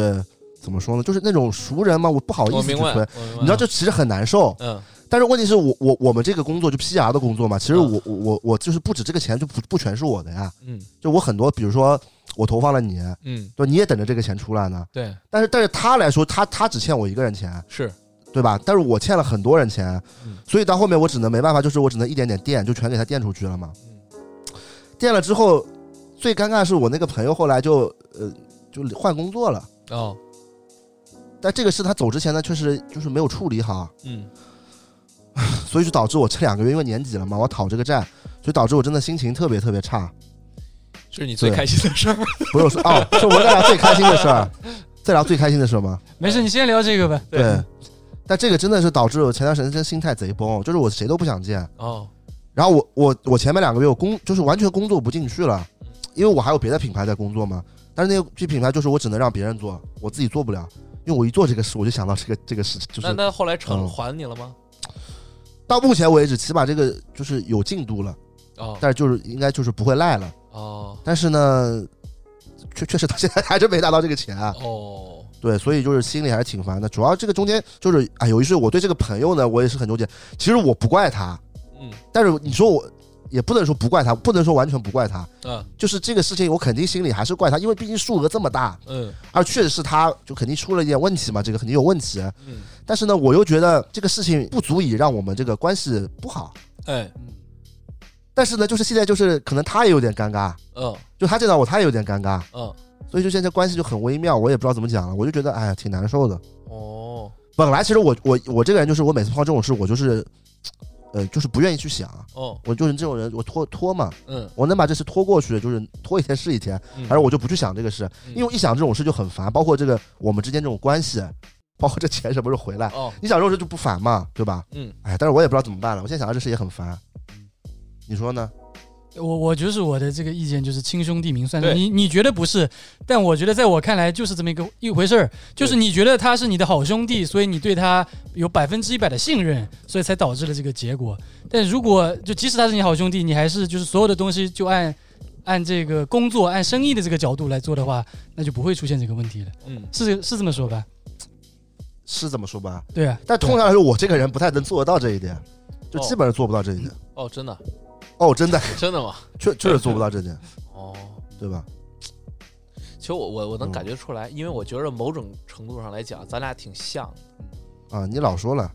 A: 怎么说呢，就是那种熟人嘛，我不好意
C: 我
A: 思去
C: 明白，
A: 推。
C: 我明白
A: 你知道，这其实很难受，
C: 嗯
A: 但是问题是我我我们这个工作就 PR 的工作嘛，其实我我我我就是不止这个钱就不不全是我的呀，
C: 嗯
A: 就我很多，比如说我投放了你，
C: 嗯，
A: 对，你也等着这个钱出来呢。
C: 对，
A: 但是但是他来说，他他只欠我一个人钱，
C: 是
A: 对吧？但是我欠了很多人钱
C: 嗯，
A: 所以到后面我只能没办法，就是我只能一点点垫，就全给他垫出去了嘛
C: 嗯。
A: 垫了之后，最尴尬是我那个朋友后来就呃就换工作了，
C: 哦
A: 但这个事他走之前呢，确实就是没有处理好，
C: 嗯
A: 所以就导致我这两个月因为年底了嘛，我要讨这个债，所以导致我真的心情特别特别差。
C: 这是你最开心的事儿，
A: 不是说哦，是我们俩最开心的事儿。再聊最开心的事吗？
B: 没事，你先聊这个吧。
C: 对
A: 对，但这个真的是导致我前段时间真心态贼崩，就是我谁都不想见。
C: 哦，
A: 然后我我我前面两个月我工就是完全工作不进去了，因为我还有别的品牌在工作嘛。但是那个这品牌就是我只能让别人做，我自己做不了，因为我一做这个事我就想到这个这个事，就
C: 那
A: 是
C: 那后来成
A: 嗯
C: 还你了吗？
A: 到目前为止起码这个就是有进度了，
C: 哦
A: 但是就是应该就是不会赖了。
C: 哦
A: 但是呢，确确实到现在还真没拿到这个钱啊。
C: 哦，
A: 对，所以就是心里还是挺烦的。主要这个中间就是啊、有一是我对这个朋友呢，我也是很纠结。其实我不怪他，
C: 嗯
A: 但是你说我也不能说不怪他，不能说完全不怪他。
C: 嗯
A: 就是这个事情，我肯定心里还是怪他，因为毕竟数额这么大，
C: 嗯
A: 而确实是他就肯定出了一点问题嘛，这个肯定有问题。
C: 嗯，
A: 但是呢，我又觉得这个事情不足以让我们这个关系不好。
C: 哎
B: 嗯，
A: 但是呢，就是现在就是可能他也有点尴尬，
C: 嗯
A: 就他见到我，他也有点尴尬，
C: 嗯
A: 所以就现在关系就很微妙，我也不知道怎么讲了，我就觉得哎呀挺难受的。
C: 哦
A: 本来其实我我我这个人就是我每次碰到这种事，我就是，呃，就是不愿意去想，
C: 哦
A: 我就是这种人，我拖拖嘛，
C: 嗯
A: 我能把这事拖过去，就是拖一天是一天，
C: 嗯
A: 反正我就不去想这个事，
C: 嗯
A: 因为一想这种事就很烦，包括这个我们之间这种关系，啊包括这钱什么时候回来，
C: 哦
A: 你想这种事就不烦嘛，对吧？
C: 嗯
A: 哎，但是我也不知道怎么办了，我现在想到这事也很烦，你说呢？
B: 我我就是我的这个意见就是亲兄弟明算账，
C: 对
B: 你你觉得不是？但我觉得在我看来就是这么一个一回事儿，就是你觉得他是你的好兄弟，所以你对他有百分之一百的信任，所以才导致了这个结果。但如果就即使他是你好兄弟，你还是就是所有的东西就按按这个工作按生意的这个角度来做的话，那就不会出现这个问题了，
C: 嗯
B: 是是这么说吧？
A: 是这么说吧？
B: 对啊，
A: 但通常来说，我这个人不太能做得到这一点，就
C: 哦
A: 基本上做不到这一点。
C: 哦，真的
A: 哦，真的，
C: 真的吗？
A: 确确 实做不到这一点，
C: 哦。
A: 对吧？
C: 其实我我我能
A: 嗯
C: 感觉出来，因为我觉得某种程度上来讲，咱俩挺像 的。
A: 啊，你老说了，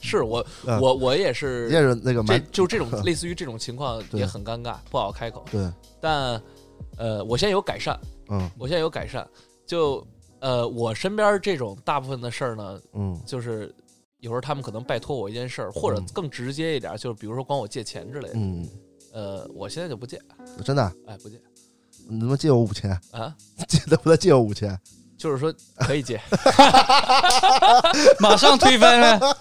C: 是我
A: 嗯
C: 我我也
A: 你
C: 是，
A: 也是那个
C: 这
A: 蛮
C: 就这种类似于这种情况
A: 对
C: 也很尴尬，不好开口。
A: 对，
C: 但呃，我现在有改善，
A: 嗯
C: 我现在有改善。就呃，我身边这种大部分的事儿呢，
A: 嗯
C: 就是有时候他们可能拜托我一件事儿，或者
A: 嗯
C: 更直接一点，就是比如说管我借钱之类的。
A: 嗯，
C: 呃，我现在就不借，
A: 真的，
C: 哎，不借
A: 你能不能借我五千？
C: 啊，
A: 借能不能借我五千？
C: 就是说可 以借，
B: 马上推翻了，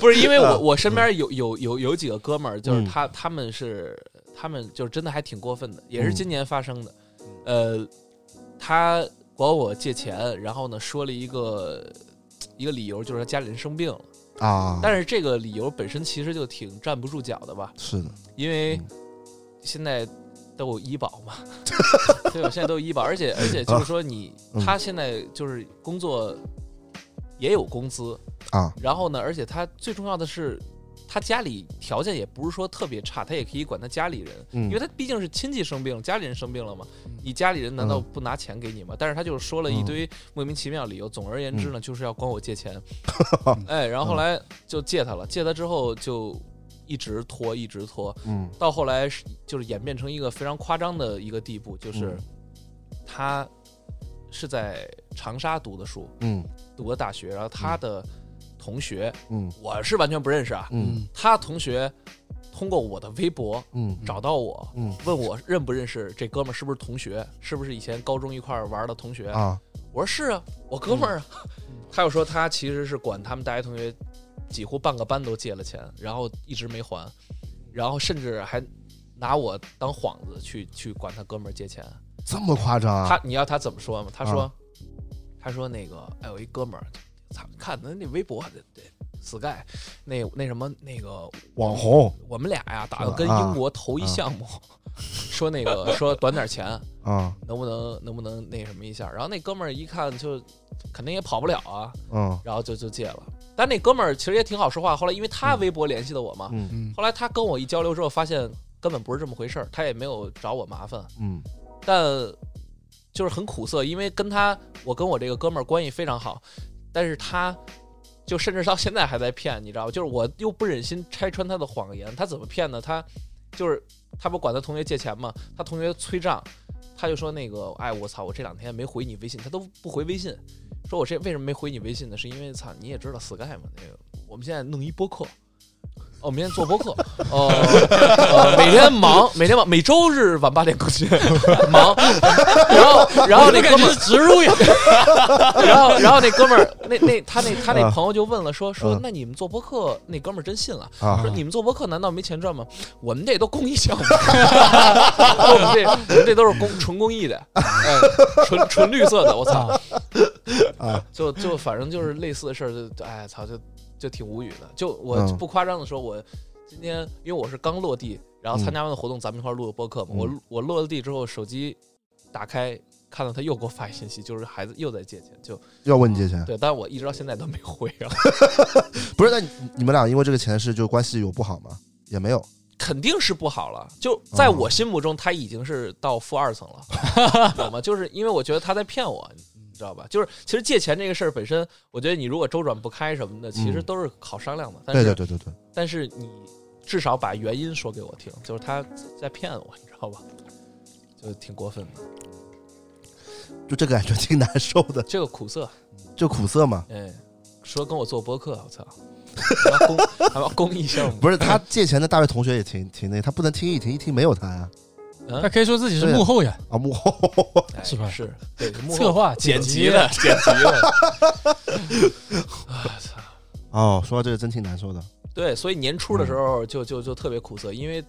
C: 不是因为我我身边有有有有几个哥们儿，就是
A: 嗯
C: 他他们是他们就是真的还挺过分的，也
A: 嗯
C: 是今年发生的。呃，他管我借钱，然后呢说了一个一个理由，就是他家里人生病了。
A: 啊，
C: 但是这个理由本身其实就挺站不住脚的吧，
A: 是的，
C: 因为
A: 嗯
C: 现在都有医保 嘛，对吧？现在都有医保，而且而且就是说你
A: 啊嗯
C: 他现在就是工作也有工资，
A: 啊，
C: 然后呢，而且他最重要的是，他家里条件也不是说特别差，他也可以管他家里人，
A: 嗯
C: 因为他毕竟是亲戚生病了，家里人生病了嘛
B: 嗯，
C: 你家里人难道不拿钱给你吗？但是他就是说了一堆莫名其妙的理由。总而言之
A: 嗯
C: 呢，就是要管我借 钱，哎，然后后来就借他了，借他之后就一直拖，一直拖，
A: 嗯
C: 到后来是就是演变成一个非常夸张的一个地步，就是
A: 嗯
C: 他是在长沙读的书，
A: 嗯
C: 读的大学，然后他的同学。
A: 嗯
C: 我是完全不认识啊。
A: 嗯，
C: 他同学通过我的微博
A: 嗯
C: 找到我，
A: 嗯
C: 问我认不认识这哥们儿，是不是同学，是不是以前高中一块儿玩的同学？
A: 啊，
C: 我说是啊，我哥们儿啊。 他又说他其实是管他们大学同学几乎半个班都借了钱，然后一直没还，然后甚至还拿我当幌子去去管他哥们儿借钱。
A: 这么夸张啊？
C: 他你要他怎么说吗？他说，他说那个，哎，我一哥们儿，操，看咱那微博，这这 Sky，那那什么那个，
A: 网红
C: 我们俩呀打
A: 是
C: 算
A: 吧
C: 跟
A: 啊
C: 英国投一
A: 啊
C: 项目， 说那个说短点钱，
A: 啊，
C: 能不能能不能那什么一下？然后那哥们儿一看就肯定也跑不了啊，
A: 嗯
C: 然后就就借了。但那哥们儿其实也挺好说话，后来因为他微博联系的我嘛，
A: 嗯
B: 嗯
C: 后来他跟我一交流之后发现根本不是这么回事儿，他也没有找我麻烦，
A: 嗯
C: 但就是很苦涩，因为跟他，我跟我这个哥们儿关系非常好，但是他就甚至到现在还在骗，你知道吗？就是我又不忍心拆穿他的谎言，他怎么骗呢？他就是他不管他同学借钱嘛，他同学催账，他就说那个，哎，我操，我这两天没回你微信，他都不回微信，说我这为什么没回你微信呢？是因为操，你也知道 Sky 嘛，那个我们现在弄一播客。哦我们现在做播客，哦，呃每天忙，每天忙，每周日晚八点更新， 忙。然后，然后那哥
B: 我
C: 们
B: 感觉
C: 儿
B: 是植入呀，
C: 然后，然后那哥们儿，那那他那他那
A: 啊
C: 朋友就问了，说说
A: 嗯
C: 那你们做播客，那哥们儿真信了，
A: 啊
C: 说你们做播客难道没钱赚吗？我们这都公益项 目，我们这我们这都是公纯公益的，哎，纯纯绿色的，
B: 嗯
C: 我操，
A: 啊！
C: 就就反正就是类似的事儿，就就哎操，就就挺无语的。就我
A: 嗯
C: 不夸张的说，我今天因为我是刚落地，然后参加完的活动，咱们一块儿录的播客嘛。
A: 嗯
C: 我我落了地之后，手机打开。看到他又给我发一信息，就是孩子又在借钱，就
A: 要问你借钱，
C: 对，但我一直到现在都没回啊。
A: 不是？那你你们俩因为这个钱是就关系有不好吗？也没有，
C: 肯定是不好了。就
A: 嗯
C: 在我心目中，他已经是到负二层了， 懂吗？就是因为我觉得他在骗我，你知道吧？就是其实借钱这个事儿本身，我觉得你如果周转不开什么的，其实都是好商量的。
A: 嗯
C: 但
A: 对
C: 是
A: 对对对对，
C: 但是你至少把原因说给我听，就是他在骗我，你知道吧？就挺过分的，
A: 就这个感觉挺难受的，
C: 这个苦涩，
A: 就苦涩嘛。
C: 哎，说跟我做播客，我操，还要公还要公益项目，
A: 不是他借钱的大学同学也挺挺那，他不能听一听一听没有他呀
B: 他可以说自己是幕后呀，
A: 啊幕后
C: 哎
B: 是吧
C: 是，对，幕后
B: 策划、
C: 剪辑
B: 辑
C: 的，，剪辑的， 啊操！
A: 哦，说到这个真挺难受的，
C: 对，所以年初
A: 嗯
C: 的时候就就就特别苦涩，因为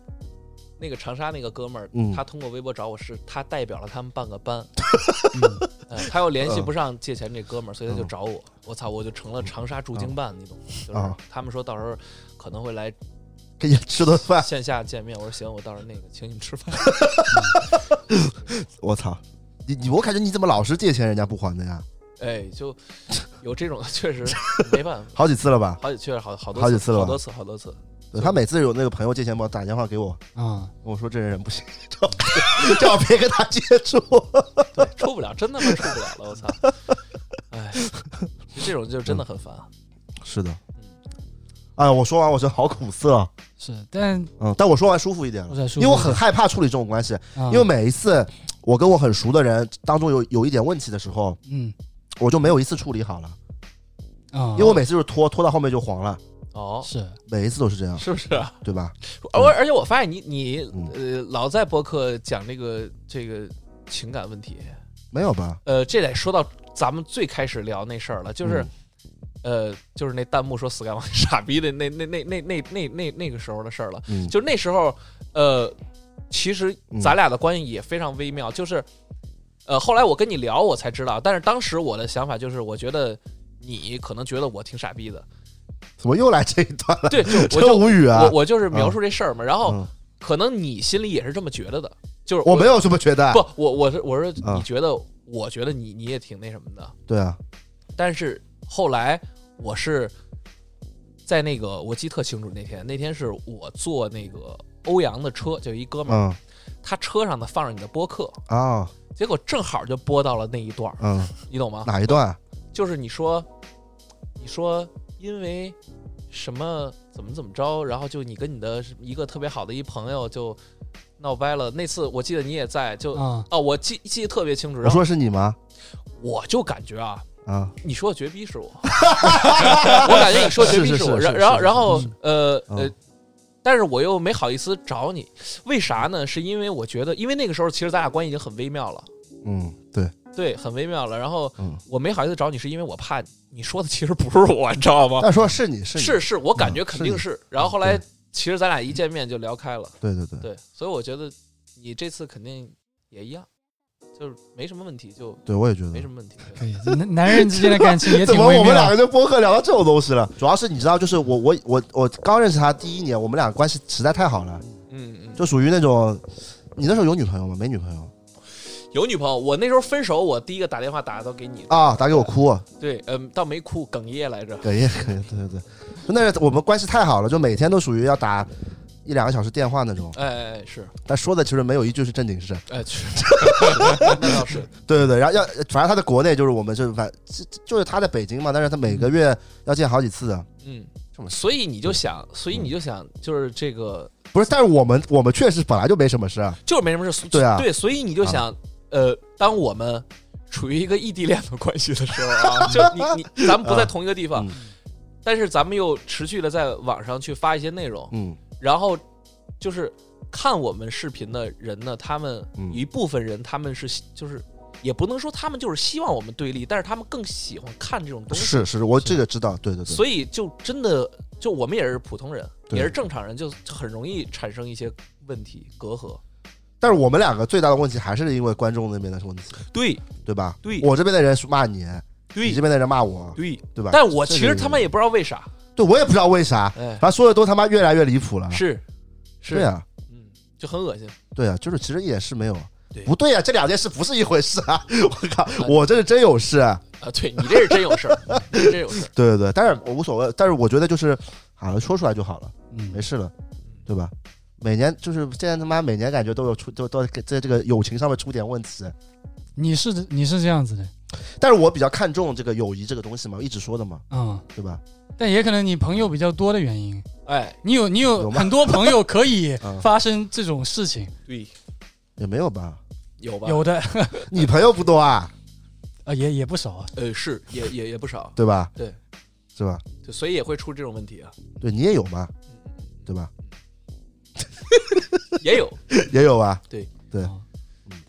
C: 那个长沙那个哥们儿，
A: 嗯
C: 他通过微博找我是，他代表了他们半个 班，嗯哎他又联系不上借钱这哥们儿，所以他
A: 嗯
C: 就找我，我操，我就成了长沙驻京办，你懂吗？就是
A: 啊
C: 他们说到时候可能会来
A: 跟你吃顿饭，
C: 线下见面，我说行，我到时候那个请你们吃饭，
A: 我操，你你我感觉你怎么老是借钱人家不还的呀？
C: 哎，就有这种确实没办法，
A: 好几次了吧？
C: 好几确实好好多
A: 好几次了吧
C: 好多次好多次，
A: 对他每次有那个朋友借钱包打电话给我，
B: 啊，
A: 跟我说这人不行， 叫我叫我别跟他接触。
C: 对，出不了，真他妈出不了了，我操，哎，就这种就真的很烦。 啊
A: 是的，哎，我说完我觉得好苦涩，啊
B: 是，但
A: 嗯，但我说完舒服一点
B: 我
A: 了，
B: 在说，
A: 因为我很害怕处理这种关系，
B: 啊，
A: 因为每一次我跟我很熟的人当中有有一点问题的时候，
B: 嗯
A: 我就没有一次处理好了，
B: 啊，
A: 因为我每次就是拖拖到后面就黄了，
C: 哦，
B: 是
A: 每一次都是这 样，
C: 是不是啊？
A: 对吧？
C: 而而且我发现你你呃老在播客讲这个这个情感问题，
A: 没有吧？
C: 呃，这得说到咱们最开始聊那事儿了，
A: 嗯
C: 就是、呃就是那弹幕说 Sky 王 傻逼的那那那那那那那那个时候的事儿了，
A: 嗯，嗯，
C: 就是那时候呃，其实
A: 嗯
C: 咱俩的关系也非常微妙，就是呃后来我跟你聊我才知道，但是当时我的想法就是我觉得你可能觉得我挺傻 逼的，
A: 怎么又来这一段了？
C: 对，就
A: 真
C: 我就。
A: 无语啊！
C: 我哦我就是描述这事儿嘛，然后
A: 嗯
C: 可能你心里也是这么觉得的，就是
A: 我没有这么觉得，
C: 不，我我是我是
A: 啊
C: 你觉得，我觉得你你也挺那什么的，
A: 对啊，
C: 但是后来我是在那个我记得特清楚那天，那天是我坐那个欧阳的车，就一哥们儿，
A: 嗯
C: 他车上呢放着你的播客，
A: 啊，
C: 结果正好就播到了那一段儿，
A: 嗯，
C: 你懂吗？
A: 哪一段？
C: 就是你说你说因为。什么怎么怎么着，然后就你跟你的一个特别好的一朋友就闹掰了。那次我记得你也在，
A: 呃
C: 就
B: 啊，
C: 哦，我记记得特别清楚。
A: 我
C: 然后
A: 说是你吗？
C: 我就感觉啊，
A: 啊，
C: 你说的绝逼是我， 我感觉你说的绝逼我。
A: 是是是
C: 然然后
A: 是
C: 然后
B: 嗯
C: 呃
A: 嗯
C: 呃，但是我又没好意思找你，为啥呢？是因为我觉得，因为那个时候其实咱俩关系已经很微妙了，
A: 嗯，对，
C: 对，很微妙了。然后
A: 嗯，
C: 我没好意思找你，是因为我怕你说的其实不是我，你知道吗？
A: 但说是啊你是你
C: 是是，我感觉肯定
A: 嗯
C: 是。然后后来
A: 对嗯
C: 其实咱俩一见面就聊开了，
A: 对对对，
C: 对，所以我觉得你这次肯定也一样，就是没什么问题，就
A: 对我也觉得
C: 没。什么问题。对
B: 可以，这男男人之间的感情也
A: 怎
B: 挺
A: 么
B: 微
A: 我们两
B: 妙
A: 个，就播客聊到这种东西了？主要是你知道，就是我我我我刚认识他第一年，我们俩关系实在太好了，
C: 嗯嗯，
A: 就属于那种，你那时候有女朋友吗？没女朋友
C: 有女朋友，我那时候分手，我第一个打电话打的都给你。
A: 啊，打给我哭，
C: 对，嗯，倒没哭，哽咽来着。
A: 哽咽哽 咽，对对对，就那我们关系太好了，就每天都属于要打一两个小时电话那种，
C: 哎哎哎，是，
A: 但说的其实没有一句是正经事。
C: 哎去， 那倒是，
A: 对对对，然后要反正他在国内就是我们就是反就就是他在北京嘛，但是他每个月要见好几次啊的，
C: 嗯
A: 这么，嗯
C: 所以你就想，所以你就想，就是这个，
A: 不是？但是我们我们确实本来就没什么事啊，
C: 就是没什么事。
A: 对啊
C: 对，所以你就想，呃，当我们处于一个异地恋的关系的时候 啊，就你你，咱们不在同一个地方
A: 嗯，
C: 但是咱们又持续的在网上去发一些内容，
A: 嗯，
C: 然后就是看我们视频的人呢，他们
A: 嗯
C: 有一部分人他们是希就是也不能说他们就是希望我们对立，但是他们更喜欢看这种东西。
A: 是是，我这个知道，对对对，
C: 所以就真的就我们也是普通人，
A: 对
C: 也是正常人，就很容易产生一些问题隔阂。
A: 但是我们两个最大的问题还是因为观众那边的问题，
C: 对
A: 对吧？
C: 对
A: 我这边的人骂你，你
C: 对
A: 这边的人骂我，
C: 对，
A: 对吧？
C: 但我
A: 这
C: 其
A: 是
C: 实他妈也不知道为啥，
A: 对我也不知道为啥，
C: 哎，
A: 反正说的都他妈越来越离谱了。
C: 是是
A: 对，啊，
C: 嗯，就很恶心。
A: 对啊，就是其实一点事没有
C: 对。
A: 不对啊，这两件事不是一回事 啊！我靠，我这是真有事啊。
C: 啊，对你这是真有事儿， 你这真有事儿。
A: 对对对，但是我无所谓，但是我觉得就是好了，说出来就好了，
B: 嗯
A: 没，事了，对吧？每年就是现在他妈每年感觉都有出都都在这个友情上面出点问题，
B: 你是你是这样子的，
A: 但是我比较看重这个友谊这个东西嘛，我一直说的嘛，
B: 嗯，
A: 对吧？
B: 但也可能你朋友比较多的原因，
C: 哎，
B: 你有你有
A: 有吗
B: 很多朋友可以
A: 嗯
B: 发生这种事情，
C: 对，
A: 也没有吧？
C: 有吧？
B: 有的
A: 你朋友不多啊，
B: 啊也也不少啊，
C: 呃，是也也也不少，
A: 对吧？
C: 对，
A: 是吧？
C: 就所以也会出这种问题啊，
A: 对你也有嘛，对吧？
C: 也有。
A: 也有啊，对
B: 啊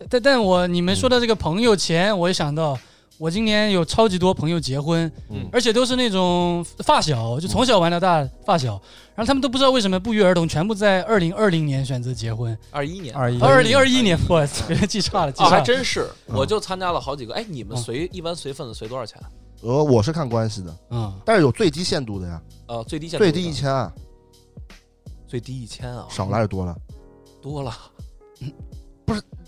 B: 但但我你们说到这个朋友前，我也想到，我今年有超级多朋友结婚，
A: 嗯
B: 而且都是那种发小，就从小玩到大发小，然后他们都不知道为什么不约而同，全部在二零二零年选择结婚，
C: 二一年，
D: 二一
B: 二零二一年，我有点记差了，记
C: 啊，
B: 差
C: 还
B: 了，
C: 真是，
A: 嗯
C: 我就参加了好几个。哎，你们
B: 嗯
C: 随一般随份子随多少钱？啊
A: 呃，我是看关系的，
B: 嗯，
A: 但是有最低限度的哦呀，
C: 呃，最低限度
A: 最
C: 多
A: 低一
C: 少，
A: 千啊，
C: 最低一千啊，
A: 少了还是多了？
C: 多了。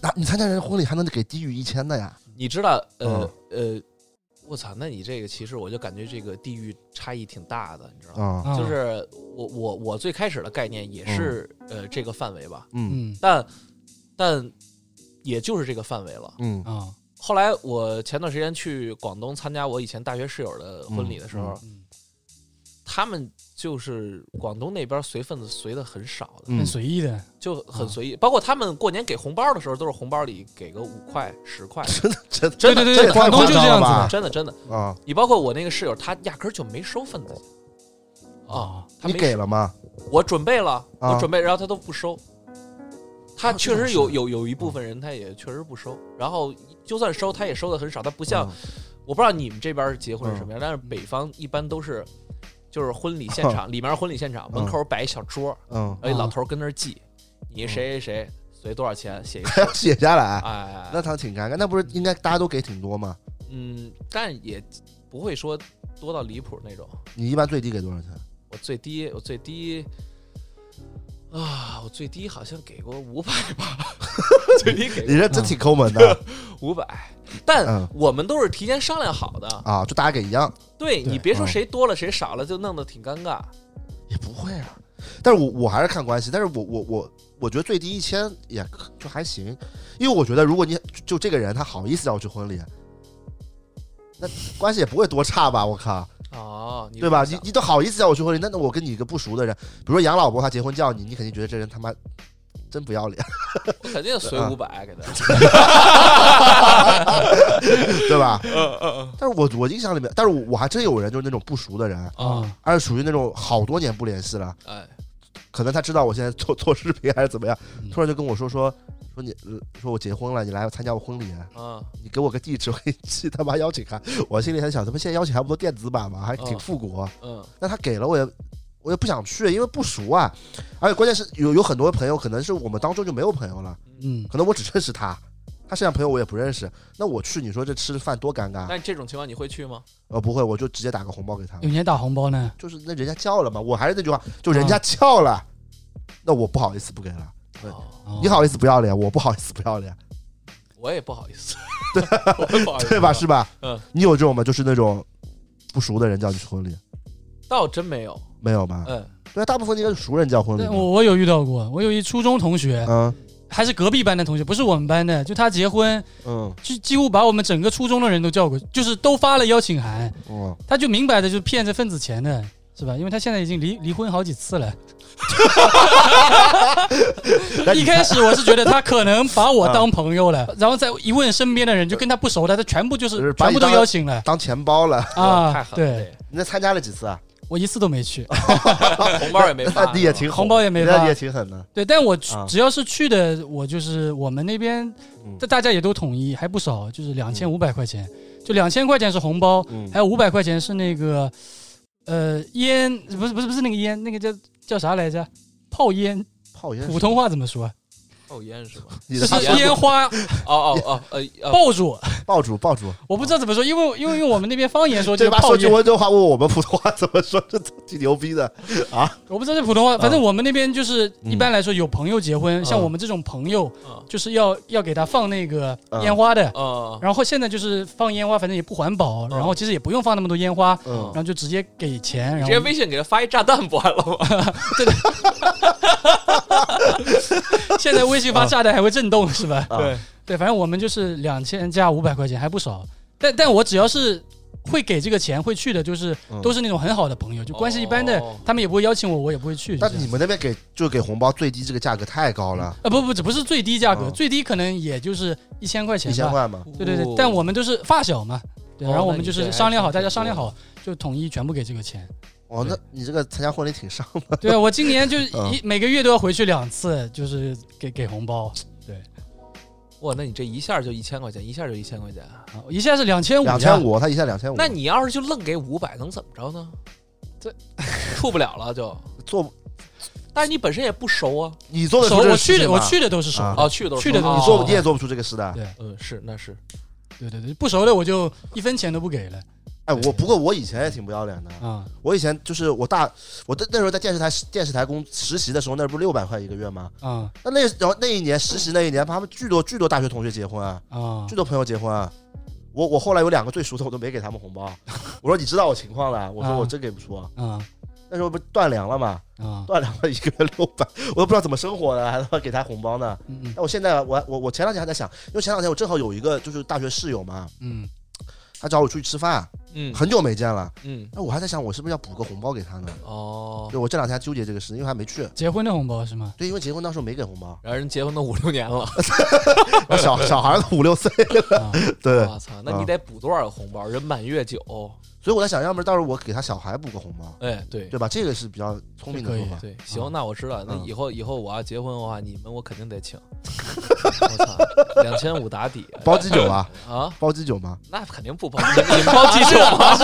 A: 那你参加人婚礼还能给低于一千的呀？
C: 你知道，呃
A: 嗯
C: 呃，我操，那你这个其实我就感觉这个地域差异挺大的，你知道吗？
A: 啊，
B: 啊
C: 就是我我我最开始的概念也是呃这个范围吧，
A: 嗯
B: 嗯
C: 但但也就是这个范围了。
A: 嗯
B: 啊
C: 后来我前段时间去广东参加我以前大学室友的婚礼的时候，
B: 嗯
C: 他们就是广东那边随份子随的很少的，
B: 很
A: 嗯，
B: 随意的，
C: 就很随意。包括他们过年给红包的时候，都是红包里给个五块、十块，
A: 真的真的
B: 对
C: 真
B: 对
C: 的
B: 对
A: 这
B: 对，
A: 也太
B: 广东
A: 夸
B: 就
A: 张了
B: 这样子
A: 吧
B: 的
C: 真的真的。
A: 啊，
C: 你包括我那个室友，他压根儿就没收份子钱啊，他
A: 你
C: 没
A: 给
C: 收
A: 了吗？
C: 我准备了，
A: 啊
C: 我准备，然后他都不收。他
A: 这
C: 确
A: 种
C: 实
A: 事
C: 有有有一部分人，他也确实不收，然后就算收，他也收的很少，他不
A: 嗯
C: 像我不知道你们这边结婚是什么样，但是北方一般都是就是婚礼 现场，里面婚礼现场门口摆一小桌，
A: 嗯，
C: 哎，
B: 啊
C: 老头儿跟那儿记，你谁谁谁随多少钱写一
A: 还要写下来，
C: 哎，
A: 那他挺尴尬。那不是应该大家都给挺多吗？
C: 嗯，但也不会说多到离谱那种。
A: 你一般最低给多少钱？
C: 我最低，我最低啊，我最低好像给过五百吧， 最低给
A: 你
C: 过
A: 这真挺抠门的
C: 五百，但
A: 嗯
C: 我们都是提前商量好的。
A: 啊，就大家给一样。
C: 对你
B: 对
C: 别说
A: 嗯
C: 谁多了谁少了，就弄得挺尴尬。
A: 也不会啊。但是我我还是看关系，但是我我我我觉得最低一千也可就还行，因为我觉得如果你就就这个人他好意思让我去婚礼，那关系也不会多差吧？我靠，
C: 哦，你
A: 对吧？
C: 这
A: 你
C: 么想
A: 你都好意思让我去婚礼，那那我跟你一个不熟的人，比如说杨老伯他结婚叫你，你肯定觉得这人他妈真不要脸，
C: 我肯定随
A: 啊
C: 五百给他。
A: 对吧？但是我我印象里面，但是我我还真有人就是那种不熟的人，
B: 啊，
A: 而是属于那种好多年不联系了，
C: 哎，
A: 可能他知道我现在做做视频还是怎么样
B: 嗯，
A: 突然就跟我说说说你呃说我结婚了，你来参加我婚礼，
C: 啊，
A: 你给我个地址，我给你寄他妈邀请函。我心里很想，他们现在邀请函不都电子版吗？还挺复古。啊
C: 嗯，
A: 那他给了我也。我也不想去，因为不熟啊，而且关键是有有很多朋友，可能是我们当中就没有朋友了，
B: 嗯，
A: 可能我只认识他，他剩下朋友我也不认识。那我去，你说这吃饭多尴尬？
C: 但这种情况你会去吗？
A: 呃，不会，我就直接打个红包给他。
B: 有年打红包呢，
A: 就是那人家叫了嘛，我还是那句话，就人家叫了，那我不好意思不给了。对
C: 哦
B: 哦
A: 你好意思不要脸，我不好意思不要脸，
C: 我也不好意思， 我也不好意思
A: 对吧？是吧？
C: 嗯，
A: 你有这种吗？就是那种不熟的人叫你去婚礼，
C: 倒真没有。
A: 没有吧？
C: 嗯，
A: 对啊，大部分应该是熟人叫婚礼
B: 但
A: 吧。
B: 我我有遇到过，我有一初中同学，
A: 嗯
B: 还是隔壁班的同学，不是我们班的，就他结婚，
A: 嗯
B: 就几乎把我们整个初中的人都叫过，就是都发了邀请函，
A: 哦，
B: 他就明摆着就骗这份子钱的，是吧？因为他现在已经离离婚好几次了。
A: 那
B: 一
A: 你
B: 开始我是觉得他可能把我当朋友了，然后再一问身边的人，就跟他不熟的，他全部就是是
A: 把
B: 全
A: 你
B: 部都
A: 当
B: 邀请了
A: 当钱包了，
C: 哦哇太狠
B: 啊！
C: 了
B: 对，
C: 这个，
A: 你那参加了几次啊？
B: 我一次都没去，
C: 红 包也没发
A: 那，你也挺
B: 红包也没
A: 那
B: 发
A: 你也。挺狠的。
B: 对，但我
A: 啊
B: 只要是去的，我就是我们那边呃
A: 嗯，
B: 大大家也都统一，还不少，就是两千五百块钱，就两千块钱是红包，
A: 嗯
B: 还有五百块钱是那个，呃，烟不是不是不是那个烟，那个叫叫啥来着？泡烟，
A: 炮烟，
B: 普通话怎么说？
C: 抽烟是吧？
A: 嗯你的
B: 就是
C: 烟
B: 烟花
C: 哦哦哦，呃呃，
B: 爆住，
A: 爆主爆主，
B: 我不知道怎么说，因为因为用我们那边方言 说
A: 这
B: 就是
A: 把
B: 泡
A: 说句
B: 烟，
A: 温州话，问我们普通话怎么说，这挺牛逼 的。
B: 我不知道是普通话，反正我们那边就是
A: 嗯
B: 一般来说有朋友结婚，
C: 嗯
B: 像我们这种朋友
C: 嗯
B: 就是要要给他放那个
A: 嗯
B: 烟花的，
C: 嗯
B: 然后现在就是放烟花，反正也不环保，然后其实也不用放那么多烟花。
A: 嗯
B: 然，后就直接给钱，
C: 直
B: 然
C: 接
B: 后
C: 微信给他发一炸弹不完了吗？
B: 现在微信
C: 嗯
B: 发炸弹还会震动是吧？
A: 啊，
B: 对，反正我们就是两千加五百块钱还不少，但但我只要是会给这个钱会去的，就是
A: 嗯
B: 都是那种很好的朋友，就关系一般的
C: 哦，
B: 他们也不会邀请我，我也不会去。
A: 但
B: 就这
A: 你
B: 样
A: 们那边给就给红包最低这个价格太高了，
B: 啊不不，这不是最低价格，
A: 嗯
B: 最低可能也就是一千块钱
A: 一千
B: 吧。
A: 块嘛。
B: 对对对，但我们都是发小嘛，对，
C: 哦
B: 然后我
C: 那
B: 们
C: 你
B: 就
C: 这
B: 是
C: 还
B: 商量
C: 挺
B: 好，大家
C: 挺
B: 商量
C: 多的
B: 好就统一全部给这 个钱。
A: 哦，那你这个参加婚礼挺上的，
B: 对啊，我今年就
A: 嗯
B: 一每个月都要回去两次，就是给给红包，
C: 哇，那你这一下就一千块钱，一下就一千块钱。
B: 啊一下是两千五，
A: 两千，五，他一下两千五，
C: 那你要是就愣给五百，能怎么着呢？
B: 这
C: 处不了了就，
A: 做不
C: 但是你本身也不熟啊。
A: 你做得
B: 熟
A: 出这
B: 我
A: 个事
B: 去
A: 情
B: 的
A: 吗
B: 我，去的都是熟
A: 啊
B: 的，
C: 哦，去都是
B: 去的
C: 哦
A: 你做不
B: 哦
A: 你也做不出这个事的
B: 对。
C: 嗯，是那是
B: 对对对，不熟的我就一分钱都不给了
A: 哎，我不过我以前也挺不要脸的，
B: 啊。
A: 我以前就是我大我那那时候在电视台电视台工实习的时候，那不是六百块一个月吗？
B: 啊
A: 那那然后那一年实习那一年，他们巨多巨多大学同学结婚啊，
B: 啊
A: 巨多朋友结婚啊。我我后来有两个最熟的，我都没给他们红 包。我说你知道我情况了，我说
B: 啊
A: 我真给不出。
B: 啊
A: 那时候不是断粮了嘛，
B: 啊！
A: 断粮了一个月六百，我都不知道怎么生活了，还他妈给他红包呢。
B: 嗯
A: 那我现在我我我前两天还在想，因为前两天我正好有一个就是大学室友嘛，
B: 嗯
A: 他找我出去吃饭，
C: 嗯
A: 很久没见了，
C: 嗯
A: 那我还在想我是不是要补个红包给他呢？
C: 哦，，
A: 对我这两天还纠结这个事，因为还没去。
B: 结婚的红包是吗？
A: 对，因为结婚当时我没给红包
C: 然后人结婚都五六年了，
A: 我小小孩都五六岁，
B: 啊
A: 对，
C: 我操，那你得补多少个红包？人满月酒，
A: 所以我在想，要不然到时候我给他小孩补个红包，
C: 哎，对
A: 对吧？这个是比较聪明的
B: 这可以
A: 做法。
C: 对，行
B: 啊，
C: 那我知道，那
A: 嗯
C: 以后以后我要结婚的话，你们我肯定得请。我操，两千五打底
A: 包鸡酒吧，
C: 啊，
A: 包鸡酒吗？
C: 那肯定不包，你们包鸡酒
B: 啊
C: 吗？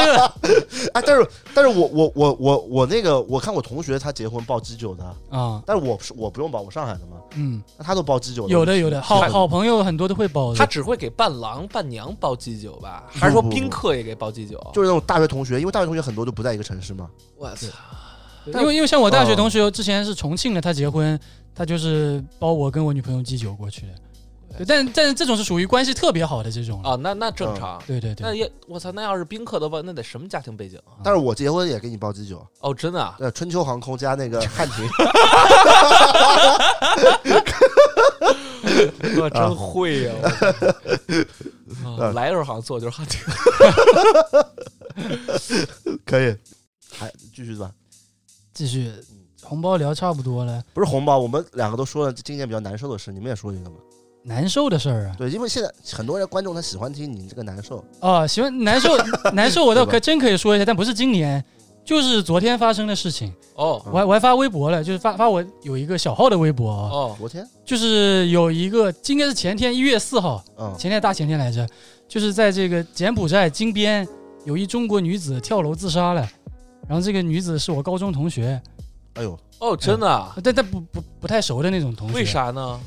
A: 哎，但是但是我我我我我那个，我看我同学他结婚包鸡酒的，
B: 啊
A: 但是我是我不用包，我上海的嘛，
B: 嗯，
A: 那他都包鸡酒的。
B: 有的有的，好
A: 太
B: 好朋友很多都会包
C: 他
B: 的。
C: 只会给伴郎伴娘包鸡酒吧？还是说宾客也给包鸡酒？
A: 就是那种大学同学，因为大学同学很多都不在一个城市嘛。
C: 我操，
B: 因为因为像我大学
A: 哦
B: 同学之前是重庆的，他结婚，他就是包我跟我女朋友鸡酒过去的。对，但但是这种是属于关系特别好的这种
A: 哦
B: 了。
C: 啊，那那正常。
B: 对对
C: 那
B: 对，
C: 也我操，那要是宾客的话，那得什么家庭背景啊？
A: 但是我结婚也给你包鸡酒，
C: 哦，真的啊，
A: 对，春秋航空加那 个汉庭，
C: 我真会呀！我操啊来的时候好像做的就是汉庭，
A: 可以。还继续吧，
B: 继续，红包聊差不多了，
A: 不是红包，我们两个都说了今年比较难受的事，你们也说一个嘛。
B: 难受的事儿啊。
A: 对，因为现在很多人观众他喜欢听你这个难受，
B: 哦，行，难 受难受，我倒
A: 对吧
B: 可真可以说一下，但不是今年，就是昨天发生的事情。
C: 哦
A: 嗯
B: 我还我还发微博了，就是发发我有一个小号的微博啊，
C: 哦，
A: 昨天，
B: 就是有一个应该是前天一月四号，
A: 嗯，
B: 前天大前天来着，就是在这个柬埔寨金边有一中国女子跳楼自杀了，然后这个女子是我高中同学，呃
A: 哎呦，
C: 哦，真的啊？
B: 但但不不不太熟的那种同学，
C: 为？啥呢？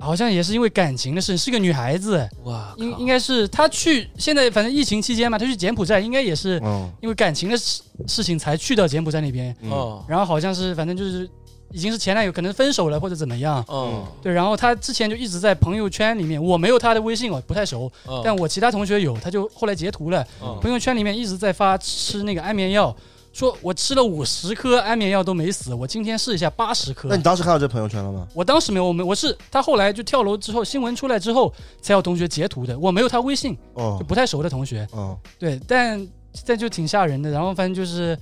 B: 好像也是因为感情的事，是个女孩子，
C: 哇，
B: 应
C: 靠
B: 应该是她去现在反正疫情期间嘛，她去柬埔寨应该也是
A: 嗯
B: 因为感情的事事情才去到柬埔寨那边，
A: 嗯
C: 哦，
B: 然后好像是反正就是已经是前男友可能分手了或者怎么样。
C: 嗯，
B: 对，然后他之前就一直在朋友圈里面，我没有他的微信哦，不太熟，
C: 嗯
B: 但我其他同学有，他就后来截图了，
C: 嗯
B: 朋友圈里面一直在发吃那个安眠药，说我吃了五十颗安眠药都没死，我今天试一下八十颗
A: 那。你当时看到这朋友圈了吗？
B: 我当时没有，我没我是他后来就跳楼之后，新闻出来之后才有同学截图的，我没有他微信，
A: 哦
B: 就，不太熟的同学，
A: 嗯，
B: 对，但但就挺吓人的。然后反正就是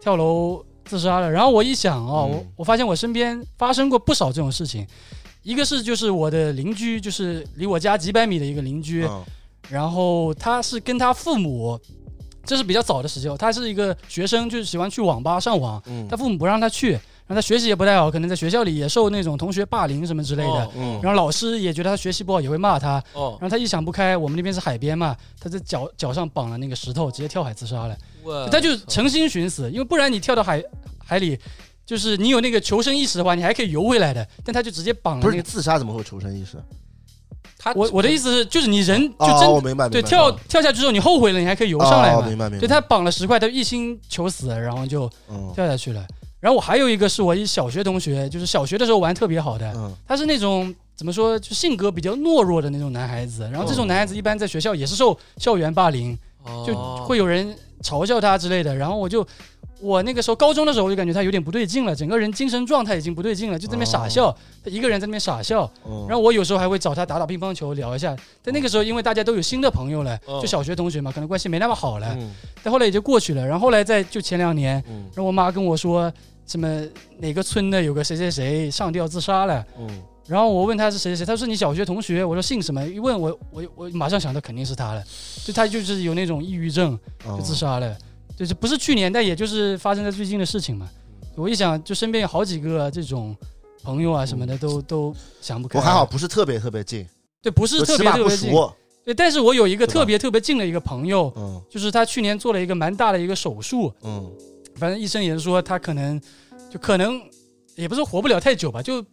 B: 跳楼自杀了。然后我一想哦，我
A: 嗯
B: 我发现我身边发生过不少这种事情。一个是就是我的邻居，
A: 哦
B: 就是离我家几百米的一个邻居，
A: 嗯
B: 然后他是跟他父母这是比较早的时候，他是一个学生，就是喜欢去网吧上网，
A: 嗯
B: 他父母不让他去，然后他学习也不太好，可能在学校里也受那种同学霸凌什么之类的，
A: 嗯，
B: 然后老师也觉得他学习不好，也会骂他，
C: 哦，
B: 然后他一想不开，我们那边是海边嘛，他在脚脚上绑了那个石头，直接跳海自杀了。
C: 我
A: 嗯
B: 他就诚心寻死，因为不然你跳到海海里，就是你有那个求生意识的话，你还可以游回来的。但他就直接绑了
A: 不是
B: 那
A: 你
B: 个。
A: 自杀怎么会有求生意识？
C: 他
B: 我我的意思是，就是你人就
A: 哦，
B: 真、
A: 我明白，
B: 对
A: 明白
B: 跳跳下去之后，你后悔了，你还可以游上来
A: 哦
B: 嘛。
A: 明白明白。
B: 对他绑了十块，他一心求死，然后就
A: 嗯
B: 跳下去了。然后我还有一个是我一小学同学，就是小学的时候玩特别好的，
A: 嗯
B: 他是那种怎么说，就性格比较懦弱的那种男孩子。然后这种男孩子一般在学校也是受校园霸凌，
A: 哦
B: 就会有人嘲笑他之类的。然后我就，我那个时候高中的时候，我就感觉他有点不对劲了，整个人精神状态已经不对劲了，就在那边傻
A: 哦
B: 笑，他一个人在那边傻笑。
A: 嗯，
B: 然后我有时候还会找他打打乒乓球，聊一下。但那个时候因为大家都有新的朋友了，
C: 哦
B: 就小学同学嘛，可能关系没那么好了。
A: 嗯
B: 但后来也就过去了。然后后来在就前两年，
A: 嗯
B: 然后我妈跟我说什么哪个村的有个谁谁谁上吊自杀了。
A: 嗯
B: 然后我问他是谁谁谁，他说你小学同学，我说姓什么？一问我我我马上想到肯定是他了，就他就是有那种抑郁症，就
A: 嗯，
B: 自杀了。就是不是去年，但也就是发生在最近的事情嘛。
A: 嗯
B: 我一想，就身边有好几个这种朋友啊什么的，都都想不开。
A: 哦我还好，，不是特别特别近，
B: 对，不是
A: 就
B: 特
A: 起
B: 别
A: 码
B: 特
A: 不
B: 别近。
A: 熟。啊
B: 对，但是我有一个
A: 对吧
B: 特别特别近的一个朋友，
A: 嗯
B: 就是他去年做了一个蛮大的一个手术，
A: 嗯
B: 反正医生也是说他可能就可能也不是活不了太久吧，就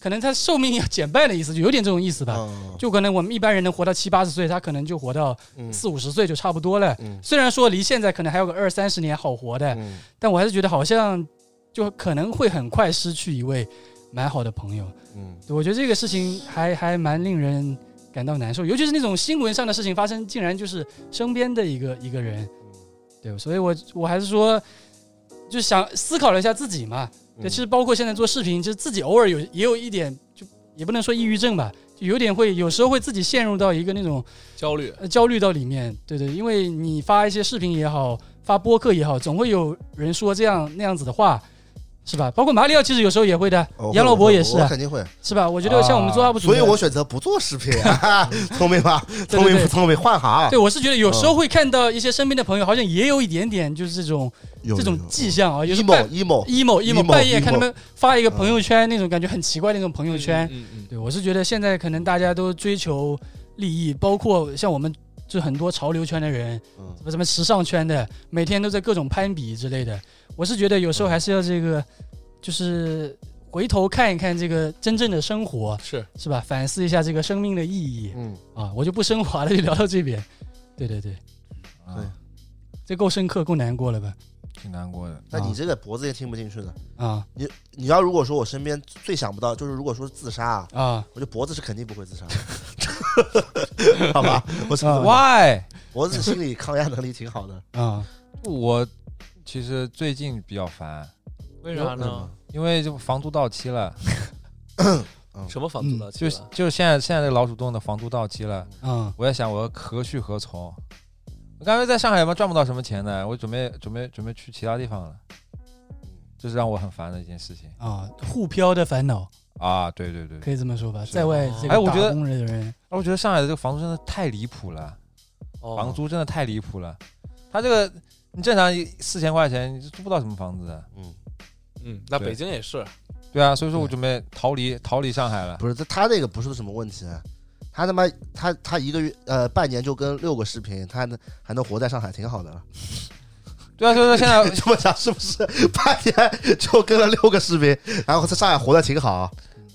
B: 可能他寿命要减半的意思，就有点这种意思吧。
A: 嗯，
B: 就可能我们一般人能活到七八十岁，他可能就活到
A: 嗯
B: 四五十岁就差不多了。
A: 嗯
B: 虽然说离现在可能还有个二三十年好活的，
A: 嗯
B: 但我还是觉得好像就可能会很快失去一位蛮好的朋友。
A: 嗯，
B: 对我觉得这个事情还还蛮令人感到难受，尤其是那种新闻上的事情发生，竟然就是身边的一个一个人。对，所以我我还是说，就想思考了一下自己嘛。对，其实包括现在做视频，就自己偶尔有也有一点，就也不能说抑郁症吧，就有点会有时候会自己陷入到一个那种
C: 焦虑，
B: 呃焦虑到里面。对对，因为你发一些视频也好，发播客也好，总会有人说这样那样子的话，是吧？包括马里奥其实有时候也会的，
A: 哦
B: 杨
A: 会
B: 老伯
A: 会
B: 也是
A: 我
B: 啊
A: 肯定会，
B: 是吧？我觉得像我们做
D: 啊
B: UP 主的，
A: 所以我选择不做视频，哈 哈聪明吧？聪明嗯
B: 对对
A: 不聪明？换行，啊
B: 对我是觉得有时候会看到一些身边的朋友，好像也有一点点就是这种
A: 有
B: 这种
A: 有有
B: 迹象啊，有时候
A: emo
B: 半
A: emo，
B: emo emo
A: emo，
B: 半夜
A: emo 嗯
B: 看他们发一个朋友圈，那种感觉很奇怪的那种朋友圈。
C: 嗯嗯
B: 对我是觉得现在可能大家都追求利益，包括像我们就很多潮流圈的人，
A: 嗯
B: 什么什么时尚圈的，每天都在各种攀比之类的。我是觉得有时候
A: 嗯
B: 还是要这个，就是回头看一看这个真正的生活，
C: 是
B: 是吧？反思一下这个生命的意义
A: 嗯，
B: 啊！我就不升华了，就聊到这边。对对对，嗯
A: 对
D: 啊，
B: 这够深刻，够难过了吧？
D: 挺难过的。
A: 那你这个脖子也听不进去的。
B: 啊
A: 你要如果说我身边最想不到，就是如果说自杀啊，
B: 啊！
A: 我觉得脖子是肯定不会自杀的，好吧？我是
B: 啊
D: Why？
A: 脖子心理抗压能力挺好的，
B: 啊，
D: 我其实最近比较烦，
C: 为啥
A: 嗯
C: 呢？
D: 因为这房租到期了，
C: 什么房租到期
D: 嗯就
C: 了？
D: 是就是现在现在这个老鼠洞的房租到期了，
B: 嗯
D: 我在想我何去何从。我感觉在上海嘛赚不到什么钱的，我准备准备准备去其他地方了，这是让我很烦的一件事情
B: 啊，沪漂的烦恼
D: 啊！对对对，
B: 可以这么说吧，
D: 是
B: 在外这
D: 哎
B: 个
D: 我觉得
B: 打工的人，
D: 啊我觉得上海的这个房租真的太离谱了，
C: 哦
D: 房租真的太离谱了。他这个你正常四千块钱，你租不到什么房子的，
A: 嗯，
C: 嗯，那
D: 对
C: 北京也是
D: 对啊，所以说我
B: 对
D: 准备逃离逃离上海了。
A: 不是，他他那个不是什么问题，他他妈他他一个月呃半年就跟六个视频，他还能还能活在上海，挺好的 了。
D: 对啊，所以说 现在
A: 这么想是不是？ 半年就跟了六个视频，然后在上海活得挺好。啊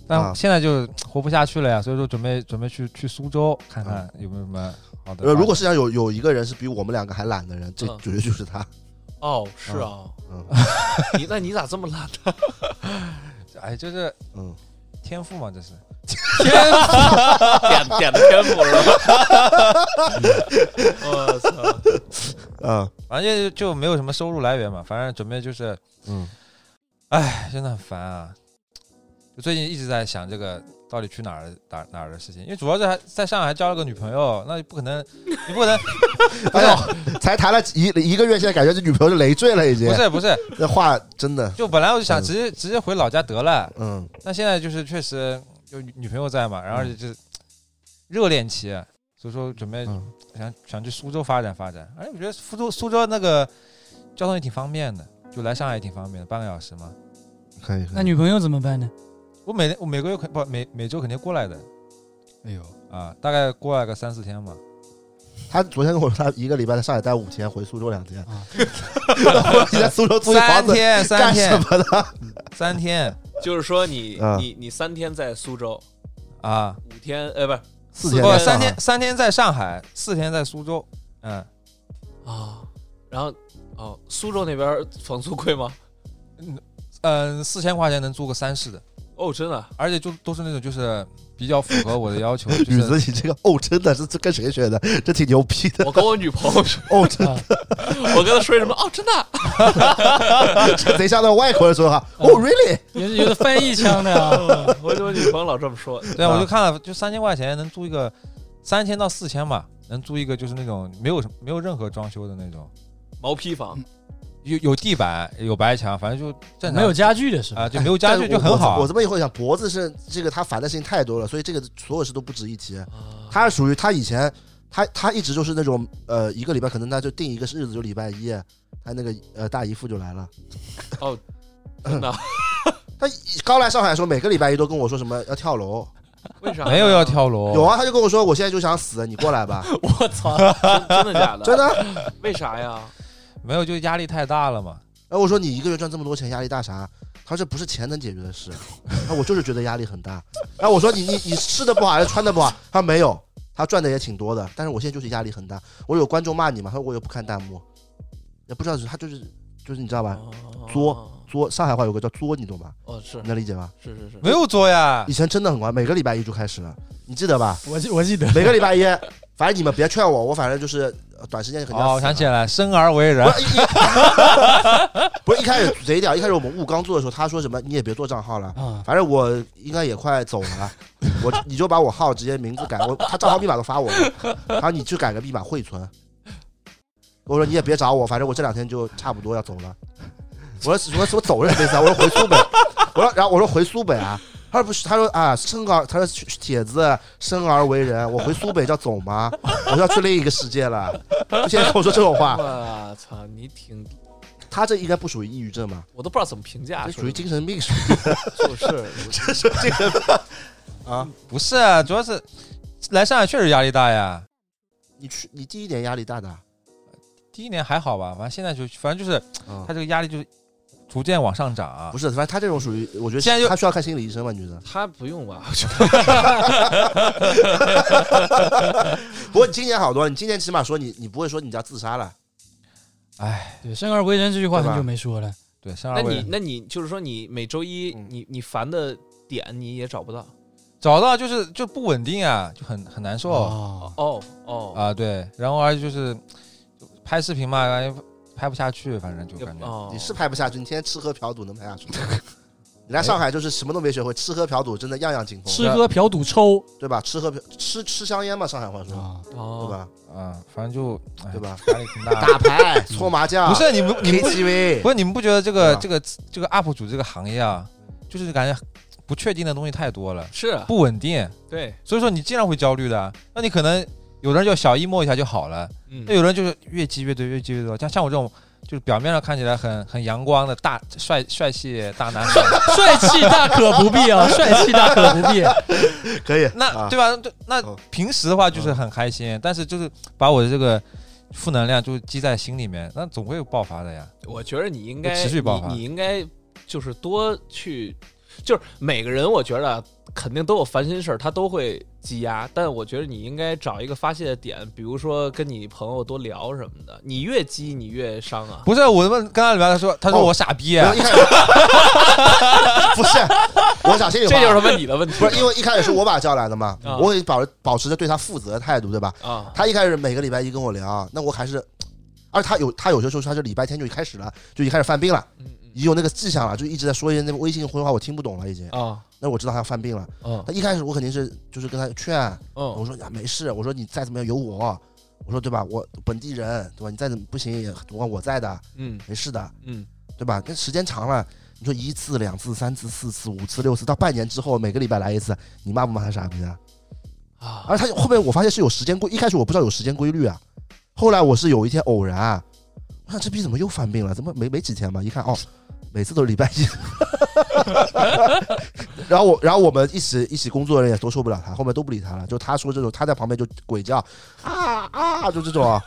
D: 但哎现在就活不下去了呀，所以说准备准备去去苏州看看有没有什么好的发
A: 啊呃，
D: 展。
A: 如果世界上有有一个人是比我们两个还懒的人，这
C: 嗯
A: 绝对就是他。
C: 哦，是啊，
A: 嗯
C: 你那你咋这么懒 呢？
D: 哎，就是
A: 嗯，
D: 天赋嘛，这是
C: 点点的天赋 是吧？我操！
A: 嗯
D: 反正就就没有什么收入来源嘛，反正准备就是，
A: 嗯
D: 哎，真的很烦啊。就最近一直在想这个到底去哪儿哪哪儿的事情，因为主要是还在上海还交了个女朋友，那不可能，你不可 能，不
A: 哎
D: 是
A: 呦，才谈了一一个月，现在感觉这女朋友就累赘了，已经
D: 不。是不是，
A: 这话真的，
D: 就本来我就想
A: 嗯
D: 直接直接回老家得了，
A: 嗯
D: 但现在就是确实有女女朋友在嘛，然后
A: 嗯
D: 就是热恋期，所以说准备
A: 嗯，
D: 想想去苏州发展发展。哎，我觉得苏州苏州那个交通也挺方便的，就来上海也挺方便的，半个小时嘛。
A: 可以。可以
B: 那女朋友怎么办呢？
D: 我每天我每个月肯不每每周肯定过来的
B: 哎呦，
D: 啊，大概过来个三四天嘛。
A: 他昨天跟我说，他一个礼拜在上海待五天，回苏州两天。
B: 啊
A: 我你在苏州租一房
D: 三
A: 子
D: 天三
A: 干什
D: 天
A: 么的？
D: 三天
C: 就是说你
A: 嗯
C: 你你三天在苏州，
D: 啊，
C: 五天呃不是
A: 四
C: 四
A: 天
C: 天
D: 不
A: 在上海，
D: 三天三天在上海，四天在苏州。嗯，
C: 啊，然后哦，苏州那边房租贵吗？
D: 嗯，四千块钱能租个三室的，
C: 哦，真的啊，
D: 而且就都是那种就是比较符合我的要求，就
A: 宇子，
D: 是
A: 你这个哦，真的是这跟谁学的？这挺牛逼的
C: 我跟我女朋友 说，
A: 哦，这
C: 我跟她说什么？哦，真的啊，
A: 这贼像那外国人说的话。哦，really？
B: 有有的翻译腔的啊，
C: 我我女朋友老这么说。
D: 对啊，我就看了，就三千块钱能租一个，三千到四千吧，能租一个就是那种没有什没有任何装修的那种，
C: 毛坯房，
D: 有有地板有白墙，反正就正常
B: 没有家具的是吧？
D: 啊，就没有家具就很
A: 哎我
D: 好
A: 我。这么一会儿想，脖子是这个他烦的事情太多了，所以这个所有事都不值一提。
D: 嗯
C: 啊
A: 他是属于他以前，他他一直就是那种呃，一个礼拜可能他就定一个日子，就礼拜一，他那个呃大姨夫就来了。
C: 哦，真的啊，
A: 他刚来上海的时候，每个礼拜一都跟我说什么要跳楼，
C: 为啥呢
D: 没有要？跳楼，
A: 有啊，他就跟我说我现在就想死，你过来吧，
B: 我操，
C: 真真的 假的？
A: 真的。
C: 为啥呀？
D: 没有就压力太大了嘛。
A: 然后我说你一个月赚这么多钱，压力大啥？他说这不是钱能解决的事，那我就是觉得压力很大。然后我说你你你吃的不好还是穿的不好？他说没有，他赚的也挺多的，但是我现在就是压力很大。我有观众骂你嘛，他说我又不看弹幕，也不知道是他就是就是你知道
D: 啊
A: 吧？作作上海话有个叫作，你懂吧？
C: 哦，是
A: 你能理解吧？
C: 是是是，
D: 没有做呀
A: 以，前真的很乖，每个礼拜一就开始了，你记得吧？
B: 我记我记得，
A: 每个礼拜一，反正你们别劝我，我反正就是呃短时间肯定要死
D: 哦，
A: 了。
D: 我想起来了，生而为人
A: 不，是一，一不是一开始贼屌，一开始我们雾刚做的时候，他说什么你也别做账号了，
B: 啊，
A: 反正我应该也快走了， 我你就把我号直接名字改，我他账号密码都发我了，然后你去改个密码汇存。我说你也别找我，反正我这两天就差不多要走了。我说我说我走是什么意思啊？我说回苏北， 我说然后我说回苏北啊。他说不是，他说啊，生而他说铁子生而为人，我回苏北叫走吗？我说要去另一个世界了。就现在跟我说这种话，
C: 我操，你挺，
A: 他这应该不属于抑郁症吧？
C: 我都不知道怎么评价，
A: 这属于
C: 这
A: 精神病，
C: 就是
A: 属于精神病啊！
D: 不是啊，主要是来上海确实压力大呀。
A: 你去，你第一年压力大的啊，
D: 第一年还好吧，反正现在就反正就是
A: 嗯
D: 他这个压力就是逐渐往上涨啊
A: 不。是，反正他这种属于，我觉
D: 现在
A: 得
D: 就
A: 他需要看心理医生吧？你觉得？
C: 他不用吧？
A: 不过你今年好多了，你今年起码说你你不会说你要自杀了，
D: 哎，
B: 对，生而为人这句话
A: 对吧
B: 很久没说了，
D: 对，生
C: 那
D: 而啊为
C: 你
D: 人
C: 那你就是说你每周一
A: 嗯
C: 你你烦的点你也找不到
D: 找到就是就不稳定啊，就很很难受啊、
B: 哦，
C: 哦哦
D: 对，然后而且就是就拍视频嘛，感觉拍不下去，反正就感觉
C: 哦
A: 你是拍不下去，你天天吃喝嫖赌能拍下 去？你来上海就是什么都没学会，吃喝嫖赌真的样样精通，
B: 吃喝嫖赌抽
A: 对吧？吃喝嫖吃吃香烟嘛，上海话说，
B: 啊，
A: 对
C: 哦，
A: 吧？
D: 啊，反正就哎
A: 对吧
D: 压力挺大
A: 打
D: 的。
A: 牌、搓麻将，
D: 哎不是你们你们不
A: KTV，
D: 不是你们不觉得这个
A: 对
D: 这个这个 UP 主这个行业啊，就是感觉不确定的东西太多了，
C: 是啊
D: 不稳定，
C: 对，
D: 所以说你经常会焦虑的啊。那你可能有的人就小一摸一下就好了，
C: 嗯
D: 那有人就是越积越多，越积越多。像像我这种，就是表面上看起来很很阳光的大帅帅气大男孩，
B: 帅气大可不必啊，帅气大可不必，
A: 可以，
D: 那
A: 啊
D: 对吧？对那
A: 嗯
D: 平时的话就是很开心，但是就是把我的这个负能量就积在心里面，那总会有爆发的呀。
C: 我觉得你应该
D: 就持续爆发
C: 你，你应该就是多去，就是每个人，我觉得啊肯定都有烦心事儿，他都会积压。但我觉得你应该找一个发泄的点，比如说跟你朋友多聊什么的。你越积，你越伤啊。
D: 不是我问跟他聊，他说他说
A: 哦
D: 我傻逼
A: 不
D: 啊
A: 是一， 开始，不是，我讲心里
C: 这
A: 话，
C: 就是问你的问题
A: 不是因为一开始是我把他叫来的嘛，
D: 嗯
C: 啊
A: 我也保保持着对他负责的态度，对吧？
C: 啊
A: 他一开始每个礼拜一跟我聊，那我还是，而且他有他有些时候他是礼拜天就开始了，就已经开始犯病了，
C: 嗯嗯
A: 已经有那个迹象了，就一直在说一些那个微信回话，我听不懂了已经。
C: 啊
A: 那我知道他要犯病了。
C: 嗯
A: 他一开始我肯定是就是跟他劝，我
C: 嗯
A: 说呀没事，我说你再怎么样有我，我说对吧？我本地人对吧？你再怎么不行也我我在的，
C: 嗯
A: 没事的，
C: 嗯
A: 对吧？那时间长了。你说一次、两次、三次、四次、五次、六次，到半年之后，每个礼拜来一次，你骂不骂他傻逼啊？
C: 啊，
A: 而它后面我发现是有时间规，一开始我不知道有时间规律啊，后来我是有一天偶然啊，我想这逼怎么又犯病了？怎么没没几天吧？一看哦，每次都是礼拜一。 然后我，然后我们一起一起工作的人也都受不了他，后面都不理他了。就他说这种，他在旁边就鬼叫啊啊，就这种啊，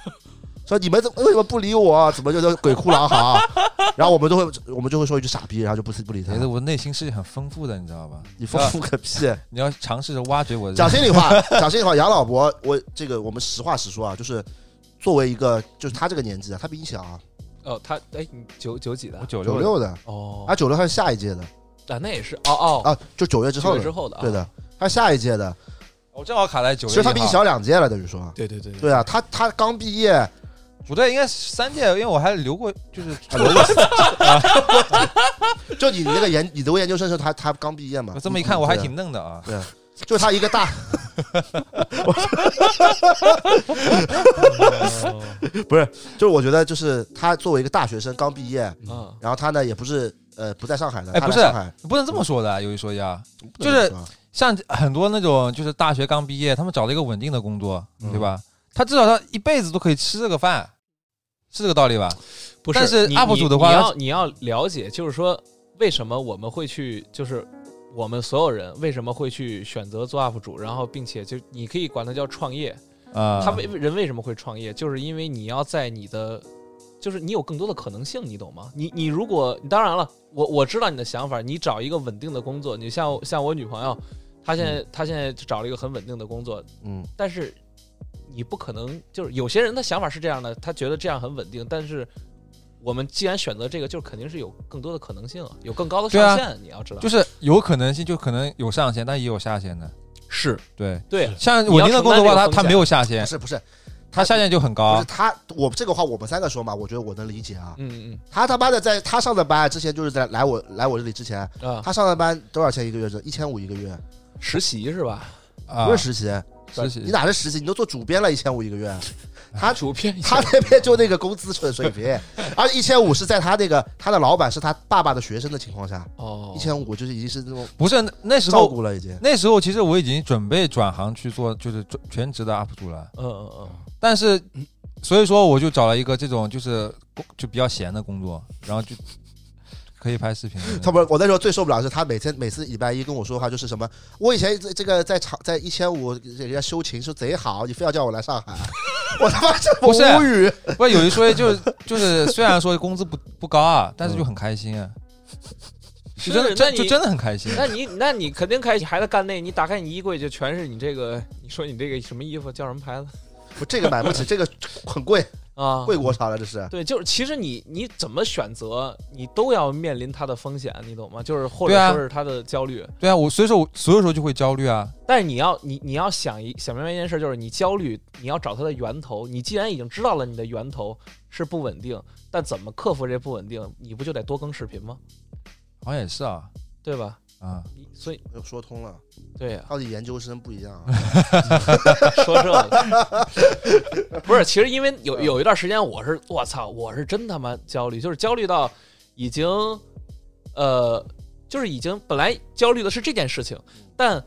A: 说你们怎么为什么不理我？啊怎么就叫鬼哭狼嚎？啊 然后我们都会，我们就会说一句傻逼，然后就不不理他
D: 觉。得我内心是很丰富的，你知道吧？
A: 你丰富个屁！啊
D: 你要尝试着挖掘 我的。
A: 讲心里话，讲心里话，杨老伯， 我这个我们实话实说啊，就是作为一个，就是他这个年纪啊，他比你小啊，
C: 哦，他哎，你九九几的
D: 我
C: 啊？
D: 九
A: 九
D: 六
A: 六的，
C: 哦，
A: 啊，九六他是下一届的
C: 啊，那也是，哦哦，
A: 啊，就九月之
C: 九
A: 后
C: 月之
A: 的，
C: 后的，啊
A: 对，的，他是下一届的，
D: 我正好卡在啊九
A: 其
D: 月。
A: 实他比你小，两届了，等于说，
C: 对对对
A: 对啊，他他刚毕业，
D: 不对，应该是三届，因为我还留过， 就是
A: 就你那个研， 你读研究生的时候，他他刚毕业嘛
D: 我，这么一看，我还
A: 对啊
D: 挺嫩的啊。
A: 就他一个大，不是，就是我觉得就是他作为一个大学生刚毕业，
C: 嗯，
A: 然后他呢也不是呃不在上海的，
D: 哎
A: 他
D: 不
A: 来
D: 是
A: 上海，
D: 不能这么说的，有一说一啊，
A: 不能这么
D: 就
A: 说啊
D: 像很多那种就是大学刚毕业，他们找了一个稳定的工作，
A: 嗯
D: 对吧？他至少他一辈子都可以吃这个饭，是这个道理吧？
C: 不
D: 但是
C: 你
D: UP
C: 你
D: 主的话
C: 你要你要了解，就是说为什么我们会去，就是我们所有人为什么会去选择做 UP 主，然后并且就你可以管它叫创业，
D: 啊、
C: 他为人为什么会创业，就是因为你要在你的，就是你有更多的可能性，你懂吗？你你如果当然了，我我知道你的想法，你找一个稳定的工作，你像像我女朋友，她现在、她现在找了一个很稳定的工作，
A: 嗯，
C: 但是你不可能就是有些人的想法是这样的，他觉得这样很稳定，但是我们既然选择这个，就是肯定是有更多的可能性，有更高的
D: 对啊
C: 上限，你要知道，
D: 就是有可能性，就可能有上限，但也有下限的。
C: 是
D: 对，
C: 对
D: 像
C: 你要
D: 稳定的工作的话，
C: 承担这个
D: 他
C: 风
D: 他没有下限
A: 不，是不是
D: 啊他下限就很
A: 不
D: 高
A: 是。他，我这个话我们三个说嘛，我觉得我能理解啊，
C: 嗯
A: 他他妈的在他上的班之前就是在来我来我这里之前，
C: 嗯啊，
A: 他上的班多少钱一个月？是一千五一个月，
C: 实习是吧？
D: 啊
A: 不是实习，
D: 实习
A: 你哪是实习？你都做主编了，一千五一个 月，他
C: 主编一下
A: 他那边就那个工资水水 平，而一千五是在他那个他的老板是他爸爸的学生的情况下，
C: 哦
A: 一千五就是已经是那种
D: 不是那那时
A: 照
D: 候，
A: 顾了已经。
D: 那时候其实我已经准备转行去做就是专全职的 UP 主了，
C: 嗯嗯嗯。
D: 但是所以说我就找了一个这种就是工就比较闲的工作，然后就可以拍视频的那种。
A: 他不是，我那时候最受不了的是他每天每次礼拜一跟我说的话就是什么，我以前这这个在厂在一千五人家修琴说贼好，你非要叫我来上海，啊 我他妈这
D: 不是
A: 无语。
D: 不是有一说一，就是就是，虽然说工资不不高啊，但是就很开心啊，就真的
C: 嗯是那
D: 真
C: 你
D: 就真的很开心。 啊
C: 那你那你肯定开始还在干那，你打开你衣柜就全是你这个，你说你这个什么衣服叫什么牌子
A: 我这个买不起，这个很贵，
C: 啊？
A: 贵国潮了，这是。
C: 对，就是其实你你怎么选择，你都要面临它的风险，你懂吗？就是或
D: 对啊
C: 者说是它的焦虑，
D: 对啊，我所以说我所有时候就会焦虑啊，
C: 但是你要你你要想一想明白一件事，就是你焦虑，你要找它的源头。你既然已经知道了你的源头是不稳定，但怎么克服这不稳定？你不就得多更视频吗？
D: 好像也是啊
C: 对吧？
D: 啊，
C: 你所以
A: 又说通了，
C: 对啊呀、
A: 到底研究生不一样啊。
C: 说这个不是，其实因为有有一段时间，我是我操，我是真他妈焦虑，就是焦虑到已经，呃，就是已经本来焦虑的是这件事情，但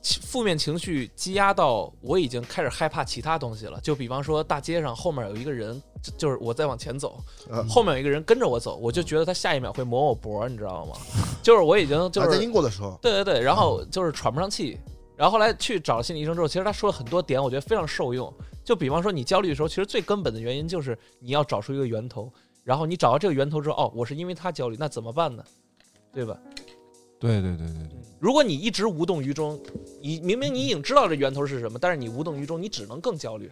C: 其负面情绪积压到我已经开始害怕其他东西了。就比方说大街上后面有一个人，就就是我在往前走，
A: 呃
C: 后面有一个人跟着我走，我就觉得他下一秒会磨我脖，你知道吗？就是我已经就
A: 啊
C: 是
A: 在英国的时候，
C: 对对对，然后
A: 嗯
C: 就是喘不上气，然后后来去找了心理医生之后，其实他说了很多点，我觉得非常受用。就比方说你焦虑的时候，其实最根本的原因就是你要找出一个源头，然后你找到这个源头之后，哦，我是因为他焦虑，那怎么办呢？对吧？
D: 对对对对
A: 嗯
D: 对，
C: 如果你一直无动于衷，你明明你已经知道这源头是什么，但是你无动于衷，你只能更焦虑，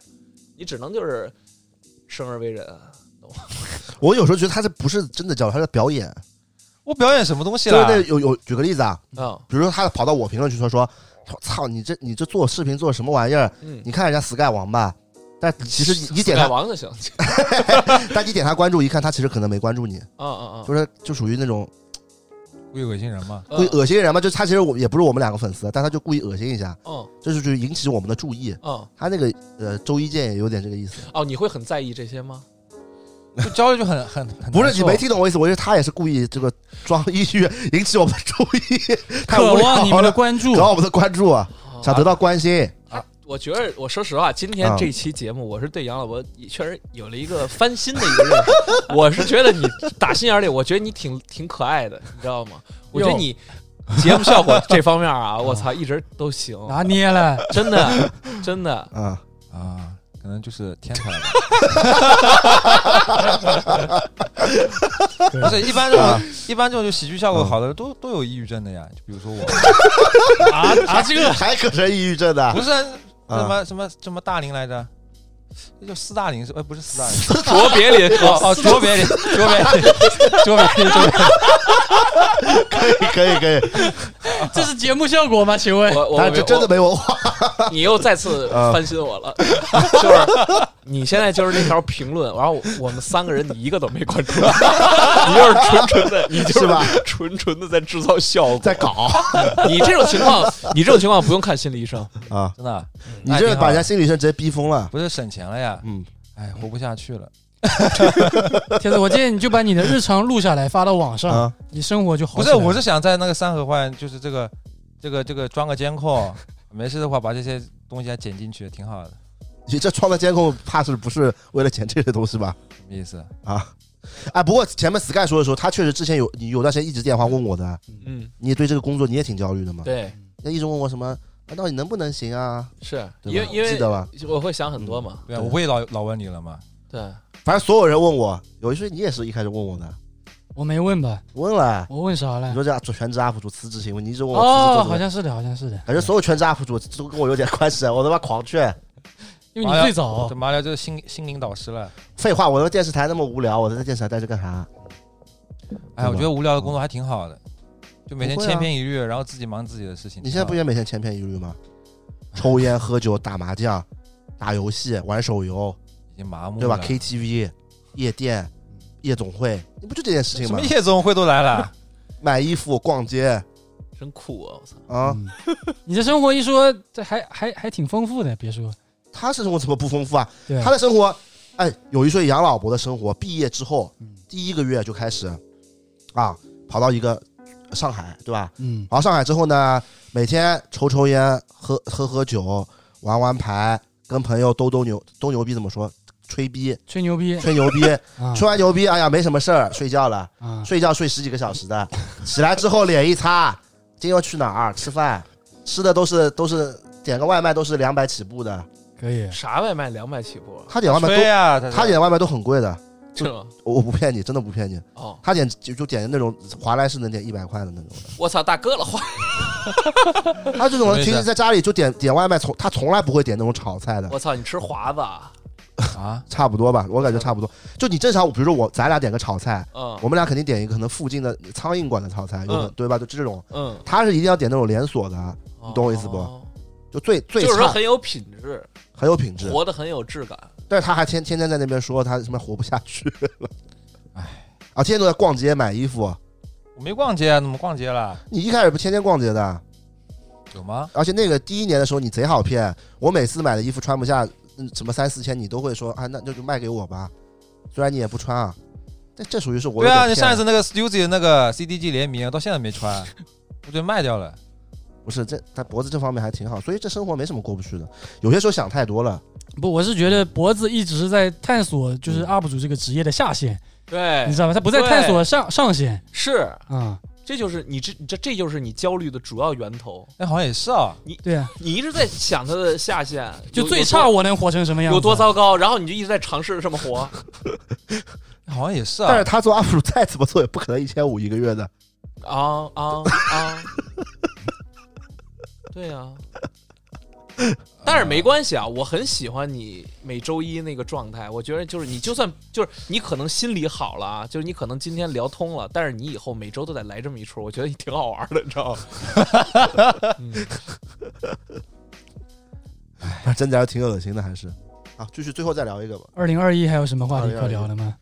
C: 你只能就是生而为人啊。
A: 我有时候觉得他这不是真的教育，他在表演。
D: 我表演什么东西
A: 就是
D: 了
A: 那？有有举个例子啊，
C: 嗯
A: 比如说他跑到我评论区说说，操你这你这做视频做什么玩意儿？
C: 嗯，
A: 你看人家 Sky 王吧，但其实你你点
C: 改
A: 他，
C: 王 就行。
A: 但你点他关注一看，他其实可能没关注你，
C: 嗯嗯
A: 就是就属于那种
D: 故意恶心人嘛？
C: 嗯，
A: 故意恶心人嘛，就他其实我也不是我们两个粉丝，但他就故意恶心一下，
C: 嗯
A: 就是就引起我们的注意。
C: 嗯
A: 他那个呃周一见也有点这个意思，
C: 哦，你会很在意这些吗？
D: 就焦虑就很很很
A: 不是
D: 难
A: 你
D: 受
A: 没听懂我意思，我觉得他也是故意这个装抑郁引起我们注意，太
B: 渴
A: 无
B: 望你
A: 聊
B: 们的
A: 了，
B: 关注
A: 渴。望我们的关注啊，
C: 哦
A: 想得到关心。
D: 啊
C: 我觉得，我说实话，今
A: 啊
C: 天这期节目，我是对杨老伯也确实有了一个翻新的一个认识。我是觉得你打心眼里，我觉得你挺挺可爱的，你知道吗？我觉得你节目效果这方面啊，我操，一直都行，
B: 拿捏了，
C: 真的，真的。
A: 啊，
D: 啊，可能就是天 才吧。 不是，一般这
A: 啊
D: 种一般这种就喜剧效
A: 嗯
D: 果好的都都有抑郁症的呀，就比如说我，
B: 啊啊，这 个
A: 还可是抑郁症的
D: 不，是啊
A: 啊
D: 什么什么什么大龄来着，那叫斯大林是？哎，不是斯大林，
C: 卓别林，
B: 啊
D: 哦哦，卓别林，卓别林，卓别林，卓别林，
A: 可以可以可以，
B: 这是节目效果吗？请问，
C: 我我
A: 啊但是这真的没文化，
C: 我你又再次
A: 啊
C: 翻新我了，就是你现在就是那条评论，然后我我们三个人你一个都没关注，你就是纯纯的，你就是
A: 吧？
C: 纯纯的在制造效果，
A: 在搞
C: 你这种情况，你这种情况不用看心理医生，
A: 啊！
D: 真的，
A: 你这把人家
D: 家
A: 心理医生直接逼疯了，
D: 不是省钱了呀？
A: 嗯，
D: 哎，活不下去了。
B: 天子，我建议你就把你的日常录下来发到网上，
A: 啊，
B: 你生活就好
D: 不
B: 起
D: 是，
B: 来了。
D: 我是想在那个三合换，就是这个这个这个装个监控，没事的话把这些东西还剪进去，挺好的。
A: 你这装了监控，怕是不是为了钱这些东西吧？
D: 什么意思？
A: 啊，哎，不过前面 Sky 说的时候，他确实之前有你有段时间一直电话问我的，
C: 嗯，
A: 你对这个工作你也挺焦虑的嘛？，
C: 对，
A: 那一直问我什么，啊到底能不能行啊？
C: 是
A: 对
C: 因为
A: 吧
C: 因
A: 记得
C: 为
A: 吧？
C: 我会想很多嘛，
D: 对啊，
A: 对
D: 我不也老老问你了嘛。
C: 对，
A: 反正所有人问我，有一说你也是一开始问我的，
B: 我没问吧？
A: 问了，
B: 我问啥
A: 你
B: 了？
A: 说这全职 UP 主辞职行为，你一直问我辞职
B: 哎哦，
A: 做什
B: 好
A: 么？
B: 像是的，好像是的，
A: 感觉所有全职 UP 主都跟我有点关系，啊我他妈狂劝。
B: 因为你最早
A: 啊
D: 这麻聊就是新新领导师了。
A: 废话，我在电视台那么无聊，我在电视台待着干 啥？
D: 哎，
A: 对吧
D: 我觉得无聊的工作还挺好的，就每天
A: 不会啊
D: 千篇一律，然后自己忙自己的事情。
A: 你现在不
D: 挺
A: 也每天千篇一律吗？抽烟、喝酒、打麻将、打游戏、玩手游，
D: 好的已经麻木
A: 对吧
B: 嗯
D: 了
A: ？KTV、夜店、夜总会，你不就这件事情
D: 什
A: 吗
D: 么？夜总会都来了，
A: 买衣服、逛街
C: 真酷啊！我操，
A: 啊，
B: 嗯你的生活一说，这还还还挺丰富的，别说，
A: 他是生活怎么不丰富啊？
B: 对，
A: 他的生活，哎，有一说一杨老伯的生活，毕业之后
B: 嗯
A: 第一个月就开始啊，跑到一个呃上海，对吧？
B: 嗯
A: 然后上海之后呢，每天抽抽烟、喝喝喝酒、玩玩牌，跟朋友兜兜牛兜牛逼怎么说？吹逼，
B: 吹牛逼
A: 吹牛逼，
B: 啊
A: 吹完牛逼，哎呀，没什么事儿，睡觉了，
B: 啊，
A: 睡觉睡十几个小时的，起来之后脸一擦，今天要去哪儿吃饭？吃的都是都是点个外卖都是两百起步的，
B: 可以，
C: 啥外卖两百起步，啊
A: 他点外卖
D: 对
A: 都
D: 呀，
A: 他点外卖都很贵的，
C: 是吗？
A: 我我不骗你，真的不骗你，
C: 哦，
A: 他点就就点那种华莱士能点一百块的那种的，
C: 我操，大哥了， 花，
A: 他这种人
D: 什么意思
A: 平
C: 啊
A: 时在家里就点点外卖，从他从来不会点那种炒菜的，
C: 我操，你吃华子啊？
D: 啊，
A: 差不多吧，我感觉差不多。就你正常，比如说我咱俩点个炒菜，
C: 嗯
A: 我们俩肯定点一个可能附近的苍蝇馆的炒菜，有可
C: 嗯
A: 对吧？就这种，
C: 嗯，
A: 他是一定要点那种连锁的，你懂我意思不
C: 哦？
A: 就最最
C: 就是说
A: 差
C: 很有品质，
A: 很有品质。
C: 活得很有质感。
A: 但是他还天天天在那边说他什么活不下去了，哎，啊，天天都在逛街买衣服。
D: 我没逛街啊，怎么逛街了？
A: 你一开始不天天逛街的，
D: 有吗？
A: 而且那个第一年的时候你贼好骗，我每次买的衣服穿不下，嗯，什么三四千，你都会说啊，那就就卖给我吧，虽然你也不穿啊，但这属于是我
D: 对
A: 有
D: 啊，
A: 点
D: 你
A: 骗
D: 上一次那个 Stussy 那个 CDG 联名到现在没穿，我就卖掉了。
A: 不是这他脖子这方面还挺好，所以这生活没什么过不去的。有些时候想太多了，
B: 不，我是觉得脖子一直在探索，就是 UP 主这个职业的下限，
C: 对
B: 你知道吗？他不在探索上上限
C: 是，
B: 啊，
C: 这就是你这这这就是你焦虑的主要源头。
D: 哎，好像也是啊，
B: 对啊，
C: 你一直在想它的下限，
B: 就
C: 有
B: 最差我能活成什么
C: 有
B: 样
C: 多
B: 子？啊
C: 有多糟糕，然后你就一直在尝试这么活。
D: 好像也是
A: 但是
D: 啊。
A: 他做 UP 主再怎么做也不可能一千五一个月的，
C: 啊啊啊！对呀、但是没关系啊，我很喜欢你每周一那个状态。我觉得就是你，就算就是你可能心里好了啊，就是你可能今天聊通了，但是你以后每周都得来这么一出，我觉得挺好玩的，你知 道吗？嗯
A: 真的还是挺恶心的，还是啊，继续最后再聊一个吧。
B: 二零二一还有什么话题可聊的吗？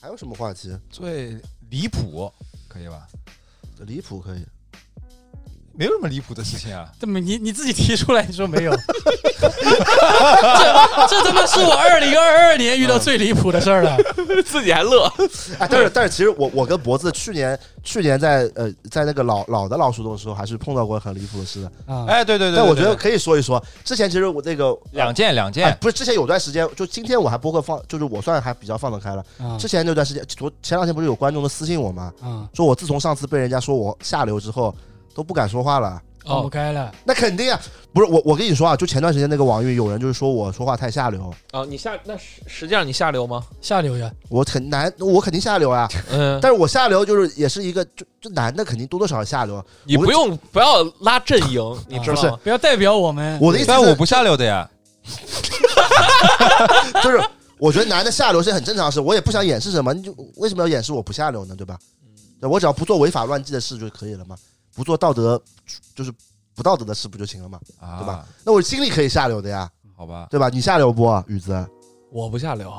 A: 还有什么话题？呃
D: 最离谱，可以吧？
A: 离谱可以，
D: 没有什么离谱的事情啊。
B: 这么你你自己提出来，你说没有，这这他妈是我二零二二年遇到最离谱的事儿了。
C: 自己还乐，
A: 哎，但 是但是，其实我我跟脖子去年去年在呃在那个老老的老树洞的时候，还是碰到过很离谱的事的。
B: 啊，
D: 哎，对对对，
A: 但我
D: 对
A: 觉得
D: 对
A: 可以说一说，之前其实我那个
D: 两件两
A: 哎
D: 件，
A: 不是之前有段时间，就今天我还播客放，就是我算还比较放得开了。
B: 啊
D: 嗯
A: 之前那段时间，昨前两天不是有观众都私信我吗？
B: 啊，
A: 说我自从上次被人家说我下流之后，都不敢说话了。
B: 放不开了，
A: 那肯定啊，不是我，我跟你说啊，就前段时间那个网易有人就是说我说话太下流，
C: 啊！你下那实实际上你下流吗？
B: 下流呀，
A: 我很难，我肯定下流 啊。
C: 嗯，
A: 但是我下流就是也是一个，就就男的肯定多多少少下流。
C: 你不用不要拉阵营，你知
B: 不
C: 道
A: 是
C: 吗？
B: 不要代表我们。
A: 我的意思
D: 但我
A: 是，
D: 不下流的呀。
A: 就是我觉得男的下流是很正常的事，我也不想掩饰什么，你就为什么要掩饰我不下流呢？对吧？对我只要不做违法乱纪的事就可以了嘛，不做道德就是不道德的事不就行了嘛？
D: 啊，
A: 对吧？那我心里可以下流的呀，
D: 好吧，
A: 对吧？你下流不，啊宇子？
C: 我不下流，。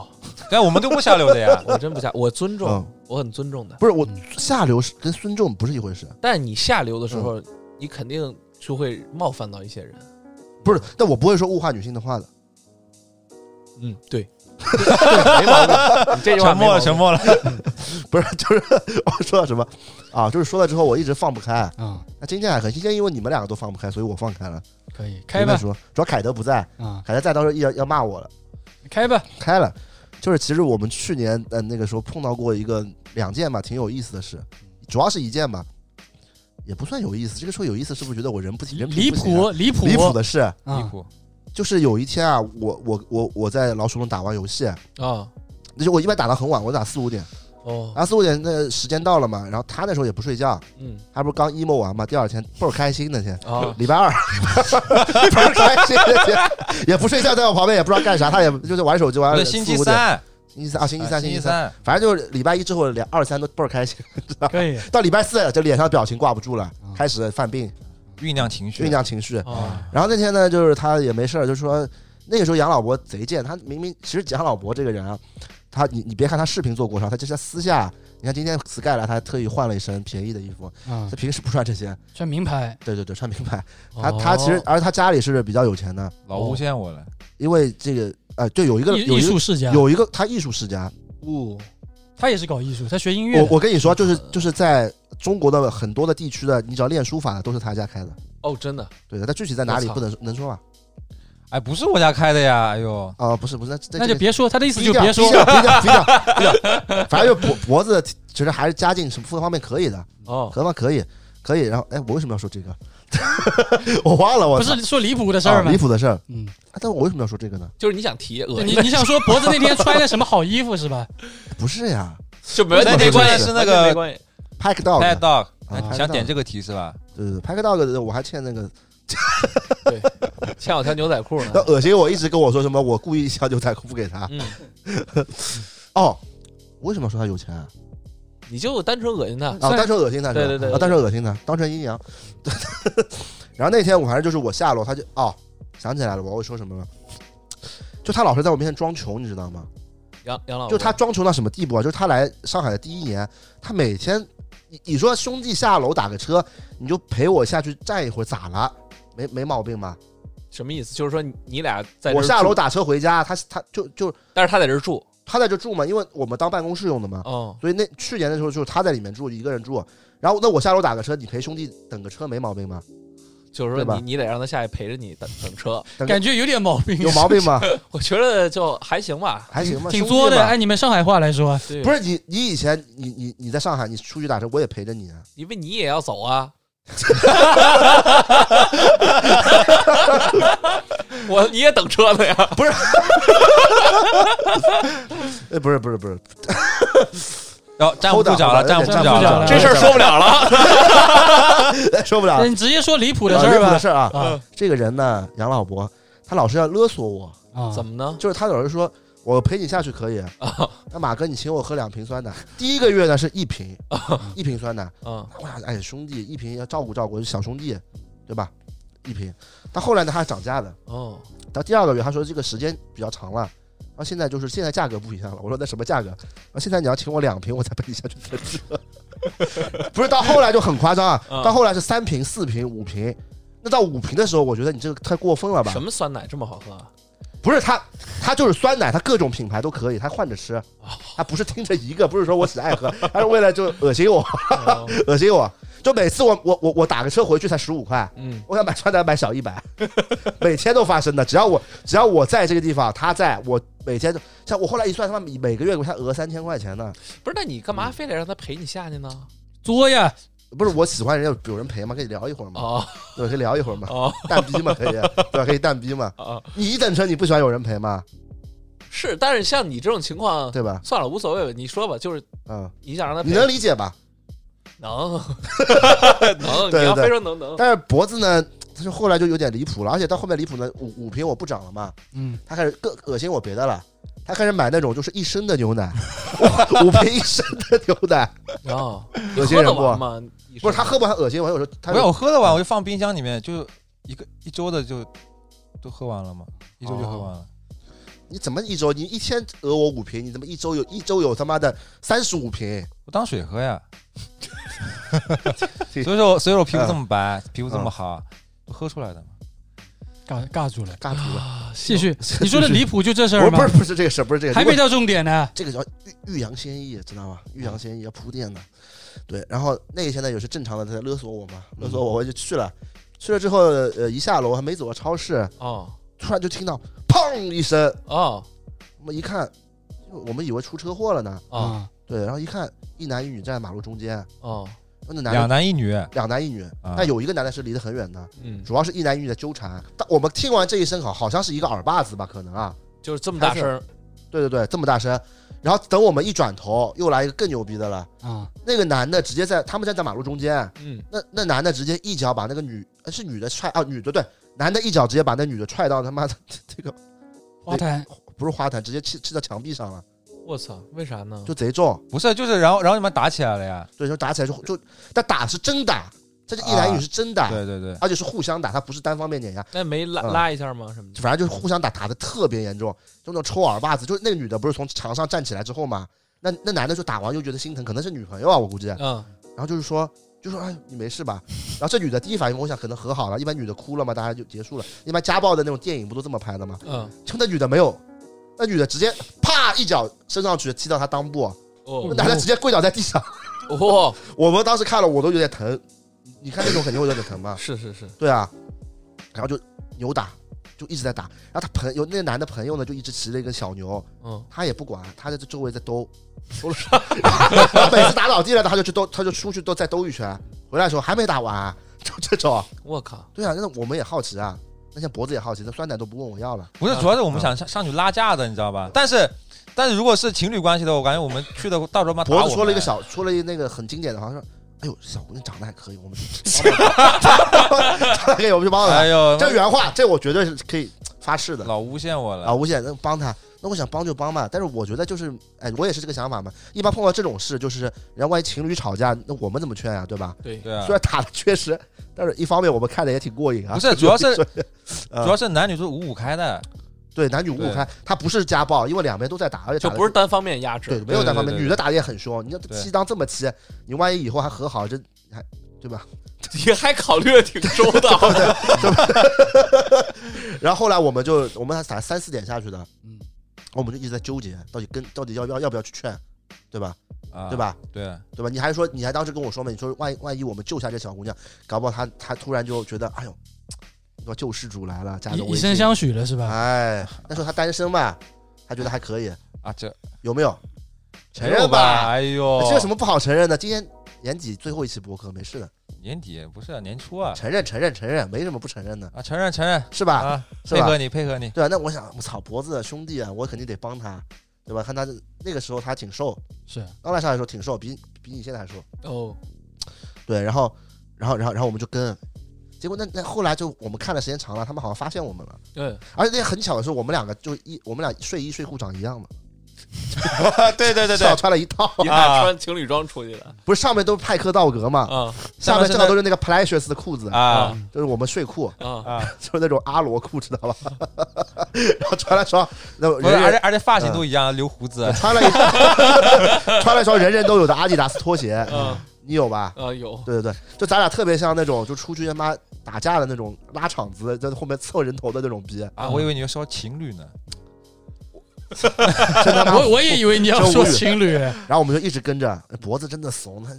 D: 但我们都不下流的呀
C: 我真不下，我尊重
A: 嗯，
C: 我很尊重的。
A: 不是我
B: 嗯
A: 下流是跟尊重不是一回事，
C: 但你下流的时候，
A: 嗯
C: 你肯定就会冒犯到一些人。
A: 不是，但我不会说物化女性的话 的。
C: 嗯，对，没毛病。 你这句话
D: 沉
C: 没
D: 默
C: 毛
D: 了，
C: 病
D: 沉。默了。
A: 不是，就是我说到什么啊？就是说了之后，我一直放不开。
B: 啊，
A: 那今天还可以，今天因为你们两个都放不开，所以我放开了。
B: 可以开
A: 随便
B: 吧
A: 说，主要凯德不在，
B: 啊，
A: 凯德在到时候要要骂我了。
B: 开吧
A: 开了，就是其实我们去年呃那个时候碰到过一个两件吧，挺有意思的事，主要是一件吧，也不算有意思。这个说有意思，是不是觉得我人不人品
B: 离
A: 不行啊
B: 谱离谱
A: 离谱的事？
D: 离
B: 啊
D: 谱，
A: 就是有一天啊，我我我我在老鼠洞打完游戏，
C: 啊，
A: 那就我一般打到很晚，我打四五点，
C: 哦，
A: 打四五点那时间到了嘛，然后他那时候也不睡觉，
C: 嗯，
A: 他不是刚 emo 完嘛，第二天倍儿开心那天。
C: 啊，
A: 礼拜二， 倍儿开心那天，也不睡觉，在我旁边也不知道干啥，他也就是玩手机玩
D: 不
A: 了
D: 是
A: 啊四
D: 星
A: 五点。星
D: 期三，
A: 期三啊，星期
D: 啊
A: 三，星
D: 星
A: 期
D: 期
A: 三，
D: 三，
A: 反正就是礼拜一之后，两二三都倍儿开心， 知道吧？
B: 可以
A: 到礼拜四，这脸上表情挂不住了
B: 嗯，
A: 开始犯病，
D: 酝酿情绪，
A: 酝酿哦情绪。
C: 啊，
A: 然后那天呢，就是他也没事儿，就说那个时候杨老伯贼贱，他明明其实杨老伯这个人啊，他你你别看他视频做国潮，他这是私下，你看今天 Sky 来，他还特意换了一身便宜的衣服，
B: 啊
A: 他，平时不穿这些，
B: 穿名牌
A: 对对对，穿名牌。 他他
C: 哦
A: 其实，而且他家里是比较有钱的，
D: 老诬陷我了。
A: 因为这个呃，对，有一个
B: 艺
A: 有
B: 艺
A: 一个
B: 术世家，
A: 有一个他艺术世家，
C: 哦，
B: 他也是搞艺术，他学音乐
A: 我
B: 的，
A: 我跟你说，就是就是在中国的很多的地区的，你只要练书法的都是他家开的，
C: 哦，真的，
A: 对的。但具体在哪里
C: 我操
A: 不能能说吧？
D: 哎，不是我家开的呀！哎呦，
A: 啊，不是不是，那
B: 那就别说他的意思，就别
A: 低
B: 说
A: 调低调低调低调低调，啊反正就脖脖子其实还是家境什么各方面可以的，
C: 哦，
A: 各方面可以可以。然后哎，我为什么要说这个？ 我忘了，我
B: 不
A: 操
B: 是说离谱的事儿
A: 啊
B: 吗
A: 离？谱的事儿。啊
B: 嗯，
A: 但我为什么要说这个呢？
C: 就是你想提恶
B: 对
C: 心
B: 你你想说脖子那天穿的什么好衣服是吧？
A: 不是呀
C: 就没有
A: 那
C: 没
A: 这
C: 关
A: 关
C: 系，
A: 系
D: 是那
C: 完全
D: 个
C: 没关系
A: p a c k Dog，
D: Pad Dog，哎
A: 啊
D: 你想点这个题是吧？
A: 对对对 p a c k Dog，我还欠那个，
C: 欠我条牛仔裤呢
A: 他。恶心我，一直跟我说什么我故意想 牛仔裤不给他。
C: 嗯，
A: 哦，为什么要说他有钱啊？
C: 你就单纯恶心他。
A: 啊，单纯恶心他是吧，
C: 对对对
A: 啊，单纯恶心他，当成阴阳。 然后那天我反正就是我下楼，他就哦，想起来了，我会说什么了？就他老是在我面前装穷，你知道吗？
C: 杨杨老师，
A: 就他装穷到什么地步啊？就是他来上海的第一年，他每天，你你说兄弟下楼打个车，你就陪我下去站一会儿，咋了？没没毛病吧？
C: 什么意思？就是说你你俩在这
A: 我
C: 儿
A: 下楼
C: 住，
A: 打车回家，他他就就
C: 但是他在这儿住。
A: 他在这住嘛，因为我们当办公室用的嘛，
C: 哦，
A: 所以那去年的时候就是他在里面住，一个人住。然后那我下楼打个车，你陪兄弟等个车没毛病吧？
C: 就是
A: 对
C: 说
A: 吧
C: 你你得让他下去陪着你等等车。
B: 感觉有点毛 病，
A: 有毛病 吗？
C: 我觉得就还行吧。
A: 还行吧，
B: 挺
A: 兄弟
B: 作的。哎
A: 嘛啊
B: 按你们上海话来说，
C: 对
A: 不是你，你以前你你你在上海，你出去打车，我也陪着你啊。
C: 因为你也要走 啊。我你也等车呢呀？
A: 哎，不是不是不是，
D: 要站不住脚了，站不住
B: 站
D: 脚
B: 不住脚了
D: 了。
C: 这事儿说不了了。
A: 哎受不了
B: 那
A: 了，
B: 你直接说离谱
A: 我
B: 的事儿
A: 的
B: 吧
A: 事儿啊。
B: 啊
A: 这个人呢，杨老伯，他老是要勒索我，
B: 啊
C: 怎么呢？
A: 就是他老是说我陪你下去可以，
B: 哦
C: 啊
A: 那马哥你请我喝两瓶酸奶，第一个月呢是一瓶，
B: 哦
A: 一瓶酸奶。
C: 嗯
A: 我想哎兄弟，一瓶要照顾照顾小兄弟，对吧？一瓶。但后来呢，他还涨价的。
C: 哦，
A: 到第二个月，他说这个时间比较长了，啊然啊后现在就是现在价格不一样了。我说那什么价格？然后现在你要请我两瓶，我才陪你下去等车。 不是到后来就很夸张啊，
C: 嗯
A: 到后来是三瓶、四瓶、五瓶。那到五瓶的时候，我觉得你这个太过分了吧
C: 什？么酸奶这么好喝啊？
A: 不是它，它就是酸奶，它各种品牌都可以，它换着吃，
C: 哦
A: 它不是听着一个，不是说我只爱喝，它是为了就恶心我，
C: 哦
A: 恶心我。就每次我我我我打个车回去才十五块，
C: 嗯，
A: 我想买川南买小一百， 每天都发生的。只要我只要我在这个地方，他在我每天都像我后来一算，他妈每个月给他讹三千块钱呢。
C: 不是，那你干嘛非得让他陪你下去呢？
B: 作呀，
A: 不是我喜欢人家有人陪嘛，可以聊一会儿嘛，
C: 哦
A: 对，可以聊一会儿嘛，
C: 哦
A: 蛋逼嘛可以，啊对吧？可以蛋逼嘛。
C: 哦，
A: 你一等车你不喜欢有人陪吗？
C: 是，但是像你这种情况，
A: 对吧？
C: 算了，无所谓吧。你说吧，就是
A: 嗯，
C: 你想让他陪
A: 你能理解吧？
C: 能能，
A: 对
C: 你要
A: 对
C: 非说能能，
A: 但是脖子呢，他就后来就有点离谱了，而且到后面离谱呢，五五瓶我不涨了嘛，
B: 嗯，
A: 他开始更恶心我别的了。他开始买那种就是一升的牛奶，哇五瓶一升的牛奶，
C: 然后哦你
A: 恶心
C: 喝
A: 人
C: 得
A: 不？
C: 完吗？
A: 不是他喝不完恶心，我有时候他
D: 没有，我喝得完，我就放冰箱里面，就一个一周的就都喝完了嘛，一周就喝
A: 哦
D: 完了。
A: 你怎么一周？你一天讹我五瓶，你怎么一周有一周有他妈的三十五瓶？
D: 我当水 喝呀。所以说我，所以说我皮肤这么
A: 嗯
D: 白，皮肤这么好，都喝出来的嘛。
B: 尬尬住了。
A: 尬住了！
C: 啊，
B: 继续，
A: 是
B: 你说的离谱就这事
A: 我
B: 儿
A: 不是
B: 吗？
A: 不是这个事儿，不是这个事儿，
B: 还没到重点呢。
A: 这个叫欲欲扬先抑，知道吗？欲扬先抑要铺垫的。对，然后那个现在也是正常的，他在勒索我嘛，
B: 嗯
A: 勒索我我就去了，去了之后，呃，一下楼还没走到超市，
C: 哦
A: 突然就听到砰一声，
C: 哦
A: 我们一看，我们以为出车祸了呢，
C: 哦
B: 啊
A: 对，然后一看一男一女站在马路中间，
C: 哦，
A: 那男
D: 两
A: 的
D: 男一女，
A: 两男一女，
B: 啊
A: 但有一个男的是离得很远的，
C: 嗯，
A: 主要是一男一女在纠缠。但我们听完这一声好，好像是一个耳巴子吧，可能啊，
C: 就是这么大
A: 还是
C: 声儿，
A: 对对对，这么大声。然后等我们一转头，又来一个更牛逼的了。
B: 啊，
A: 那个男的直接在他们站在马路中间，
C: 嗯
A: 那那男的直接一脚把那个女呃是女的踹啊，女的对，男的一脚直接把那女的踹到他妈的这个
B: 花坛
A: 不是花坛，直接踢踢到墙壁上了，
C: 我操，为啥呢？
A: 就贼重。
D: 不是就是然后然后你们打起来了呀？
A: 对，就打起来就就但打是真打，这就一男一女是真打，
D: 对对对，
A: 而且是互相打，他不是单方面碾压。
C: 那没拉
A: 嗯
C: 拉一下吗？什么的？
A: 反正就是互相打，打的特别严重，就那种抽耳巴子。就是那个女的不是从墙上站起来之后嘛，那那男的就打完又觉得心疼，可能是女朋友啊，我估计。然
C: 嗯
A: 后就是说，就说哎，你没事吧？然后这女的第一反应，我想可能和好了，一般女的哭了嘛，大家就结束了。一般家暴的那种电影不都这么拍的吗？
C: 嗯，
A: 就那女的没有，那女的直接啪一脚伸上去踢到他裆部，啊那
C: 哦
A: 男的直接跪倒在地上。
C: 哦，
A: 我们当时看了，我都有点疼。你看那种肯定会有点疼吧？
C: 是是是，
A: 对啊，然后就扭打，就一直在打。然后他朋友那个男的朋友呢，就一直骑了一个小牛，
C: 嗯，
A: 他也不管，他在这周围在兜， 兜了啥？他每次打倒地了，他就去兜，他就出去都再兜一圈，回来的时候还没打完，就这种。
C: 我靠，
A: 对啊，那我们也好奇啊，那些脖子也好奇，那酸奶都不问我要了，
D: 不是
C: 啊
D: 主要是
A: 嗯
D: 我们想上上去拉架的，你知道吧？但是但是如果是情侣关系的，我感觉我们哎去的到时候嘛，
A: 脖子说了一个
D: 小，
A: 小，说了一那个很经典的，好像说，哎呦，小姑娘长得还可以，我们 长得可以，我们就帮她。
D: 哎呦，
A: 啊这原话，这我绝对是可以发誓的。
D: 老诬陷我了
A: 啊，。我想帮他，那我想帮就帮嘛。但是我觉得就是，哎，我也是这个想法嘛。一般碰到这种事，就是人家万一情侣吵架，那我们怎么劝呀、对吧？
C: 对，
D: 对啊
A: 虽，然打的确实，但是一方面我们看的也挺过瘾啊。
D: 不是主要是
A: 呃
D: 主要是男女都是五五开的，
A: 对男女五五
D: 对
A: 开，他不是家暴，因为两边都在打，而且
C: 就
A: 打得
C: 不是单方面压
A: 对，
C: 制，
A: 没有
D: 对
A: 单方
D: 对
A: 面，
D: 对
A: 女的打的也很凶。你要
D: 对
A: 气当这么气，你万一以后还和好，这还对吧？
C: 你还考虑的挺周
A: 啊
C: 到的，
A: 然后后来我们就我们还打三四点下去的，
B: 嗯
A: 我们就一直在纠结，到底跟到底要不要要不要去劝，对吧？
D: 啊，
A: 对吧？？
D: 对啊，
A: 对吧？你还说，你还当时跟我说嘛，你说万一万一我们救下这小姑娘，搞不好她她突然就觉得，哎呦，你说救世主来了，加着
B: 以
A: 微
B: 以身
A: 信，
B: 相许了是吧？
A: 哎，那时候她单身嘛，她觉得还可以，
D: 啊，这
A: 有没有？承认
D: 吧，
A: 吧，
D: 哎呦，
A: 这有什么不好承认的？今天年底最后一期播客，没事的，
D: 年底不是啊年初啊？
A: 承认承认承认，没什么不承认的，
D: 啊，承认承认
A: 是吧？
D: 啊，
A: 是
D: 配
A: 吧
D: 合你配合你，
A: 对啊，那我想，我操，脖子的兄弟啊，我肯定得帮他，对吧？看他那个时候他挺瘦，
B: 是
A: 刚来上海的时候挺瘦，比比你现在还瘦。
C: 哦，
A: 对，然后，然后，然后，然后我们就跟，结果那那后来就我们看的时间长了，他们好像发现我们了，
C: 对，
A: 而且那天很巧的是，我们两个就一我们俩睡衣睡裤长一样的，啊
D: 对对对
A: 至少，穿了一套，
C: 你俩穿情侣装出去的，
A: 不是上面都是派克道格
D: 嗯
A: 嘛，
C: 啊
A: 下面正好都是那个 Pleasures 的裤子，
D: 啊
A: 就是我们睡裤，
C: 啊，
D: 啊，
A: 就是那种阿罗裤，知道吧？然后穿了双那
D: 不是，
A: 人
D: 而且
A: 人
D: 而且发型都一样，留胡子，啊
A: 穿了一穿了一双 人人都有的阿迪达斯拖鞋，
C: 嗯
A: 你有吧？
C: 啊有，
A: 对对对，就咱俩特别像那种就出去他妈打架的那种拉场子，在后面凑人头的那种逼，
D: 啊，我以为你要说情侣呢，
A: 真他妈
B: 我我也以为你要说情侣，
A: 然后我们就一直跟着，脖子真的怂，他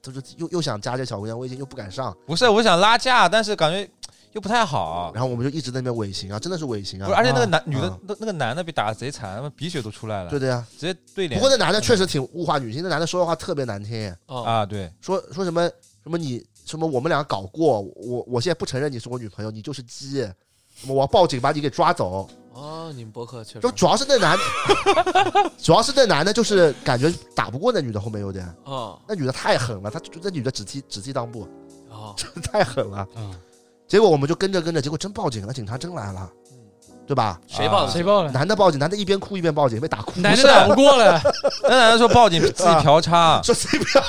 A: 这都是又又想加这小姑娘微信，又不敢上，
D: 不是，我想拉架，但是感觉又不太好，
A: 然后我们就一直在那边尾行啊，真的是尾行
D: 不是，
A: 啊，
D: 而且那个
B: 啊
D: 男女的
A: 啊
D: 那那个男的被打的贼惨，他妈鼻血都出来了，
A: 对
D: 直
A: 对啊。
D: 接对
A: 不
D: 脸
A: 过那男的确实挺物化女性，那男的说的话特别难听，
C: 啊
D: 啊，对，
A: 说说什么什么你什么我们俩搞过，我我现在不承认你是我女朋友，你就是鸡，什么我要报警把你给抓走，
C: 啊，你们博客确实
A: 就主要是那男， 主要是那男的就是感觉打不过那女的，后面有点。
C: 啊
A: 那女的太狠了，她那女的只踢只踢裆部，
C: 啊
A: 真的太狠了。
B: 嗯，
A: 结果我们就跟着跟着，结果真报警了，警察真来了，对吧？
C: 嗯谁报的
B: 谁
D: 嗯
B: 报了？
A: 男的啊报警，男的一边哭一边报警，被打哭。
B: 男的打不过了，
D: 那男的说报
A: 啊
D: 警自己嫖娼
A: 说谁不要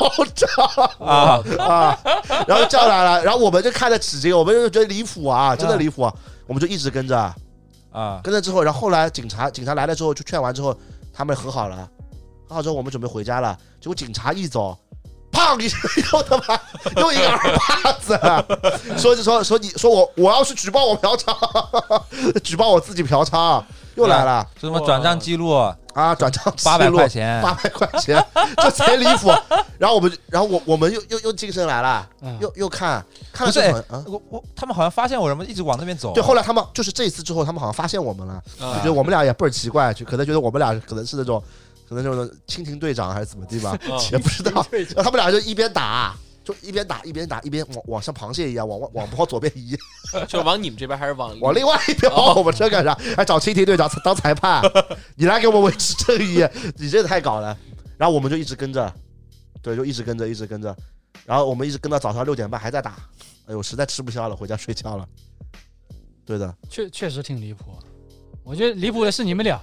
A: 找
D: 啊，
A: 啊？ 然后叫来了，然后我们就看着指这个，我们就觉得离谱啊，真的离谱、啊。我们就一直跟着，
D: 啊，
A: 跟着之后，然后后来警察警察来了之后，就劝完之后，他们和好了，和好之后我们准备回家了，结果警察一走，砰一声又他妈 又一个耳巴子，啊说就说说你说我我要是举报我嫖娼， 举报我自己嫖娼，又来了
D: 说什么转账记录
A: 啊，转账
D: 八百块
A: 钱。
D: 钱，
A: 八百块钱， 这贼离谱。然后我们，然后我我们又又又精神来了，
B: 嗯
A: 又又看看了
D: 不
A: 之
D: 是
A: 后啊，
D: 我我他们好像发现我什么，一直往那边走，
A: 对，后来他们就是这一次之后，他们好像发现我们了，就
C: 啊
A: 觉得我们俩也倍儿奇怪，就可能觉得我们俩可能是那种，可能是那种蜻蜓队长还是怎么地吧，
C: 啊
A: 也不知道。然后他们俩就一边打，就一边打一边打一边往往像螃蟹一样往往往往左边移，
C: 就是往你们这边还是往
A: 往另外一边
B: 哦
A: 往我们这干啥？还找蜻蜓队长当裁 判，你来给我维持正义，你这太搞了。然后我们就一直跟着，对，就一直跟着，一直跟着，然后我们一直跟到早上六点半还在打，哎呦，实在吃不消了，回家睡觉了。对的，
B: 确确实挺离谱。啊我觉得离谱的是你们俩，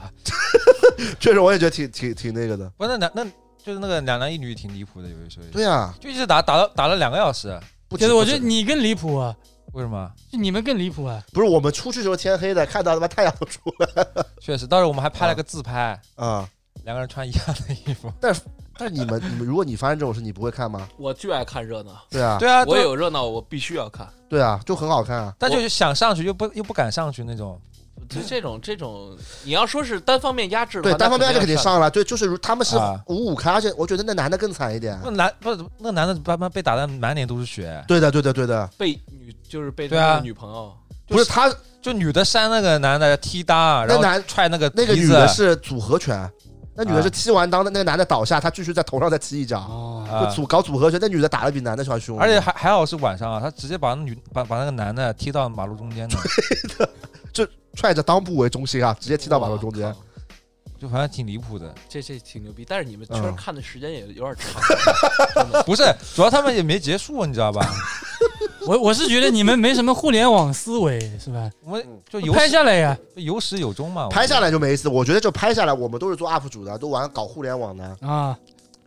A: 确实我也觉得挺挺挺那个的。
D: 不是那男那就是那个两男一女挺离谱的，有一说一，
A: 对呀、啊，
D: 就一直打打了打了两个小时，
A: 不
B: 觉
A: 止
B: 得我觉得
A: 不止
B: 你更离谱啊，
D: 为什么？
B: 就你们更离谱啊。
A: 不是我们出去的时候天黑的，看到他妈太阳都出来
D: 确实，当时我们还拍了个自拍，
A: 啊、
D: 两个人穿一样的衣服，
A: 但是你们你们，如果你发生这种事，你不会看吗？
C: 我巨爱看热闹，
A: 对啊，
D: 对啊，
C: 我
D: 对啊，
C: 有热闹我必须要看，
A: 对啊，就很好看啊。
D: 但就是想上去又不又不敢上去那种，
C: 就这种这种，你要说是单方面压制的
A: 对，
C: 话，
A: 单方面
C: 那
A: 就肯定
C: 要上，
A: 上了。对，就是如他们是
D: 啊
A: 五五开，而且我觉得那男的更惨一点。
D: 那男不是那男的他妈被打的满脸都是血，
A: 对的，对的，对的，
C: 被女就是被
D: 对啊
C: 那个女朋友
D: 就
A: 不是他
D: 就女的扇那个男的踢裆，然后
A: 男
D: 踹那个
A: 那个
D: 鼻
A: 女
D: 子
A: 的是组合拳，那女的
D: 啊
A: 是踢完裆的，那个男的倒下，他继续在头上再踢一脚，
B: 哦，
D: 啊
A: 就，组搞组合拳，那女的打的比男的还凶，
D: 而且还还好是晚上啊，他直接把那女把把那个男的踢到马路中间的，
A: 踹着裆部为中心啊，直接踢到马路中间
C: 哇。靠
D: 就反正挺离谱的。
C: 这这挺牛逼，但是你们
A: 嗯
C: 确实看的时间也有点 长，
D: 不是，主要他们也没结束，你知道吧？
B: 我我是觉得你们没什么互联网思维，是吧？
D: 我们就有
B: 拍
D: 始
B: 下来呀、
D: 有始有终嘛。我
A: 拍下来就没意思，我觉得就拍下来，我们都是做 UP 主的，都玩搞互联网的，
B: 啊，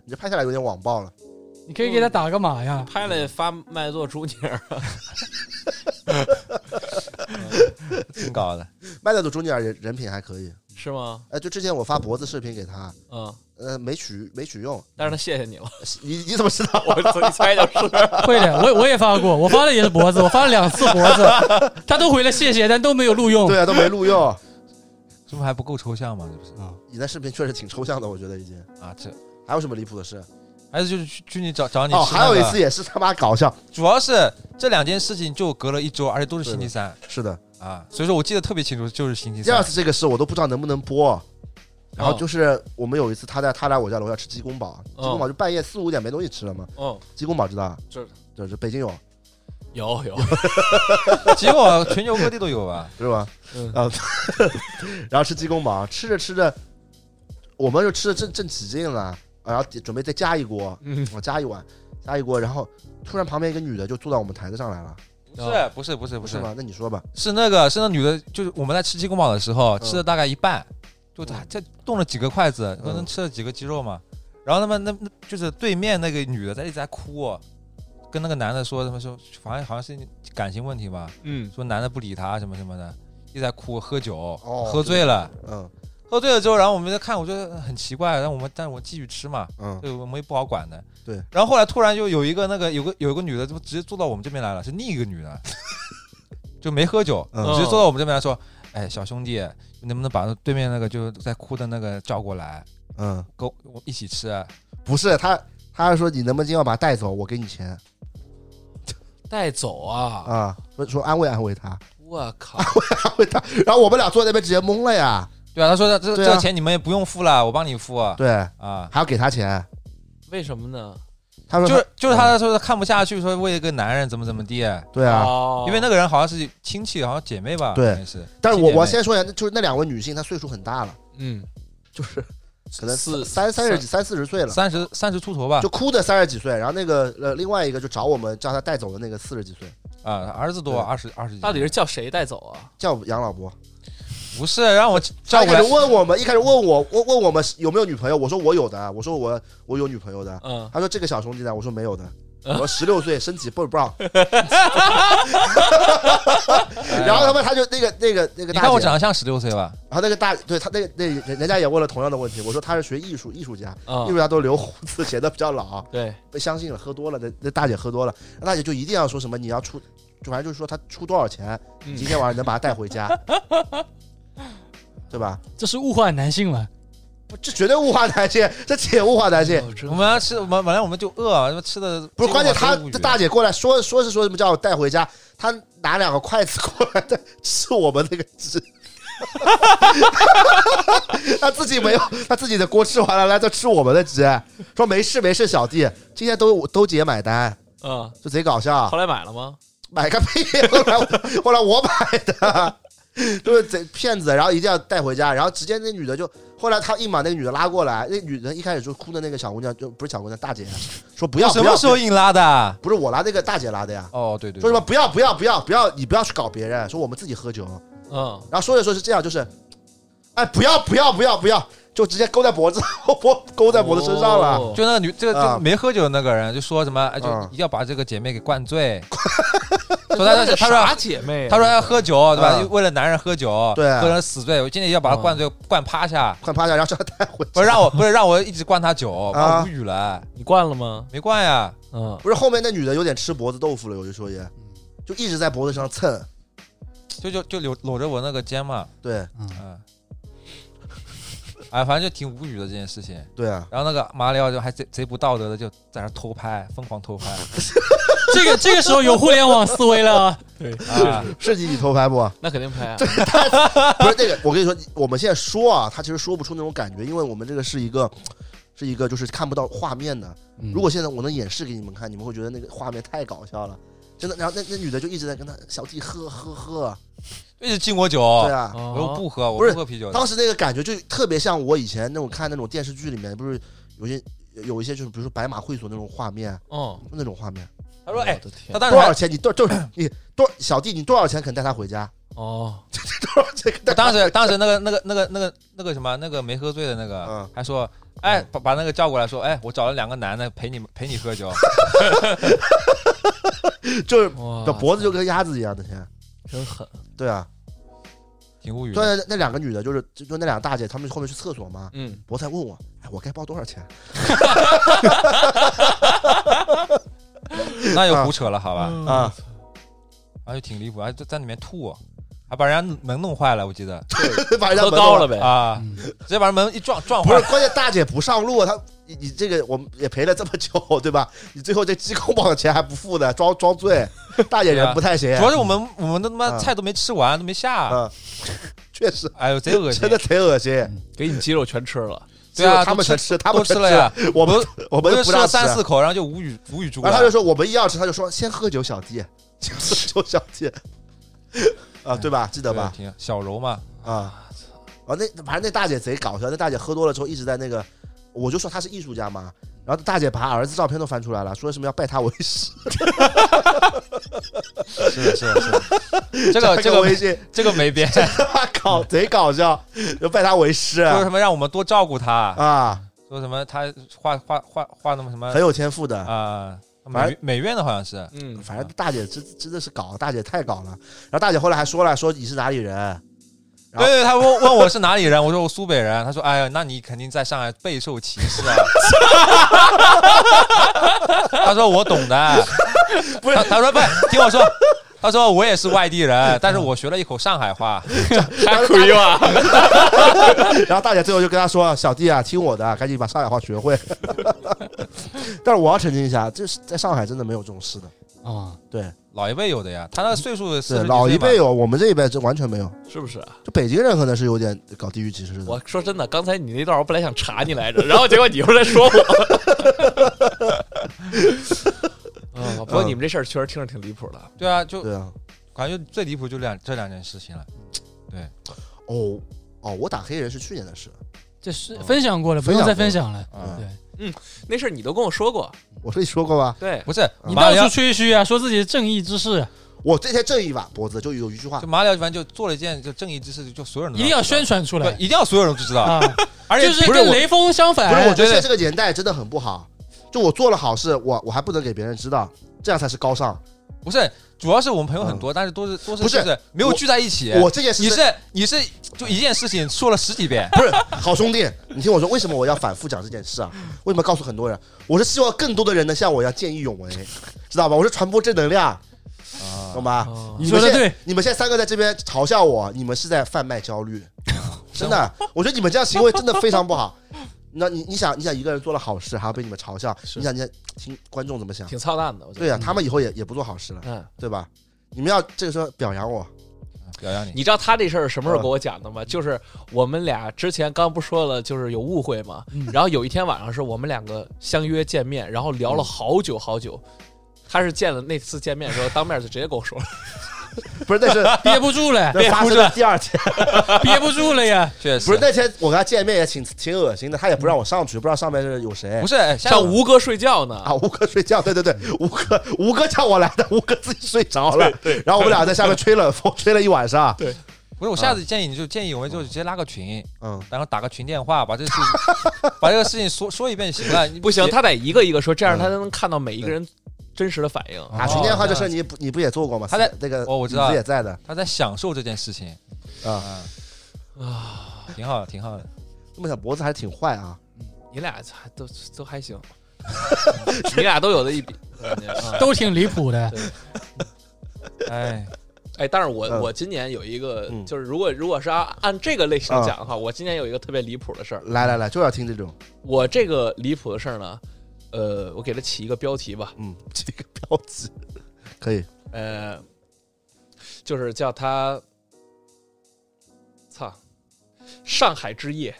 A: 你这拍下来有点网暴了。
B: 你可以给他打个码呀。
C: 拍了发卖座朱尼尔，
D: 挺搞的，
A: 麦德鲁中尼尔人人品还可以，
C: 是吗？
A: 哎，就之前我发脖子视频给他，
C: 嗯，
A: 呃，没取没取用，
C: 但是他谢谢你了，
A: 你你怎么知道？
C: 我自己猜就是。
B: 会的，我我也发过，我发的也是脖子，我发了两次脖子，他都回了谢谢，但都没有录用。
A: 对啊，都没录用。
D: 这不还不够抽象吗？这不是
A: 你那视频确实挺抽象的，我觉得已经。
D: 啊？这
A: 还有什么离谱的事？
D: 还是就是去去你找找你
A: 哦，
D: 吃
A: 还
D: 那
A: 有
D: 个
A: 一次，也是他妈搞笑，
D: 主要是这两件事情就隔了一周，而且都是星期三
A: 是的，
D: 啊，所以说我记得特别清楚，就是星期
A: 第二
D: 三。
A: 次这个事我都不知道能不能播。然后就是我们有一次，他在他来我家楼下吃鸡公煲，鸡
C: 嗯
A: 公煲就半夜四五点没东西吃了嘛，
C: 嗯，
A: 鸡公煲知道吧？
C: 知道
A: 就是北京有
C: 有有，
D: 结果全球各地都有吧？
A: 是吧？
C: 嗯
A: 啊，然后吃鸡公煲，吃着吃着，我们就吃的正正起劲了，啊然后准备再加一锅，
C: 嗯，
A: 我加一碗，加一锅，然后突然旁边一个女的就坐到我们台子上来了，
D: 不
C: 啊
D: 是不是不是不
A: 不是
D: 是
A: 吗？那你说吧，
D: 是那个是那女的，就是我们在吃鸡公煲的时候
A: 嗯
D: 吃了大概一半，就她这动了几个筷子，可能
A: 嗯
D: 吃了几个鸡肉嘛。然后他们那那就是对面那个女的在一直在哭，哦跟那个男的说他们说好像好像是感情问题吧，
C: 嗯
D: 说男的不理她什么什么的，一直在哭喝酒，
A: 哦
D: 喝醉了。
A: 嗯，
D: 喝醉了之后，然后我们在看，我觉得很奇怪，然后我们但是我继续吃嘛，
A: 嗯，
D: 对，我们也不好管的。
A: 对。
D: 然后后来突然就有一个那个有个有一个女的，就直接坐到我们这边来了，是另一个 女的，就没喝酒，
A: 嗯
D: 直接坐到我们这边来说：“哎，小兄弟，能不能把对面那个就在哭的那个叫过来，
A: 嗯，
D: 跟我我一起吃？”
A: 不是他，他说你能不能今晚把他带走，我给你钱
C: 带走啊！
A: 啊，说说安慰安慰他，
C: 我靠，
A: 安慰他。然后我们俩坐在那边直接懵了呀，
D: 对啊，他说这、
A: 对啊
D: 这个钱你们也不用付了，我帮你付啊。
A: 对，
D: 啊，
A: 还要给他钱。
C: 为什么呢？
A: 他说
D: 就
A: 他
D: 是就是他说看不下去，说为一个男人怎么怎么地，
A: 对啊，
C: 哦
D: 因为那个人好像是亲戚，好像姐妹吧，
A: 对
D: 好像是。
A: 但是我
D: 亲姐妹
A: 我先说一下，就是那两位女性，她岁数很大了，
C: 嗯，
A: 就是可能
C: 四
A: 三三十几、三四十岁了，
D: 三啊十三十出头吧
A: 就，哭的三十几岁。然后那个呃，另外一个就找我们叫他带走的那个四十几岁，
D: 啊，儿子多
A: 对
D: 二十二十几，
C: 到底是叫谁带走啊？
A: 叫杨老伯。
D: 不是让我
A: 他
D: 叫
A: 一
D: 过
A: 开
D: 来
A: 始？问我们，一开始问我，问问我们有没有女朋友，我说我有的，啊我说我我有女朋友的。啊
D: 啊
C: 嗯，
A: 他说这个小兄弟呢，我说没有的，
D: 呃
A: 我说十六岁，身体倍儿 棒。
D: 哎
A: 然后他们他就那个那个那个
D: 你
A: 大
D: 看我
A: 姐
D: 长得像十六岁吧？
A: 然后那个大对他那个那人人家也问了同样的问题，我说他是学艺术艺术家，艺
D: 啊
C: 嗯，
A: 术家都留胡子显得比较老，
C: 对，
A: 被相信了，喝多了，那那大姐喝多了，那大姐就一定要说什么你要出，就反正就是说他出多少钱，
C: 嗯
A: 今天晚上能把他带回 家，对吧？
B: 这是物化男性嘛？
A: 这绝对物化男性，这铁物化男性。
C: 哦真
D: 我们要吃，我们本来我们就饿，啊吃的
A: 不是，关键他
D: 这
A: 这大姐过来说说是说什么叫我带回家，他拿两个筷子过来的吃我们那个鸡， 他自己没有，他自己的锅吃完了，来再吃我们的鸡，说没事没事，小弟，今天都都姐买单，
C: 嗯，
A: 就贼搞笑
C: 后，来买了吗？
A: 买个屁，后来我后来我买的。就是贼骗子，然后一定要带回家，然后直接那女的就，后来他硬把那个女的拉过来，那女的一开始就哭的那个小姑娘，就不是小姑娘，大姐啊说不要，
D: 什
A: 不要
D: 么时候硬拉的？
A: 不是我拉那个大姐拉的呀，
D: 哦，对对，
A: 说
D: 对
A: 什么不要不要不要不要，你不要去搞别人，说我们自己喝酒。
C: 嗯，
A: 然后说着说着是这样，就是，哎，不要不要不要不要，就直接勾在脖子， 脖勾在脖子身上了。
C: 哦
D: 就那个女，这个
A: 啊
D: 就没喝酒的那个人就说什么，哎，就
A: 嗯
D: 一定要把这个姐妹给 灌醉。说
C: 那
D: 他
C: 是
D: 他说
C: 啥姐妹啊？
D: 他说要喝酒，对吧？
A: 嗯
D: 就为了男人喝酒，
A: 对嗯
D: 喝成死醉。我今天要把他灌醉，灌趴下，
A: 快趴下，然后叫他带回去。
D: 不 是让我，不是让我一直灌他酒，
A: 啊
D: 我无语了，
C: 你惯了吗？
D: 没灌呀。
C: 嗯，
A: 不是后面那女的有点吃脖子豆腐了，有一说一，就一直在脖子上蹭。
D: 就就就搂搂着我那个肩嘛，
A: 对
D: 嗯，哎，反正就挺无语的这件事情。
A: 对啊，
D: 然后那个马里奥就还贼贼不道德的就在那偷拍，疯 狂偷拍
B: 这个这个时候有互联网思维了啊！
C: 对，
D: 啊！
A: 是你你偷拍不？
C: 那肯定拍啊。
A: 不是那个，我跟你说，我们现在说啊，他其实说不出那种感觉，因为我们这个是一个，是一个就是看不到画面的。
B: 嗯
C: 嗯
A: 如果现在我能演示给你们看，你们会觉得那个画面太搞笑了，真的。然后那那女的就一直在跟他小弟喝喝喝，啊
D: 一直敬我酒，
A: 对啊，
C: 哦
D: 我又不喝，我
A: 不是
D: 喝啤酒的
A: 当时那个感觉就特别像我以前那种看那种电视剧里面，不是有些有一些就是比如说白马会所那种画面，啊
C: 嗯，
A: 就那种画面，
D: 他说：“哎
C: 我，的天
D: 他当
A: 嗯
D: 时
A: 多少
D: 还
A: 钱？你多多你多小弟你多少钱肯带他回家？
C: 哦，
A: 多少钱肯带
D: 我
A: 他？
D: 当时当时那个那个那个那个那个什么那个没喝醉的那个
A: 嗯
D: 还说。”哎，把把那个叫过来，说，哎，我找了两个男的陪你们陪你喝酒，
A: 就是
C: 哇
A: 这脖子就跟鸭子一样的天，
C: 真狠。
A: 对啊，
D: 挺无语的。
A: 对那两个女的就是就就那两个大姐，她们后面去厕所嘛，
C: 嗯，
A: 博才问我，哎，我该报多少钱？
D: 那
A: 嗯
D: 又胡扯了，好吧？
C: 嗯
A: 啊，
D: 而且哎挺离谱，还在在里面吐，啊还把人家门弄坏了，我记得
A: 把人家
C: 喝
A: 门弄
C: 高
A: 了
C: 了呗。
D: 啊，
B: 嗯
D: 直接把人门一撞撞
A: 不
D: 坏
A: 是
D: 了，，
A: 关键大姐不上路，啊她你你这个我们也陪了这么久，对吧？你最后这鸡公棒的钱还不付呢，装装醉，大姐人不太行
D: 啊主，要是我们我们的他妈
A: 嗯
D: 菜都没吃完，都没下，
A: 嗯，确实
D: 哎呦，贼恶心嗯
A: 真的。贼恶心。
C: 给你鸡肉全吃了。
D: 对啊，
A: 他们
D: 都
A: 全
D: 吃
A: 吃，他们
D: 都吃
A: 全
D: 了呀，
A: 我们
D: 不是
A: 我
D: 我
A: 们
D: 就
A: 不
D: 吃
A: 让
D: 了
A: 吃
D: 三四啊口，然后就无语无语住
A: 然
D: 了。
A: 后他就说我们一定要吃，他就说先喝酒，小弟， 先喝酒，小弟，啊，对吧？记得吧？
D: 对？挺小柔嘛，
A: 啊，啊，那反正那大姐贼搞笑，那大姐喝多了之后一直在那个，我就说她是艺术家嘛，然后大姐把她儿子照片都翻出来了，说什么要拜他为师，
D: 是的，是的，是的。这
A: 加
D: 个这个
A: 微
D: 没
A: 信，
D: 这个没变，说
A: 搞贼搞笑，就拜他为师
D: 什么让我们多照顾他，
A: 啊，
D: 说什么他画画画画那么什么
A: 很有天赋的。
D: 啊
A: 反
D: 美美院的好像是，
C: 嗯，
A: 反正大姐真真的是搞，大姐太搞了。然后大姐后来还说了，说你是哪里人，然后
D: 对对，他问问我是哪里人，我说我苏北人。他说：“哎呀，那你肯定在上海备受歧视啊。” 他说：“我懂的。”
C: 不是
D: 他他说不，听我说，他说我也是外地人，但是我学了一口上海话。
C: 太苦逼了。
A: 然后大姐最后就跟他说：“小弟啊，听我的，赶紧把上海话学会。” 但是我要澄清一下，就是在上海真的没有这种事的。
B: 啊，
A: 对
D: 老一辈有的呀，他那个岁数是
A: 对，老一辈有，我们这一辈真完全没有。
C: 是不是啊？
A: 就北京人可能是有点搞地域歧视的。
C: 我说真的，刚才你那段我本来想查你来着，然后结果你又在说 我。啊，不过你们这事儿确实听着挺离谱的。
D: 对啊，就
A: 对啊，
D: 感觉最离谱就两这两件事情了。
A: 哦哦，我打黑人是去年的事，
B: 这是
A: 哦
B: 分享过了，不
A: 分
B: 用
A: 享
B: 再
A: 过
B: 分享了。
A: 嗯，
D: 啊
B: 对
C: 那事儿你都跟我说过，
A: 我跟你说过吧？
C: 对，
D: 不是
A: 嗯
B: 你
D: 马
B: 到
D: 里
B: 处
D: 奥，
B: 吹嘘啊，说自己正义之士，
A: 我这些正义吧，脖子就有一句话
D: 就，马里奥反正就做了一件就正义之事，就所有人都
B: 一定要宣
D: 传
B: 传出来
D: 对，一定要所有人都知道。
B: 啊，
D: 而且
B: 就是
D: 不是
B: 跟
D: 我，
B: 雷锋相
A: 不是，
B: 反
A: 我。觉得
D: 对
A: 现在
D: 对
A: 这个年代真的很不好。就我做了好事，我我还不能给别人知道，这样才是高尚。
D: 不是，主要是我们朋友很多，但是都是都是
A: 不是
D: 就是没有聚在一起。
A: 我这件事
D: 你
A: 是
D: 是你是就一件事情说了十几遍，
A: 不是好兄弟，你听我说，为什么我要反复讲这件事啊？为什么要告诉很多人？我是希望更多的人能像我一样见义勇为，知道吧？我是传播正能量，
D: 啊
A: 懂吧？
C: 哦
A: 你们
B: 说
A: 现
B: 得对，
A: 你们现在三个在这边嘲笑我，你们是在贩卖焦虑，真的，我觉得你们这样行为真的非常不好。那你你想，你想一个人做了好事，还要被你们嘲笑，
C: 是
A: 你想你想听观众怎么想？
C: 挺操蛋的。我觉
A: 对
C: 得，
A: 呀、他们以后也也不做好事了，
C: 嗯，
A: 对吧？你们要这个时候表扬我，
D: 表扬你。
C: 你知道他这事儿什么时
A: 嗯
C: 候给我讲的吗？就是我们俩之前刚不说了，就是有误会嘛。
B: 嗯
C: 然后有一天晚上是我们两个相约见面，然后聊
A: 嗯
C: 了好久好久。他是见了那次见面的时候，当面就直接跟 我说了，
A: 不是那 是
B: 憋不住 了，
A: 那发生的第二天，
B: 憋不住了呀！
D: 确实
A: 不是那天我跟他见面也挺挺恶心的，他也不让我上去，不知道上面是有谁
D: 不。是哎下
C: 像
D: 午
C: 吴哥睡觉呢。
A: 啊，吴哥睡觉，对对对，吴哥吴哥叫我来的， 吴哥自己睡着了，然后我们俩在下面吹冷风，吹了一晚上，
D: 不是我下次建议你就建议我们就直接拉个群，
A: 嗯，
D: 然后打个群电话，把这事把这个事情说说一遍就行了。你
C: 不行，他得一个一个说，这
A: 嗯
C: 样
A: 啊
C: 他才能看到每一个人真实的反应。
A: 打群电话这事儿你不你不也做过吗？
D: 哦他在
A: 那个
D: 哦我知
A: 你
D: 道
A: 不也在的
D: 他在享受这件事情
A: 啊，
D: 啊，
C: 啊，
D: 挺好的，挺好的。
A: 这么小脖子还挺坏啊，
C: 你俩还都都 还行，你俩都有的一比。啊
B: 都挺离谱的，
D: 哎，
C: 哎，但是我、
A: 嗯
C: 我今年有一个，
A: 嗯啊
C: 就是如果如果是按按这个类型讲的话，我今年有一个特别离谱的事儿。
A: 来来来，就要听这种，
C: 我这个离谱的事儿呢，呃，我给它起一个标题吧，
A: 嗯， 这个标志可以，
C: 呃，就是叫它，操，上海之夜，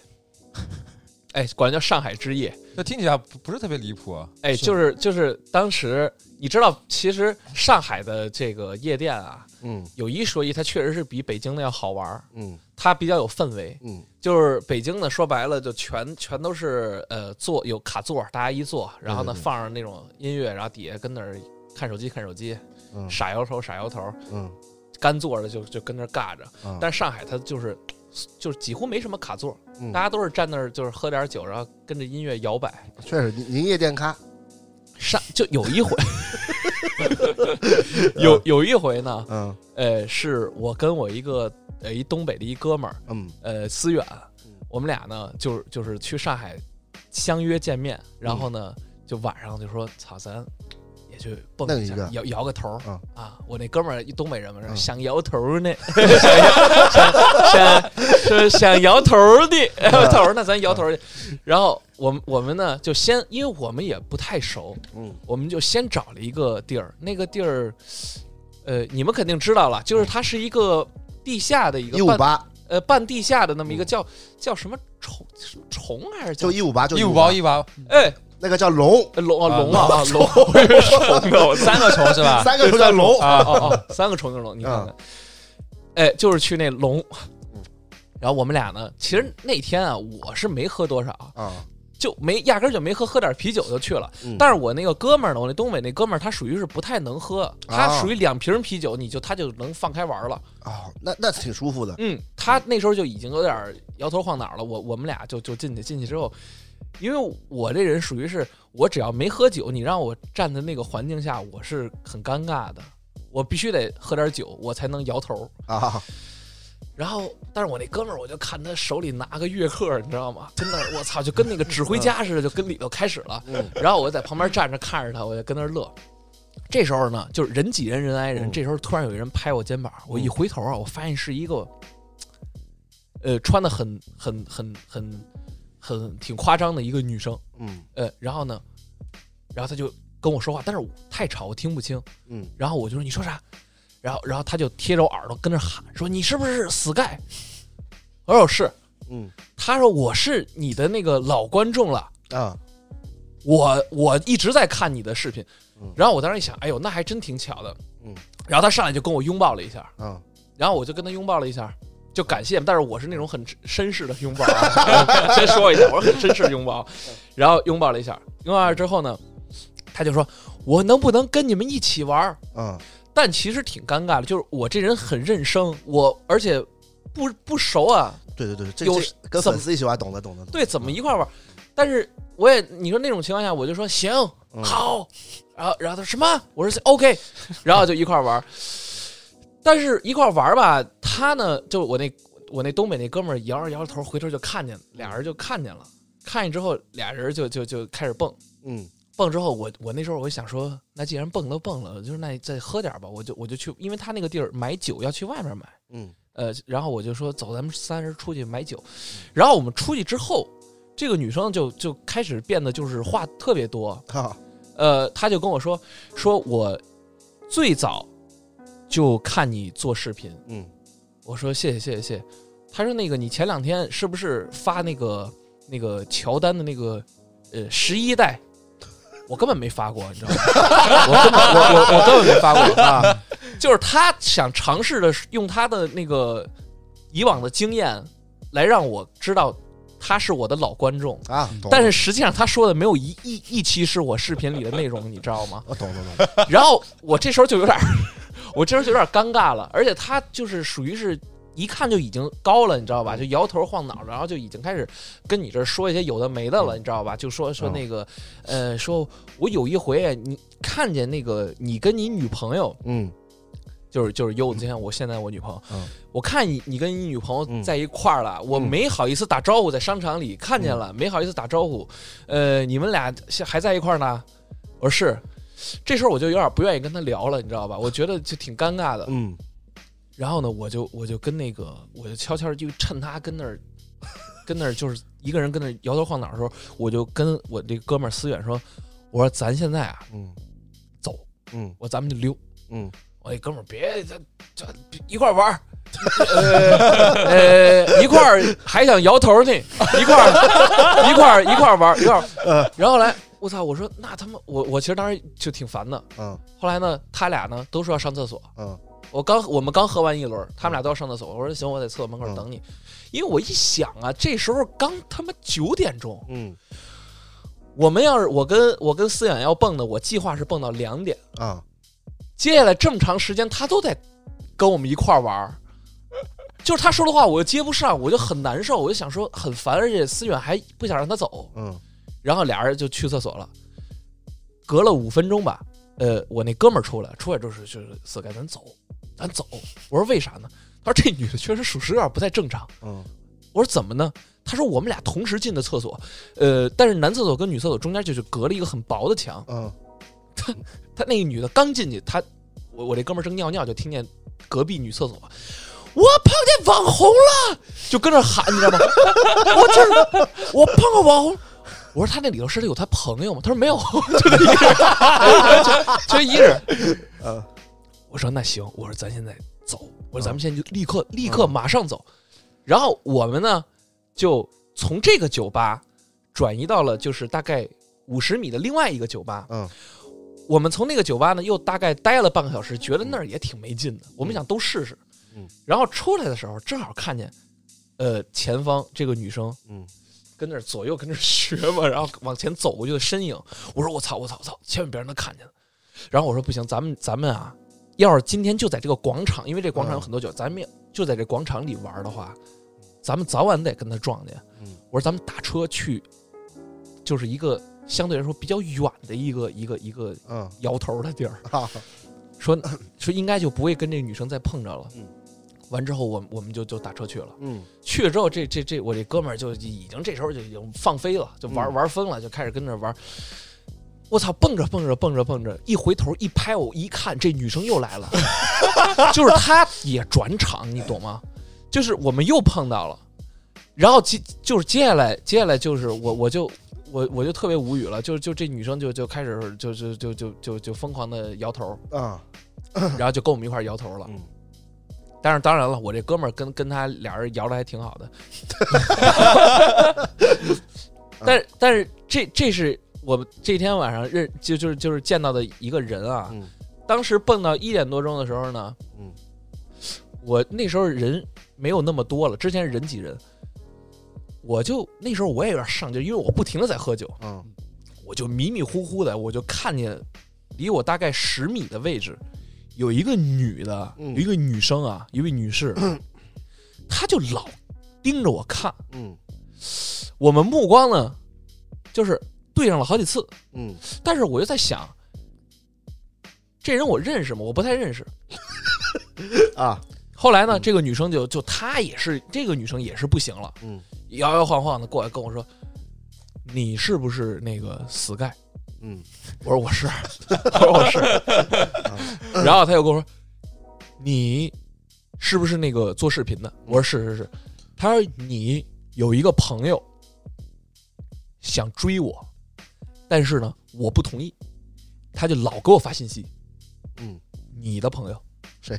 C: 哎，管叫上海之夜，
D: 这听起来不不是特别离谱啊。
C: 哎，
B: 是
C: 就是就是当时你知道，其实上海的这个夜店啊，
A: 嗯
C: 有一说一，它确实是比北京的要好玩儿，
A: 嗯
C: 它比较有氛围，
A: 嗯
C: 就是北京呢，说白了就全全都是呃坐有卡座，大家一坐，然后呢
A: 对对对
C: 放上那种音乐，然后底下跟那儿看手机看手机，
A: 嗯
C: 傻摇头傻摇头，
A: 嗯
C: 干坐着就就跟那儿尬着。
A: 嗯，
C: 但是上海它就是就是几乎没什么卡座，
A: 嗯
C: 大家都是站那儿就是喝点酒，然后跟着音乐摇摆。
A: 确实，您您夜店咖，
C: 上就有 一回，有有一回呢，
A: 嗯
C: 呃，是我跟我一个呃一东北的一哥们儿，
A: 嗯
C: 呃思远
A: 嗯，
C: 我们俩呢就是就是去上海相约见面，然后呢就晚上就说操咱也去蹦一下，
A: 弄一个
C: 摇摇个头、
A: 嗯
C: 啊！我那哥们儿一东北人嘛，说
A: 嗯
C: 想摇头呢，想想想摇头的，
A: 嗯
C: 摇头那咱摇头去。然后我们我们呢就先，因为我们也不太熟，
A: 嗯
C: 我们就先找了一个地儿，那个地儿。呃，你们肯定知道了，就是
A: 嗯
C: 它是一个地下的一个
A: 一五
C: 半
A: 八
C: 呃半地下的那么一个
A: 嗯
C: 叫、叫什么虫什么虫还是叫
A: 就一五八就
D: 一五
A: 八
D: 包，一包，
C: 哎
A: 那个叫龙，
C: 呃龙啊
D: 啊
C: 龙啊啊龙虫啊我三
D: 三个虫是吧？ 嗯
A: 三个都叫龙，
C: 啊哦哦三个虫就是龙，你看看，哎就是去那龙
A: 嗯。
C: 然后我们俩呢，其实那天啊，我是没喝多少，
A: 啊，
C: 就没压根儿就没喝，喝点啤酒就去了。
A: 嗯
C: 但是我那个哥们儿呢，我那东北那哥们儿，他属于是不太能喝，他
A: 啊
C: 属于两瓶啤酒你就他就能放开玩儿了。
A: 哦，那那挺舒服的，
C: 嗯，他那时候就已经有点儿摇头晃脑了。我我们俩就就进去，进去之后，因为我这人属于是我只要没喝酒，你让我站在那个环境下，我是很尴尬的。我必须得喝点酒，我才能摇头。
A: 啊，
C: 然后，但是我那哥们儿，我就看他手里拿个乐克，你知道 吗？跟那儿，我操，就跟那个指挥家似的，就跟里头开始了。
A: 嗯
C: 然后我在旁边站着看着他，我就跟那儿乐。这时候呢，就是人挤人，人挨人。
A: 嗯
C: 这时候突然有一人拍我肩膀，我一回头啊，我发现是一个，呃，穿的很很很很很挺夸张的一个女生。
A: 嗯
C: 呃，然后呢，然后他就跟我说话，但是我太吵，我听不清。
A: 嗯，
C: 然后我就说你说啥？然后然后他就贴着我耳朵跟那喊说你是不是 Sky？我说是。
A: 嗯
C: 他说我是你的那个老观众了，
A: 啊，
C: 我我一直在看你的视频
A: 嗯。
C: 然后我当时一想，哎呦，那还真挺巧的。
A: 嗯。
C: 然后他上来就跟我拥抱了一下，
A: 嗯，
C: 然后我就跟他拥抱了一下，就感谢。但是我是那种很绅士的拥抱、 啊，先说一下，我是很绅士的拥抱。啊然后拥抱了一下，拥抱了之后呢，他就说：“我能不能跟你们一起玩儿
A: 嗯？”
C: 但其实挺尴尬的，就是我这人很认生，我而且不不熟啊，
A: 对对对，这
C: 有
A: 这跟
C: 怎
A: 粉
C: 么
A: 丝一起玩，懂的懂的懂啊的。
C: 对，怎么一块儿玩儿？但是我也你说那种情况下，我就说行
A: 嗯
C: 好，然后然后他说什么？我说 OK，然后就一块儿玩儿。但是一块儿玩儿吧，他呢，就我那我那东北那哥们儿摇着摇着头，回头就看见了，俩人就看见了，看见之后俩人就就就开始蹦。
A: 嗯
C: 蹦之后，我我那时候我就想说，那既然蹦都蹦了，就是那再喝点儿吧，我就我就去，因为他那个地儿买酒要去外面买，
A: 嗯
C: 呃，然后我就说走，咱们三人出去买酒。然后我们出去之后，这个女生就就开始变得就是话特别多。
A: 哈，
C: 呃，她就跟我说，说我最早就看你做视频，
A: 嗯
C: 我说谢谢谢谢谢谢。她说那个你前两天是不是发那个那个乔丹的那个呃十一代？我根本没发过，你知道吗？我根本我我我根本没发 过，
A: 啊，
C: 就是他想尝试的用他的那个以往的经验来让我知道他是我的老观众，
A: 啊，懂
C: 但是实际上他说的没有一一一期是我视频里的内容，你知道吗？
A: 我懂懂懂，
C: 然后我这时候就有点儿， 我这时候就有点儿尴尬了，而且他就是属于是。一看就已经高了，你知道吧？就摇头晃脑，然后就已经开始跟你这儿说一些有的没的了，你知道吧？就说说那个，呃，说我有一回你看见那个你跟你女朋友，
A: 嗯
C: 就是就是有今天我现在我女朋友，
A: 嗯
C: 我看你你跟你女朋友
A: 嗯
C: 在一块儿了，我
A: 嗯
C: 没好意思打招呼，在商场里看见了，没好意思打招呼，呃，你们俩现还在一块儿呢，我说是，这时候我就有点不愿意跟他聊了，你知道吧？我觉得就挺尴尬的。
A: 嗯
C: 然后呢，我就我就跟那个，我就悄悄就趁他跟那儿，跟那儿就是一个人跟那儿摇头晃脑的时候，我就跟我这哥们儿思远说，我说咱现在啊
A: 嗯
C: 走，
A: 嗯
C: 我咱们就溜。
A: 嗯
C: 我哎那哥们儿别这这一块儿玩儿，呃呃一块儿还想摇头呢，一块儿一块儿一块儿玩儿一块儿， 然后后来我操，我说那他妈我我其实当时就挺烦的，
A: 嗯
C: 后来呢他俩呢都说要上厕所，
A: 嗯
C: 我刚我们刚喝完一轮儿，他们俩都要上厕所，我说行，我在厕所门口等你，因为我一想啊，这时候刚他妈九点钟，
A: 嗯
C: 我们要是我跟我跟思远要蹦的，我计划是蹦到两点。
A: 啊，
C: 接下来这么长时间，他都在跟我们一块儿玩儿，就是他说的话我又接不上，我就很难受，我就想说很烦，而且思远还不想让他走，
A: 嗯
C: 然后俩人就去厕所了。隔了五分钟吧，呃，我那哥们儿出来，出来就是就是四该咱走，咱走。我说为啥呢？他说这女的确实属实有点不太正常。
A: 嗯
C: 我说怎么呢？他说我们俩同时进的厕所，呃，但是男厕所跟女厕所中间就是隔了一个很薄的墙。
A: 嗯
C: 他那个女的刚进去，他我我这哥们儿正尿尿，就听见隔壁女厕所，我碰见网红了，就跟那喊，你知道吗？ 我就是我碰到网红。我说他那里头是有他朋友吗？他说没有， 就他一个人，就就一个人。
A: 呃
C: 我说那行，我说咱现在走，我说咱们现在就立刻立刻马上走。然后我们呢就从这个酒吧转移到了就是大概五十米的另外一个酒吧。
A: 嗯
C: 我们从那个酒吧呢，又大概待了半个小时，觉得那儿也挺没劲的。我们想都试试，
A: 嗯，
C: 然后出来的时候正好看见，呃，前方这个女生
A: 嗯
C: 跟那儿左右跟那儿 学嘛，然后往前走过去的身影。我说我操我操我操，千万别让她看见了。然后我说不行，咱们咱们啊，要是今天就在这个广场，因为这广
A: 嗯
C: 场有很多酒，咱们也就在这广场里玩的话，咱们早晚得跟她撞见。
A: 嗯
C: 我说咱们打车去，就是一个相对来说比较远的一个一个一个
A: 嗯
C: 摇头的地儿。
A: 啊
C: 说说应该就不会跟这女生再碰着了。
A: 嗯
C: 完之后我我们就就打车去了。
A: 嗯
C: 去了之后，这这这我这哥们儿就已经这时候就已经放飞了，就玩、
A: 嗯
C: 玩疯了，就开始跟着玩。我操，蹦着蹦着蹦着蹦着，一回头一拍我一看，这女生又来了， 就是她也转场，你懂吗？就是我们又碰到了，然后接就是接下来接下来就是我我就我我就特别无语了，就就这女生就就开始就就就就就就疯狂的摇头，
A: 啊
C: 然后就跟我们一块儿摇头了。
A: 嗯，
C: 但是当然了，我这哥们儿跟跟他俩人摇的还挺 好的，但是但是这这是我这天晚上认就就是就是见到的一个人啊，
A: 嗯
C: 当时蹦到一点多钟的时候呢，
A: 嗯，
C: 我那时候人没有那么多了，之前是人挤人，我就那时候我也有点上劲，因为我不停的在喝酒，
A: 嗯
C: 我就迷迷糊糊的，我就看见离我大概十米的位置，有一个女的，
A: 嗯
C: 有一个女生啊，一位女士，她就老盯着我看，
A: 嗯
C: 我们目光呢，就是对上了好几次，
A: 嗯，
C: 但是我就在想，这人我认识吗？我不太认识。
A: 啊，
C: 后来呢，
A: 嗯
C: 这个女生就就她也是，这个女生也是不行了，
A: 嗯
C: 摇摇晃晃的过来跟我说：“你是不是那个 Sky？”
A: 嗯
C: 我说我是，我 说我是，然后他又跟我说，你是不是那个做视频的？我说是是是。他说你有一个朋友想追我，但是呢我不同意，他就老给我发信息，
A: 嗯，
C: 你的朋友
A: 谁？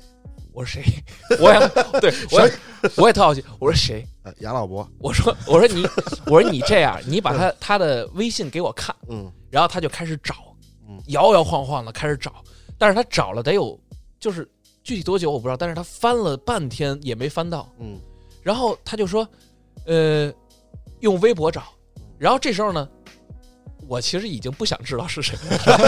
C: 我说谁？我也对我也我也特好奇，我说谁？
A: 呃杨老伯，
C: 我说我说你我说你这样，你把他他的微信给我看。
A: 嗯
C: 然后他就开始找
A: 嗯，
C: 摇摇晃晃的开始找，但是他找了得有，就是具体多久我不知道，但是他翻了半天也没翻到，
A: 嗯
C: 然后他就说，呃，用微博找，然后这时候呢。我其实已经不想知道是谁 了，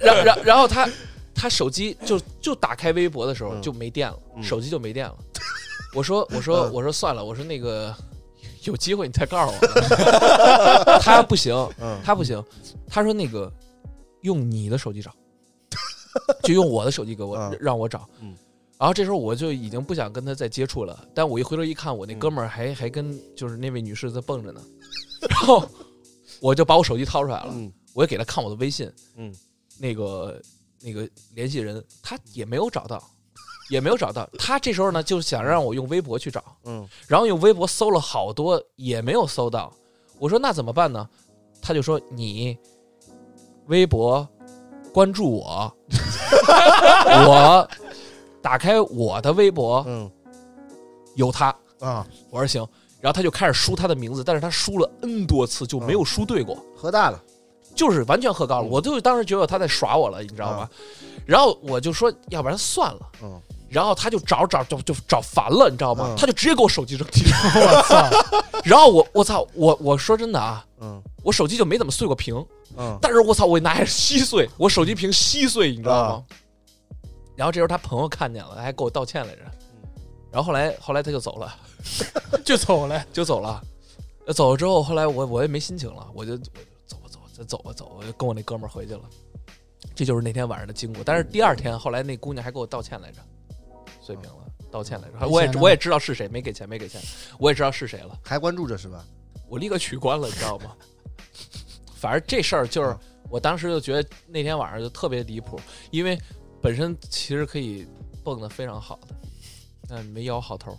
C: 然然然后他他手机就就打开微博的时候
A: 嗯
C: 就没电了，
A: 嗯
C: 手机就没电了。我说我说
A: 嗯
C: 我说算了，我说那个有机会你再告诉我。 他不行，
A: 嗯
C: 他不行，他说那个用你的手机找， 就用我的手机给我、
A: 嗯
C: 让我找。
A: 嗯
C: 然后这时候我就已经不想跟他再接触了，但我一回头一看，我那哥们儿还、还跟就是那位女士在蹦着呢，然后我就把我手机掏出来了，
A: 嗯
C: 我也给他看我的微信，
A: 嗯
C: 那个那个联系人，他也没有找到，也没有找到。他这时候呢就想让我用微博去找，
A: 嗯
C: 然后用微博搜了好多，也没有搜到。我说那怎么办呢？他就说你微博关注我， 我打开我的微博
A: 嗯
C: 有他。
A: 啊，
C: 我说行，然后他就开始输他的名字，但是他输了 n 多次就
A: 嗯
C: 没有输对过，
A: 喝大了，
C: 就是完全喝高了。
A: 嗯啊
C: 我就当时觉得他在耍我了，你知道吗？然后我就说要不然算了。
A: 嗯
C: 然后他就找找就就找烦了，你知道吗？
A: 嗯
C: 他就直接给我手机扔地上， 然后我我操，我我说真的啊，
A: 嗯
C: 我手机就没怎么碎过屏，
A: 嗯
C: 但是我操，我拿着稀碎，我手机屏稀碎，你
A: 啊
C: 知道吗？然后这时候他朋友看见了，还给我道歉来着，
A: 嗯
C: 然后后来后来他就走了，
B: 就走了。
C: 就走了，呃走了之后，后来我我也没心情了，我就我就走吧走吧走吧走吧，我就跟我那哥们儿回去了，这就是那天晚上的经过。但是第二天后来那姑娘还给我道歉来着，碎屏了。道歉来着，我也
B: 没钱了吗
C: 我也知道是谁，没给钱，没给钱，我也知道是谁了。
A: 还关注着是吧？
C: 我立刻取关了，你知道吗？ 反正这事儿就是
A: 嗯，
C: 我当时就觉得那天晚上就特别离谱，因为本身其实可以蹦得非常好的，但没摇好头，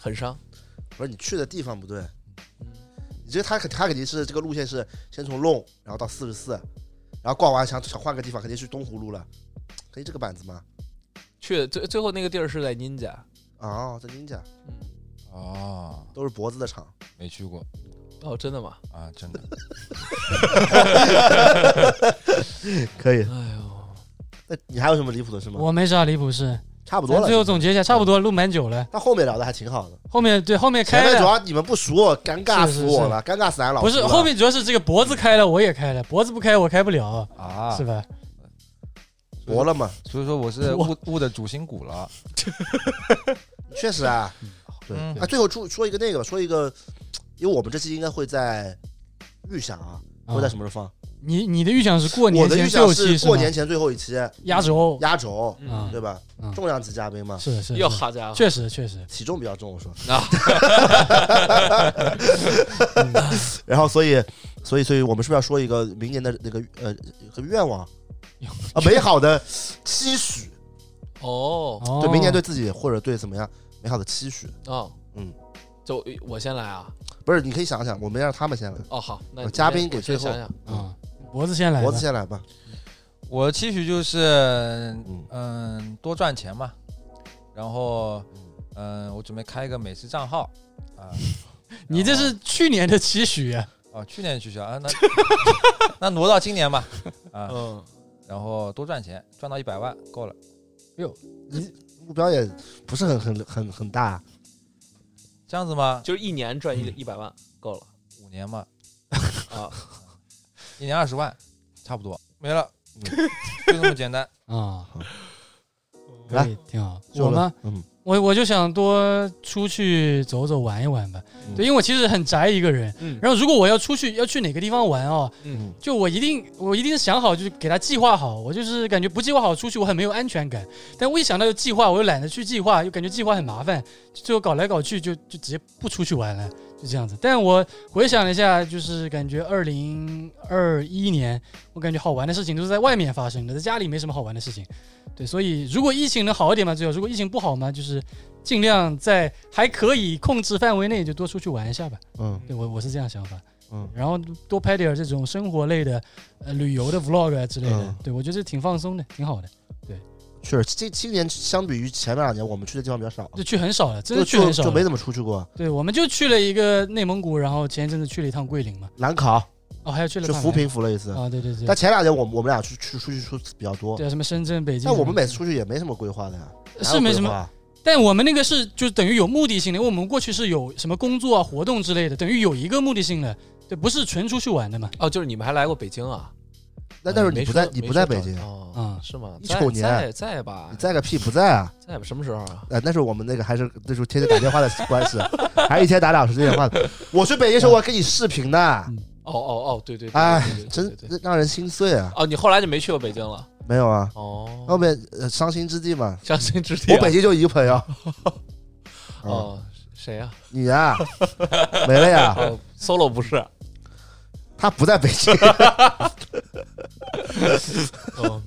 C: 很伤。嗯
A: 不是你去的地方不对，你这他肯他肯定是这个路线是先从弄，然后到四十四，然后逛完想想换个地方，肯定去东湖路了，可以这个板子吗？
C: 去最最后那个地儿是在您家，
A: 哦，在宁家
C: 嗯，
D: 哦，
A: 都是脖子的厂，
D: 没去过
C: 哦，真的吗？
D: 啊，真的。
A: 可以。
C: 哎呦，
A: 那你还有什么离谱的事吗？
B: 我没啥离谱事，
A: 差不多
B: 咱
A: 了。
B: 最后总结一下，差不多录蛮久了。
A: 但后面聊的还挺好的，
B: 后面对后面
A: 前
B: 开
A: 面主
B: 了，
A: 要你们不熟，尴尬
B: 是是
A: 死我了，尴尬死俺老
B: 不
A: 师啊
B: 是
A: 了
B: 后面主要是这个脖子开了，我也开了，脖子不开我开不了，
D: 啊
B: 是，吧？
A: 搏了嘛？
D: 所以说我是
B: 我
D: 悟悟的主心骨了。
A: 确实啊，对
D: 嗯
A: 啊，最后说说一个那个吧，说一个，因为我们这期应该会在预想啊，
B: 啊
A: 会在什么时候放？
B: 你你的预想是过
A: 我
B: 年
A: 的
B: 前
A: 预
B: 最
A: 想
B: 后期
A: 是
B: 是
A: 过
B: 吗
A: 年前最后一期
B: 压轴
A: 压轴，
B: 啊
A: 对吧
B: 嗯？
A: 重量级嘉宾嘛，
B: 是的是的
C: 哟，
B: 是的
C: 好家伙，
B: 确实确实
A: 体重比较重，我说
C: 啊。
A: 然后，所以，所以，所以我们是不是要说一个明年的那个呃一个愿望 啊，美好的期许？
C: 哦
B: 哦
A: 对，明年对自己或者对怎么样美好的期许？
C: 哦，
A: 嗯，
C: 就我先来啊。
A: 不是，你可以想想，我们让他们先来，
C: 哦，好，那
A: 呃
C: 你
A: 嘉
C: 先
A: 宾给
C: 我先
A: 最后
C: 想想
B: 啊，脖子先来
A: 嗯
B: 吧，
A: 脖子先来吧。
D: 我的期许就是，
A: 嗯
D: 嗯，多赚钱嘛，然后，嗯，我准备开一个美食账号，啊，
B: 你这
D: 然后
B: 是去年的期许啊，
D: 哦，去年取消啊，那 那挪到今年吧，啊，
C: 嗯，
D: 然后多赚钱，赚到一百万够了，
A: 目标也不是很很很很大，
D: 这样子吗？
C: 就是一年赚一一百万够了
D: 五年嘛，嗯
C: 啊。
D: 一年二十万，差不多没了，嗯 就这么简单。
B: 啊，
A: 哦来
B: 可以挺好。
A: 就
B: 我
A: 了
B: 吗？？
A: 嗯，
B: 我我就想多出去走走玩一玩吧，
A: 嗯
B: 对，因为我其实很宅一个人。
C: 嗯
B: 然后如果我要出去要去哪个地方玩哦，
A: 嗯
B: 就我一定我一定想好，就是给他计划好。我就是感觉不计划好出去我很没有安全感，但我一想到有计划，我又懒得去计划，又感觉计划很麻烦，最后搞来搞去就就直接不出去玩了，就这样子。但我回想了一下，就是感觉二零二一年，我感觉好玩的事情都是在外面发生的，在家里没什么好玩的事情。对，所以如果疫情能好一点嘛，最好；如果疫情不好嘛，就是尽量在还可以控制范围内就多出去玩一下吧。
A: 嗯
B: 对我我是这样想法。
A: 嗯，
B: 然后多拍点这种生活类的、呃旅游的 vlog 啊之类的，
A: 嗯
B: 对我觉得挺放松的，挺好的。
A: 确实，今今年相比于前面两年，我们去的地方比较少，
B: 就去很少了，真
A: 就
B: 的去很
A: 就
B: 少
A: 就没
B: 了。
A: 怎么出去过。
B: 对，我们就去了一个内蒙古，然后前一阵子去了一趟桂林嘛，
A: 兰考
B: 哦，还有去了
A: 去
B: 趟
A: 扶
B: 南
A: 贫扶了一次，
B: 啊，对对
A: 但
B: 对，
A: 前两年我们我们俩去去出去出比较多，
B: 对啊什么深圳、北京什么
A: 但
B: 的，
A: 我们每次出去也没什么规划的呀，哪
B: 是
A: 有
B: 没什
A: 规划
B: 么，
A: 啊。
B: 但我们那个是就等于有目的性的，因为我们过去是有什么工作啊、活动之类的，等于有一个目的性的，对，不是纯出去玩的嘛。
C: 哦，就是你们还来过北京啊？
A: 那但是
C: 没
A: 你不
C: 说
A: 在，
C: 没
A: 你不
C: 说
A: 在
C: 找
A: 北京，
C: 哦，
B: 嗯
C: 是吗？
A: 一
C: 在
A: 九年
C: 在在吧
A: 你？在个屁不在啊！
C: 在吧？什么时候啊？
A: 呃，那是我们那个还是那时候天天打电话的关系，还是一天打两十电话的。我去北京的时候，我还跟你视频呢，
C: 哦哦哦，对对，对
A: 哎
C: 对对对
A: 真
C: 对对对
A: 真让人心碎啊！
C: 哦，你后来就没去过北京了？
A: 没有啊，后
C: 哦，
A: 面呃伤心之地嘛，
C: 伤心之地啊。
A: 我北京就一个朋友，哦，
C: 哦，谁呀？
A: 你啊，没了呀，
C: 哦，solo 不是。
A: 他不在北京，
C: 哦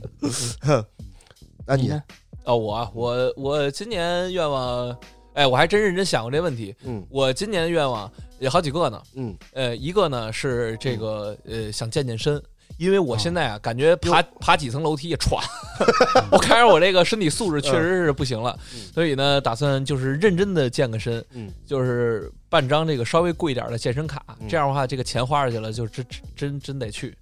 A: 那你
B: 呢？
C: 哦，我啊我我今年愿望，哎，我还真认真想过这问题。
A: 嗯
C: 我今年的愿望有好几个呢。
A: 嗯，
C: 呃，一个呢是这个呃想健健身，因为我
B: 啊
C: 现在啊感觉爬爬几层楼梯也喘， 我看着我这个身体素质确实是不行了，
A: 嗯
C: 所以呢打算就是认真的健个身，
A: 嗯
C: 就是办张这个稍微贵一点的健身卡，
A: 嗯
C: 这样的话这个钱花出去了就真真真得去，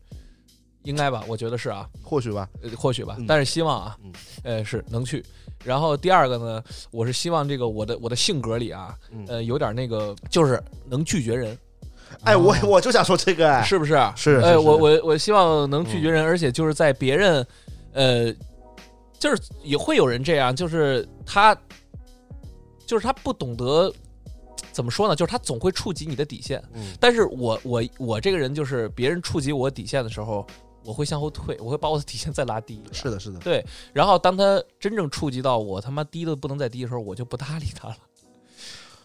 C: 应该吧？我觉得是啊，
A: 或许吧，
C: 呃或许吧
A: 嗯，
C: 但是希望啊
A: 嗯，
C: 呃是能去。然后第二个呢，我是希望这个我的我的性格里啊，
A: 嗯，
C: 呃有点那个就是能拒绝人，
A: 哎，我我就想说这个，哎，
C: 哦是不是？
A: 是
C: 哎，
A: 是是嗯
C: 我我我希望能拒绝人，而且就是在别人，呃，就是也会有人这样，就是他，就是他不懂得怎么说呢，就是他总会触及你的底线。
A: 嗯
C: 但是我我我这个人就是别人触及我底线的时候，我会向后退，我会把我的底线再拉低。
A: 是的，是的，
C: 对，然后当他真正触及到我他妈低的不能再低的时候，我就不搭理他了，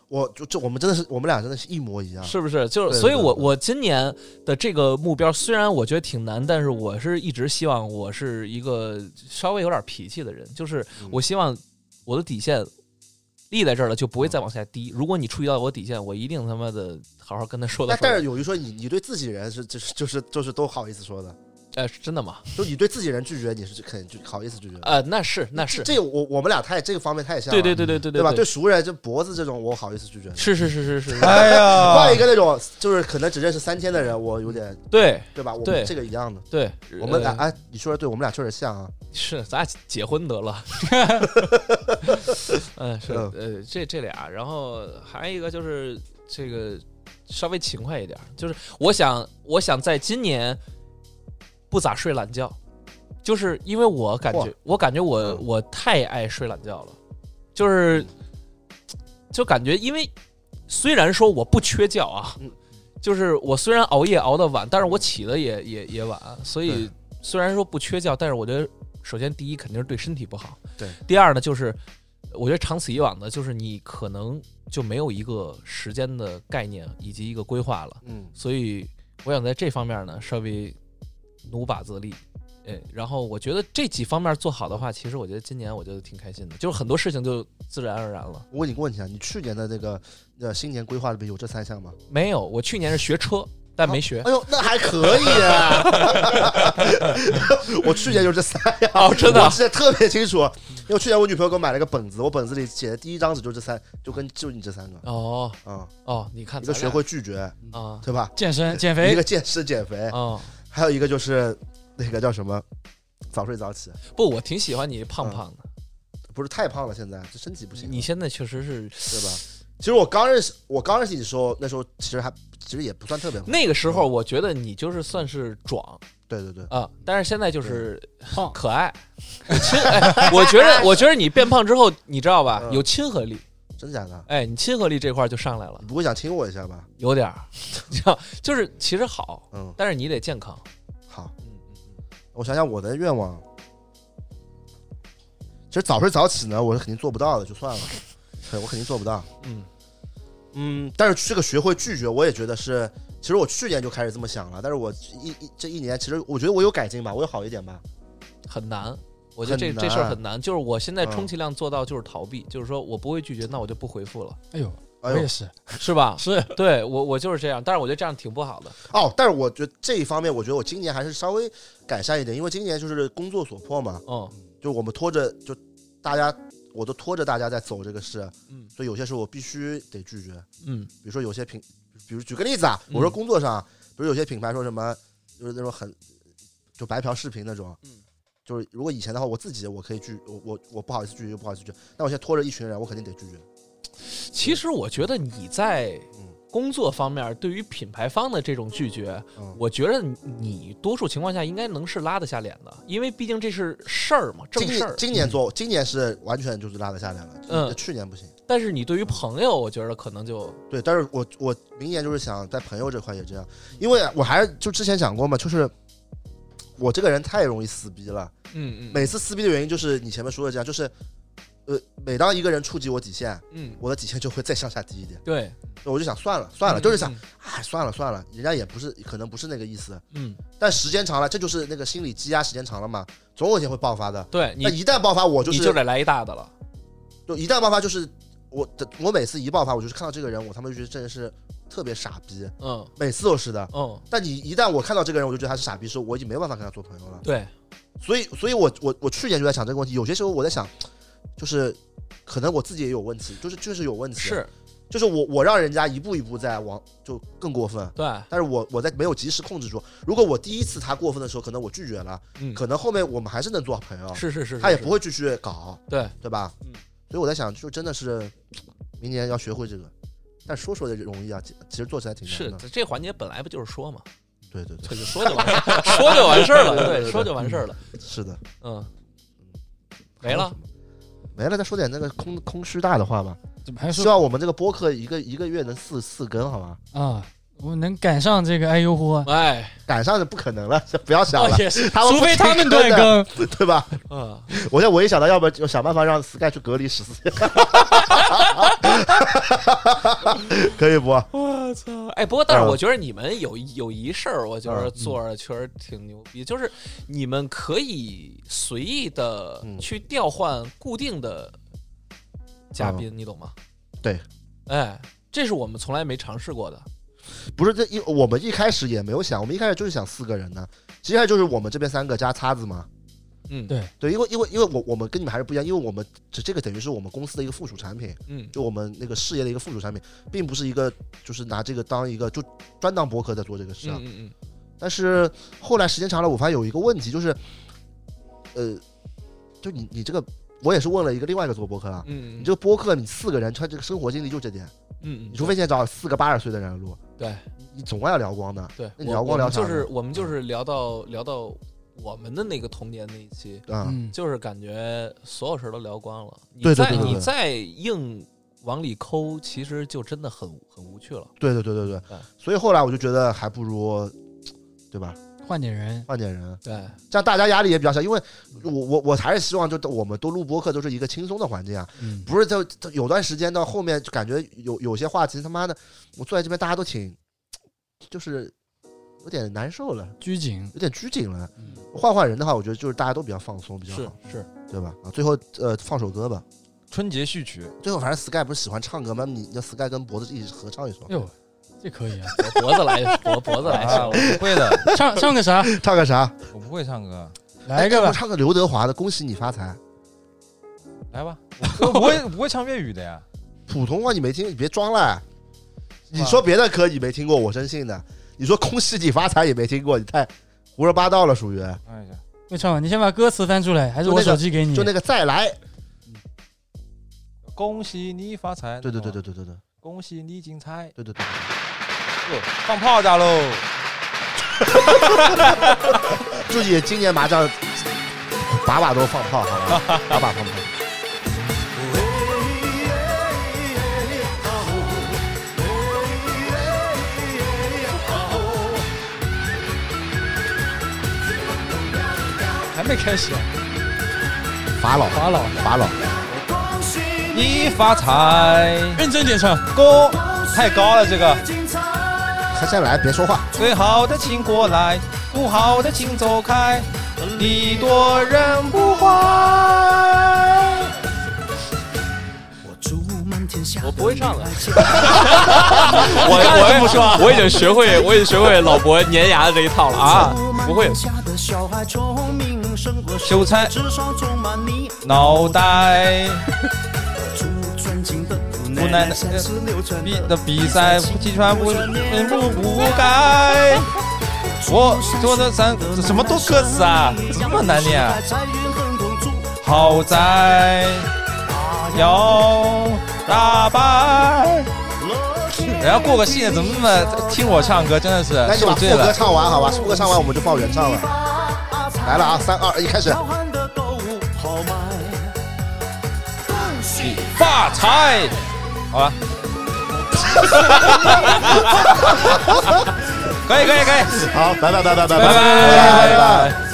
A: 我就就我们真的是我们俩真的是一模一样，
C: 是不是？就
A: 啊对
C: 是，所以
A: 对
C: 我
A: 对
C: 我今年的这个目标，虽然我觉得挺难，但是我是一直希望我是一个稍微有点脾气的人，就是
A: 嗯
C: 我希望我的底线立在这儿了，就不会再往下低。
A: 嗯
C: 如果你触及到我底线，我一定他妈的好好跟他说道
A: 那
C: 说道。
A: 但是有一说，你你对自己人是就是就是就是都好意思说的，
C: 哎，是真的吗？
A: 就你对自己人拒绝，你是肯拒好意思拒绝的。
C: 呃，那是那是，
A: 这个我我们俩太这个方面太像了，
C: 对对对对对
A: 对吧？对
C: 对，
A: 熟人就脖子这种，我好意思拒绝的。
C: 是是是是是，
D: 哎 呀，
A: 换一个那种就是可能只认识三天的人，我有点
C: 对
A: 对吧？我们
C: 对
A: 这个一样的，
C: 对，
A: 我们俩
C: 呃
A: 哎，你说的对，我们俩确实像啊。
C: 是，咱俩结婚 得了。嗯，是，
A: 嗯
C: 呃，这这俩，然后还有一个就是这个稍微勤快一点儿，就是我想，我想在今年不咋睡懒觉，就是因为我感
A: 哇
C: 觉，我感觉我
A: 嗯
C: 我太爱睡懒觉了，就是就感觉因为虽然说我不缺觉啊
A: 嗯，
C: 就是我虽然熬夜熬得晚，但是我起的也也也晚，所以虽然说不缺觉，但是我觉得首先第一肯定是对身体不好，
A: 对。
C: 第二呢，就是我觉得长此以往的，就是你可能就没有一个时间的概念以及一个规划了，
A: 嗯，
C: 所以我想在这方面呢稍微努把自力。哎，然后我觉得这几方面做好的话，其实我觉得今年我觉得挺开心的，就是很多事情就自然而然了。
A: 我问你个问题啊，你去年的那个呃新年规划里面有这三项吗？
C: 没有，我去年是学车，但没学。
A: 哎呦，那还可以啊！我去年就这三样，
C: 哦真的啊
A: 我记得特别清楚。因为去年我女朋友给我买了个本子，我本子里写的第一张纸就这三，就跟就你这三个
C: 哦
A: 啊、
C: 哦，你看
A: 一
C: 咱
A: 个
C: 俩，
A: 学会拒绝，
C: 啊
A: 对吧？
B: 健身减
A: 一
B: 肥
A: 个健身减肥，
C: 啊！
A: 还有一个就是那个叫什么，早睡早起，
C: 不，我挺喜欢你胖胖的，
A: 不是太胖了，现在这身体不行了，
C: 你现在确实是
A: 对吧？其实我刚认识我刚认识你的时候，那时候其实还其实也不算特别胖，
C: 那个时候，我觉得你就是算是壮
A: 对对对，
C: 啊，但是现在就是
B: 胖
C: 可爱。亲，哎我觉 得，我觉得你变胖之后，你知道吧，
A: 嗯
C: 有亲和力，
A: 真假的？
C: 哎，你亲和力这块儿就上来了
A: 你，不会想亲我一下吧？
C: 有点儿， 你知道就是其实好，
A: 嗯，
C: 但是你得健康。
A: 好，
C: 嗯
A: 我想想我的愿望，其实早睡早起呢，我是肯定做不到的，就算 了，对我肯定做不到。
C: 嗯
A: 嗯，但是这个学会拒绝，我也觉得是，其实我去年就开始这么想了，但是我一一这一年，其实我觉得我有改进吧，我有好一点吧。
C: 很难。我觉得这
A: 很难
C: 这事儿很难，就是我现在
A: 嗯
C: 充其量做到就是逃避，就是说我不会拒绝，那我就不回复了，
B: 哎呦，
A: 哎
B: 我
A: 呦
B: 也，是，
C: 是吧？
B: 是
C: 对我我就是这样，但是我觉得这样挺不好的。
A: 哦，但是我觉得这一方面，我觉得我今年还是稍微改善一点，因为今年就是工作所迫嘛，
C: 嗯
A: 就我们拖着，就大家我都拖着大家在走这个事，
C: 嗯
A: 所以有些时候我必须得拒绝。
C: 嗯
A: 比如说有些品，比如举个例子啊，我说
C: 嗯
A: 工作上，比如有些品牌说什么，就是那种很就白嫖视频那种，
C: 嗯
A: 就是如果以前的话，我自己我可以拒，我我我不好意思拒绝，又不好意思拒绝，但我现在拖着一群人，我肯定得拒绝。
C: 其实我觉得你在
A: 嗯
C: 工作方面对于品牌方的这种拒绝，
A: 嗯，
C: 我觉得你多数情况下应该能是拉得下脸的，因为毕竟这是事儿嘛，正
A: 今
C: 事儿
A: 年。今年做，今年是完全就是拉得下来了，
C: 嗯
A: 去年不行。
C: 但是你对于朋友，我觉得可能就
A: 对，但是我我明年就是想在朋友这块也这样，因为我还是就之前讲过嘛，就是我这个人太容易撕逼了。
C: 嗯
A: 每次撕逼的原因就是你前面说的这样，就是呃，每当一个人触及我底线，
C: 嗯
A: 我的底线就会再向下低一点。
C: 对
A: 我就想算了算了，就是想
C: 嗯
A: 哎算了算了，人家也不是可能不是那个意思，
C: 嗯
A: 但时间长了，这就是那个心理积压，时间长了嘛，总有一天会爆发的。
C: 对你
A: 那一旦爆发，我就
C: 你
A: 是
C: 就得来一大的了。
A: 就一旦爆发就是我的，我每次一爆发，我就是看到这个人，我他妈就觉得这人是特别傻逼，
C: 嗯
A: 每次都是的。
C: 嗯，
A: 但你一旦我看到这个人，我就觉得他是傻逼，时候我已经没有办法跟他做朋友了。
C: 对，
A: 所以，所以我我我去年就在想这个问题，有些时候我在想，就是可能我自己也有问题，就是就是有问题，
C: 是
A: 就是我我让人家一步一步在往就更过分，
C: 对，
A: 但是我我在没有及时控制住。如果我第一次他过分的时候，可能我拒绝了，
C: 嗯
A: 可能后面我们还是能做好朋友，
C: 是是是，
A: 他也
C: 是
A: 不会继续搞，
C: 对
A: 对吧？
C: 嗯
A: 所以我在想，就真的是明年要学会这个，但说说的容易啊，其其实做起来挺
C: 是
A: 难的。
C: 这环节本来不就是 说嘛，
A: 对对对，
C: 对，就说就完，说就完事儿了，对，说就完事儿了，
A: 是的，
C: 嗯，没了，
A: 没了，再说点那个空空虚大的话吧。
B: 怎么还
A: 希
B: 说
A: 望我们这个播客一个一个月能四四更，好吗？
B: 啊？我能赶上这个哎呦
A: 嗯
B: 嚯，
C: 哎，
A: 赶上是不可能了，不要想
B: 哦
A: 了，
B: 也是，
A: 他们
B: 除非他们断
A: 更，
B: 更，
A: 对吧？
C: 嗯，
A: 我现在唯一想到，要不然就想办法让 Sky 去隔离十四天， 可以不？啊
C: 我操！哎，不过但是
A: 嗯
C: 我觉得你们有有一事儿，我觉得做着确实挺牛逼，就是你们可以随意的
A: 嗯
C: 去调换固定的嘉宾，你懂吗？
A: 嗯对，
C: 哎，这是我们从来没尝试过的。
A: 不是这一，我们一开始也没有想，我们一开始就是想四个人呢，其实一开始就是我们这边三个加叉子嘛。
C: 嗯，
B: 对
A: 对，因为因为因为我我们跟你们还是不一样，因为我们这这个等于是我们公司的一个附属产品，
C: 嗯
A: 就我们那个事业的一个附属产品，并不是一个就是拿这个当一个就专当博客在做这个事啊。
C: 嗯嗯
A: 但是后来时间长了，我发现有一个问题，就是，呃，就你你这个，我也是问了一个另外一个做播客啊
C: 嗯，嗯，
A: 你这个播客你四个人，他这个生活经历就这点，
C: 嗯嗯
A: 你，除非现在找四个八十岁的人录，
C: 对
A: 你，你总归要聊光的，
C: 对，
A: 那
C: 我
A: 聊光
C: 我们
A: 聊啥嗯
C: 就是
A: 呢
C: 我们就是聊到聊到我们的那个童年那一期，
A: 啊、
B: 嗯，
C: 就是感觉所有事儿都聊光了。你
A: 对对
C: 再
A: 对对
C: 你
A: 对
C: 再硬往里抠，其实就真的很很无趣了。
A: 对对对对对
C: 嗯，
A: 所以后来我就觉得还不如，对吧？
B: 换点人，
A: 换点人，
C: 对，
A: 这样大家压力也比较小。因为我我我还是希望，就我们都录播客都是一个轻松的环境啊，
C: 嗯，
A: 不是就就有段时间到后面就感觉有有些话题他妈的，我坐在这边大家都挺，就是有点难受了，
B: 拘谨，
A: 有点拘谨了。
B: 嗯，
A: 换换人的话，我觉得就是大家都比较放松比较
C: 是
A: 好，
C: 是，
A: 对吧？啊，最后呃放首歌吧。
D: 春节序曲，
A: 最后反正 Sky 不是喜欢唱歌吗？你叫 Sky 跟脖子一起合唱一首
B: 哎，呦，这可以啊，
C: 脖脖子来脖脖子来
D: 啊，
C: 笑
D: 我，不会的，
B: 唱唱个啥？
A: 唱个啥？
D: 我不会唱歌，
B: 来一个
A: 哎
B: 吧
A: 我，唱个刘德华的《恭喜你发财》。
D: 来 吧，我不会不会唱粤语的呀，
A: 普通话你没听，你别装了。你说别的歌你没听过，我真信的。你说恭喜你发财也没听过，你太胡说八道了，属于。
D: 唱一下，
B: 会唱吧？你先把歌词翻出来，还是
A: 就
B: 我
A: 那个
B: 手机给你？
A: 就那个再来，
D: 恭喜你发财，
A: 对对对
D: 那种
A: 对对对对
D: 啊，恭喜你精彩，
A: 对对对。
D: 哟放炮仗喽。
A: 祝你今年麻将把把都放炮，好吧？把把放炮。
B: 还没开始啊，
A: 法老，
B: 法老，
A: 法老，
D: 一发财，
B: 认真点唱，
D: 恭太高了这个，
A: 他先来，别说话。
D: 最好的请过来，不好的请走开，礼多人不坏。
C: 我不会唱的。
E: 我我不说，我已经学会，我已经学会老伯粘牙的这一套了啊，不会。
D: 韭菜脑袋，
F: 不
D: 奶
F: 奶
D: 奶
F: 奶
D: 比
F: 比
D: 的
F: 的
D: 比
F: 比
D: 赛
F: 赛
D: 击
F: 击
D: 穿
F: 穿
D: 不
F: 不
D: 不
F: 不
D: 不
F: 不
D: 该
F: 该，
D: 我
F: 我
D: 做
F: 做
D: 的
F: 的
D: 三
F: 三
D: 什
F: 什
D: 么
F: 么
D: 都
F: 都
D: 歌
F: 歌
D: 词
F: 词
D: 啊
F: 啊，
D: 这
F: 这
D: 么
F: 么
D: 难
F: 难
D: 念
F: 念
D: 啊
F: 啊！
D: 好在要打败。人家哎过个戏呢，怎么那么听我唱歌，真的是
A: 那你
D: 受
A: 把
D: 罪
A: 副歌
D: 了。
A: 唱完，好吧？副歌唱完我们就放原唱了。来了啊，三二一，开始。
D: 发财，好 了。可以可以可以，
A: 好，拜拜拜拜拜
D: 拜拜
A: 拜拜。
D: 拜拜。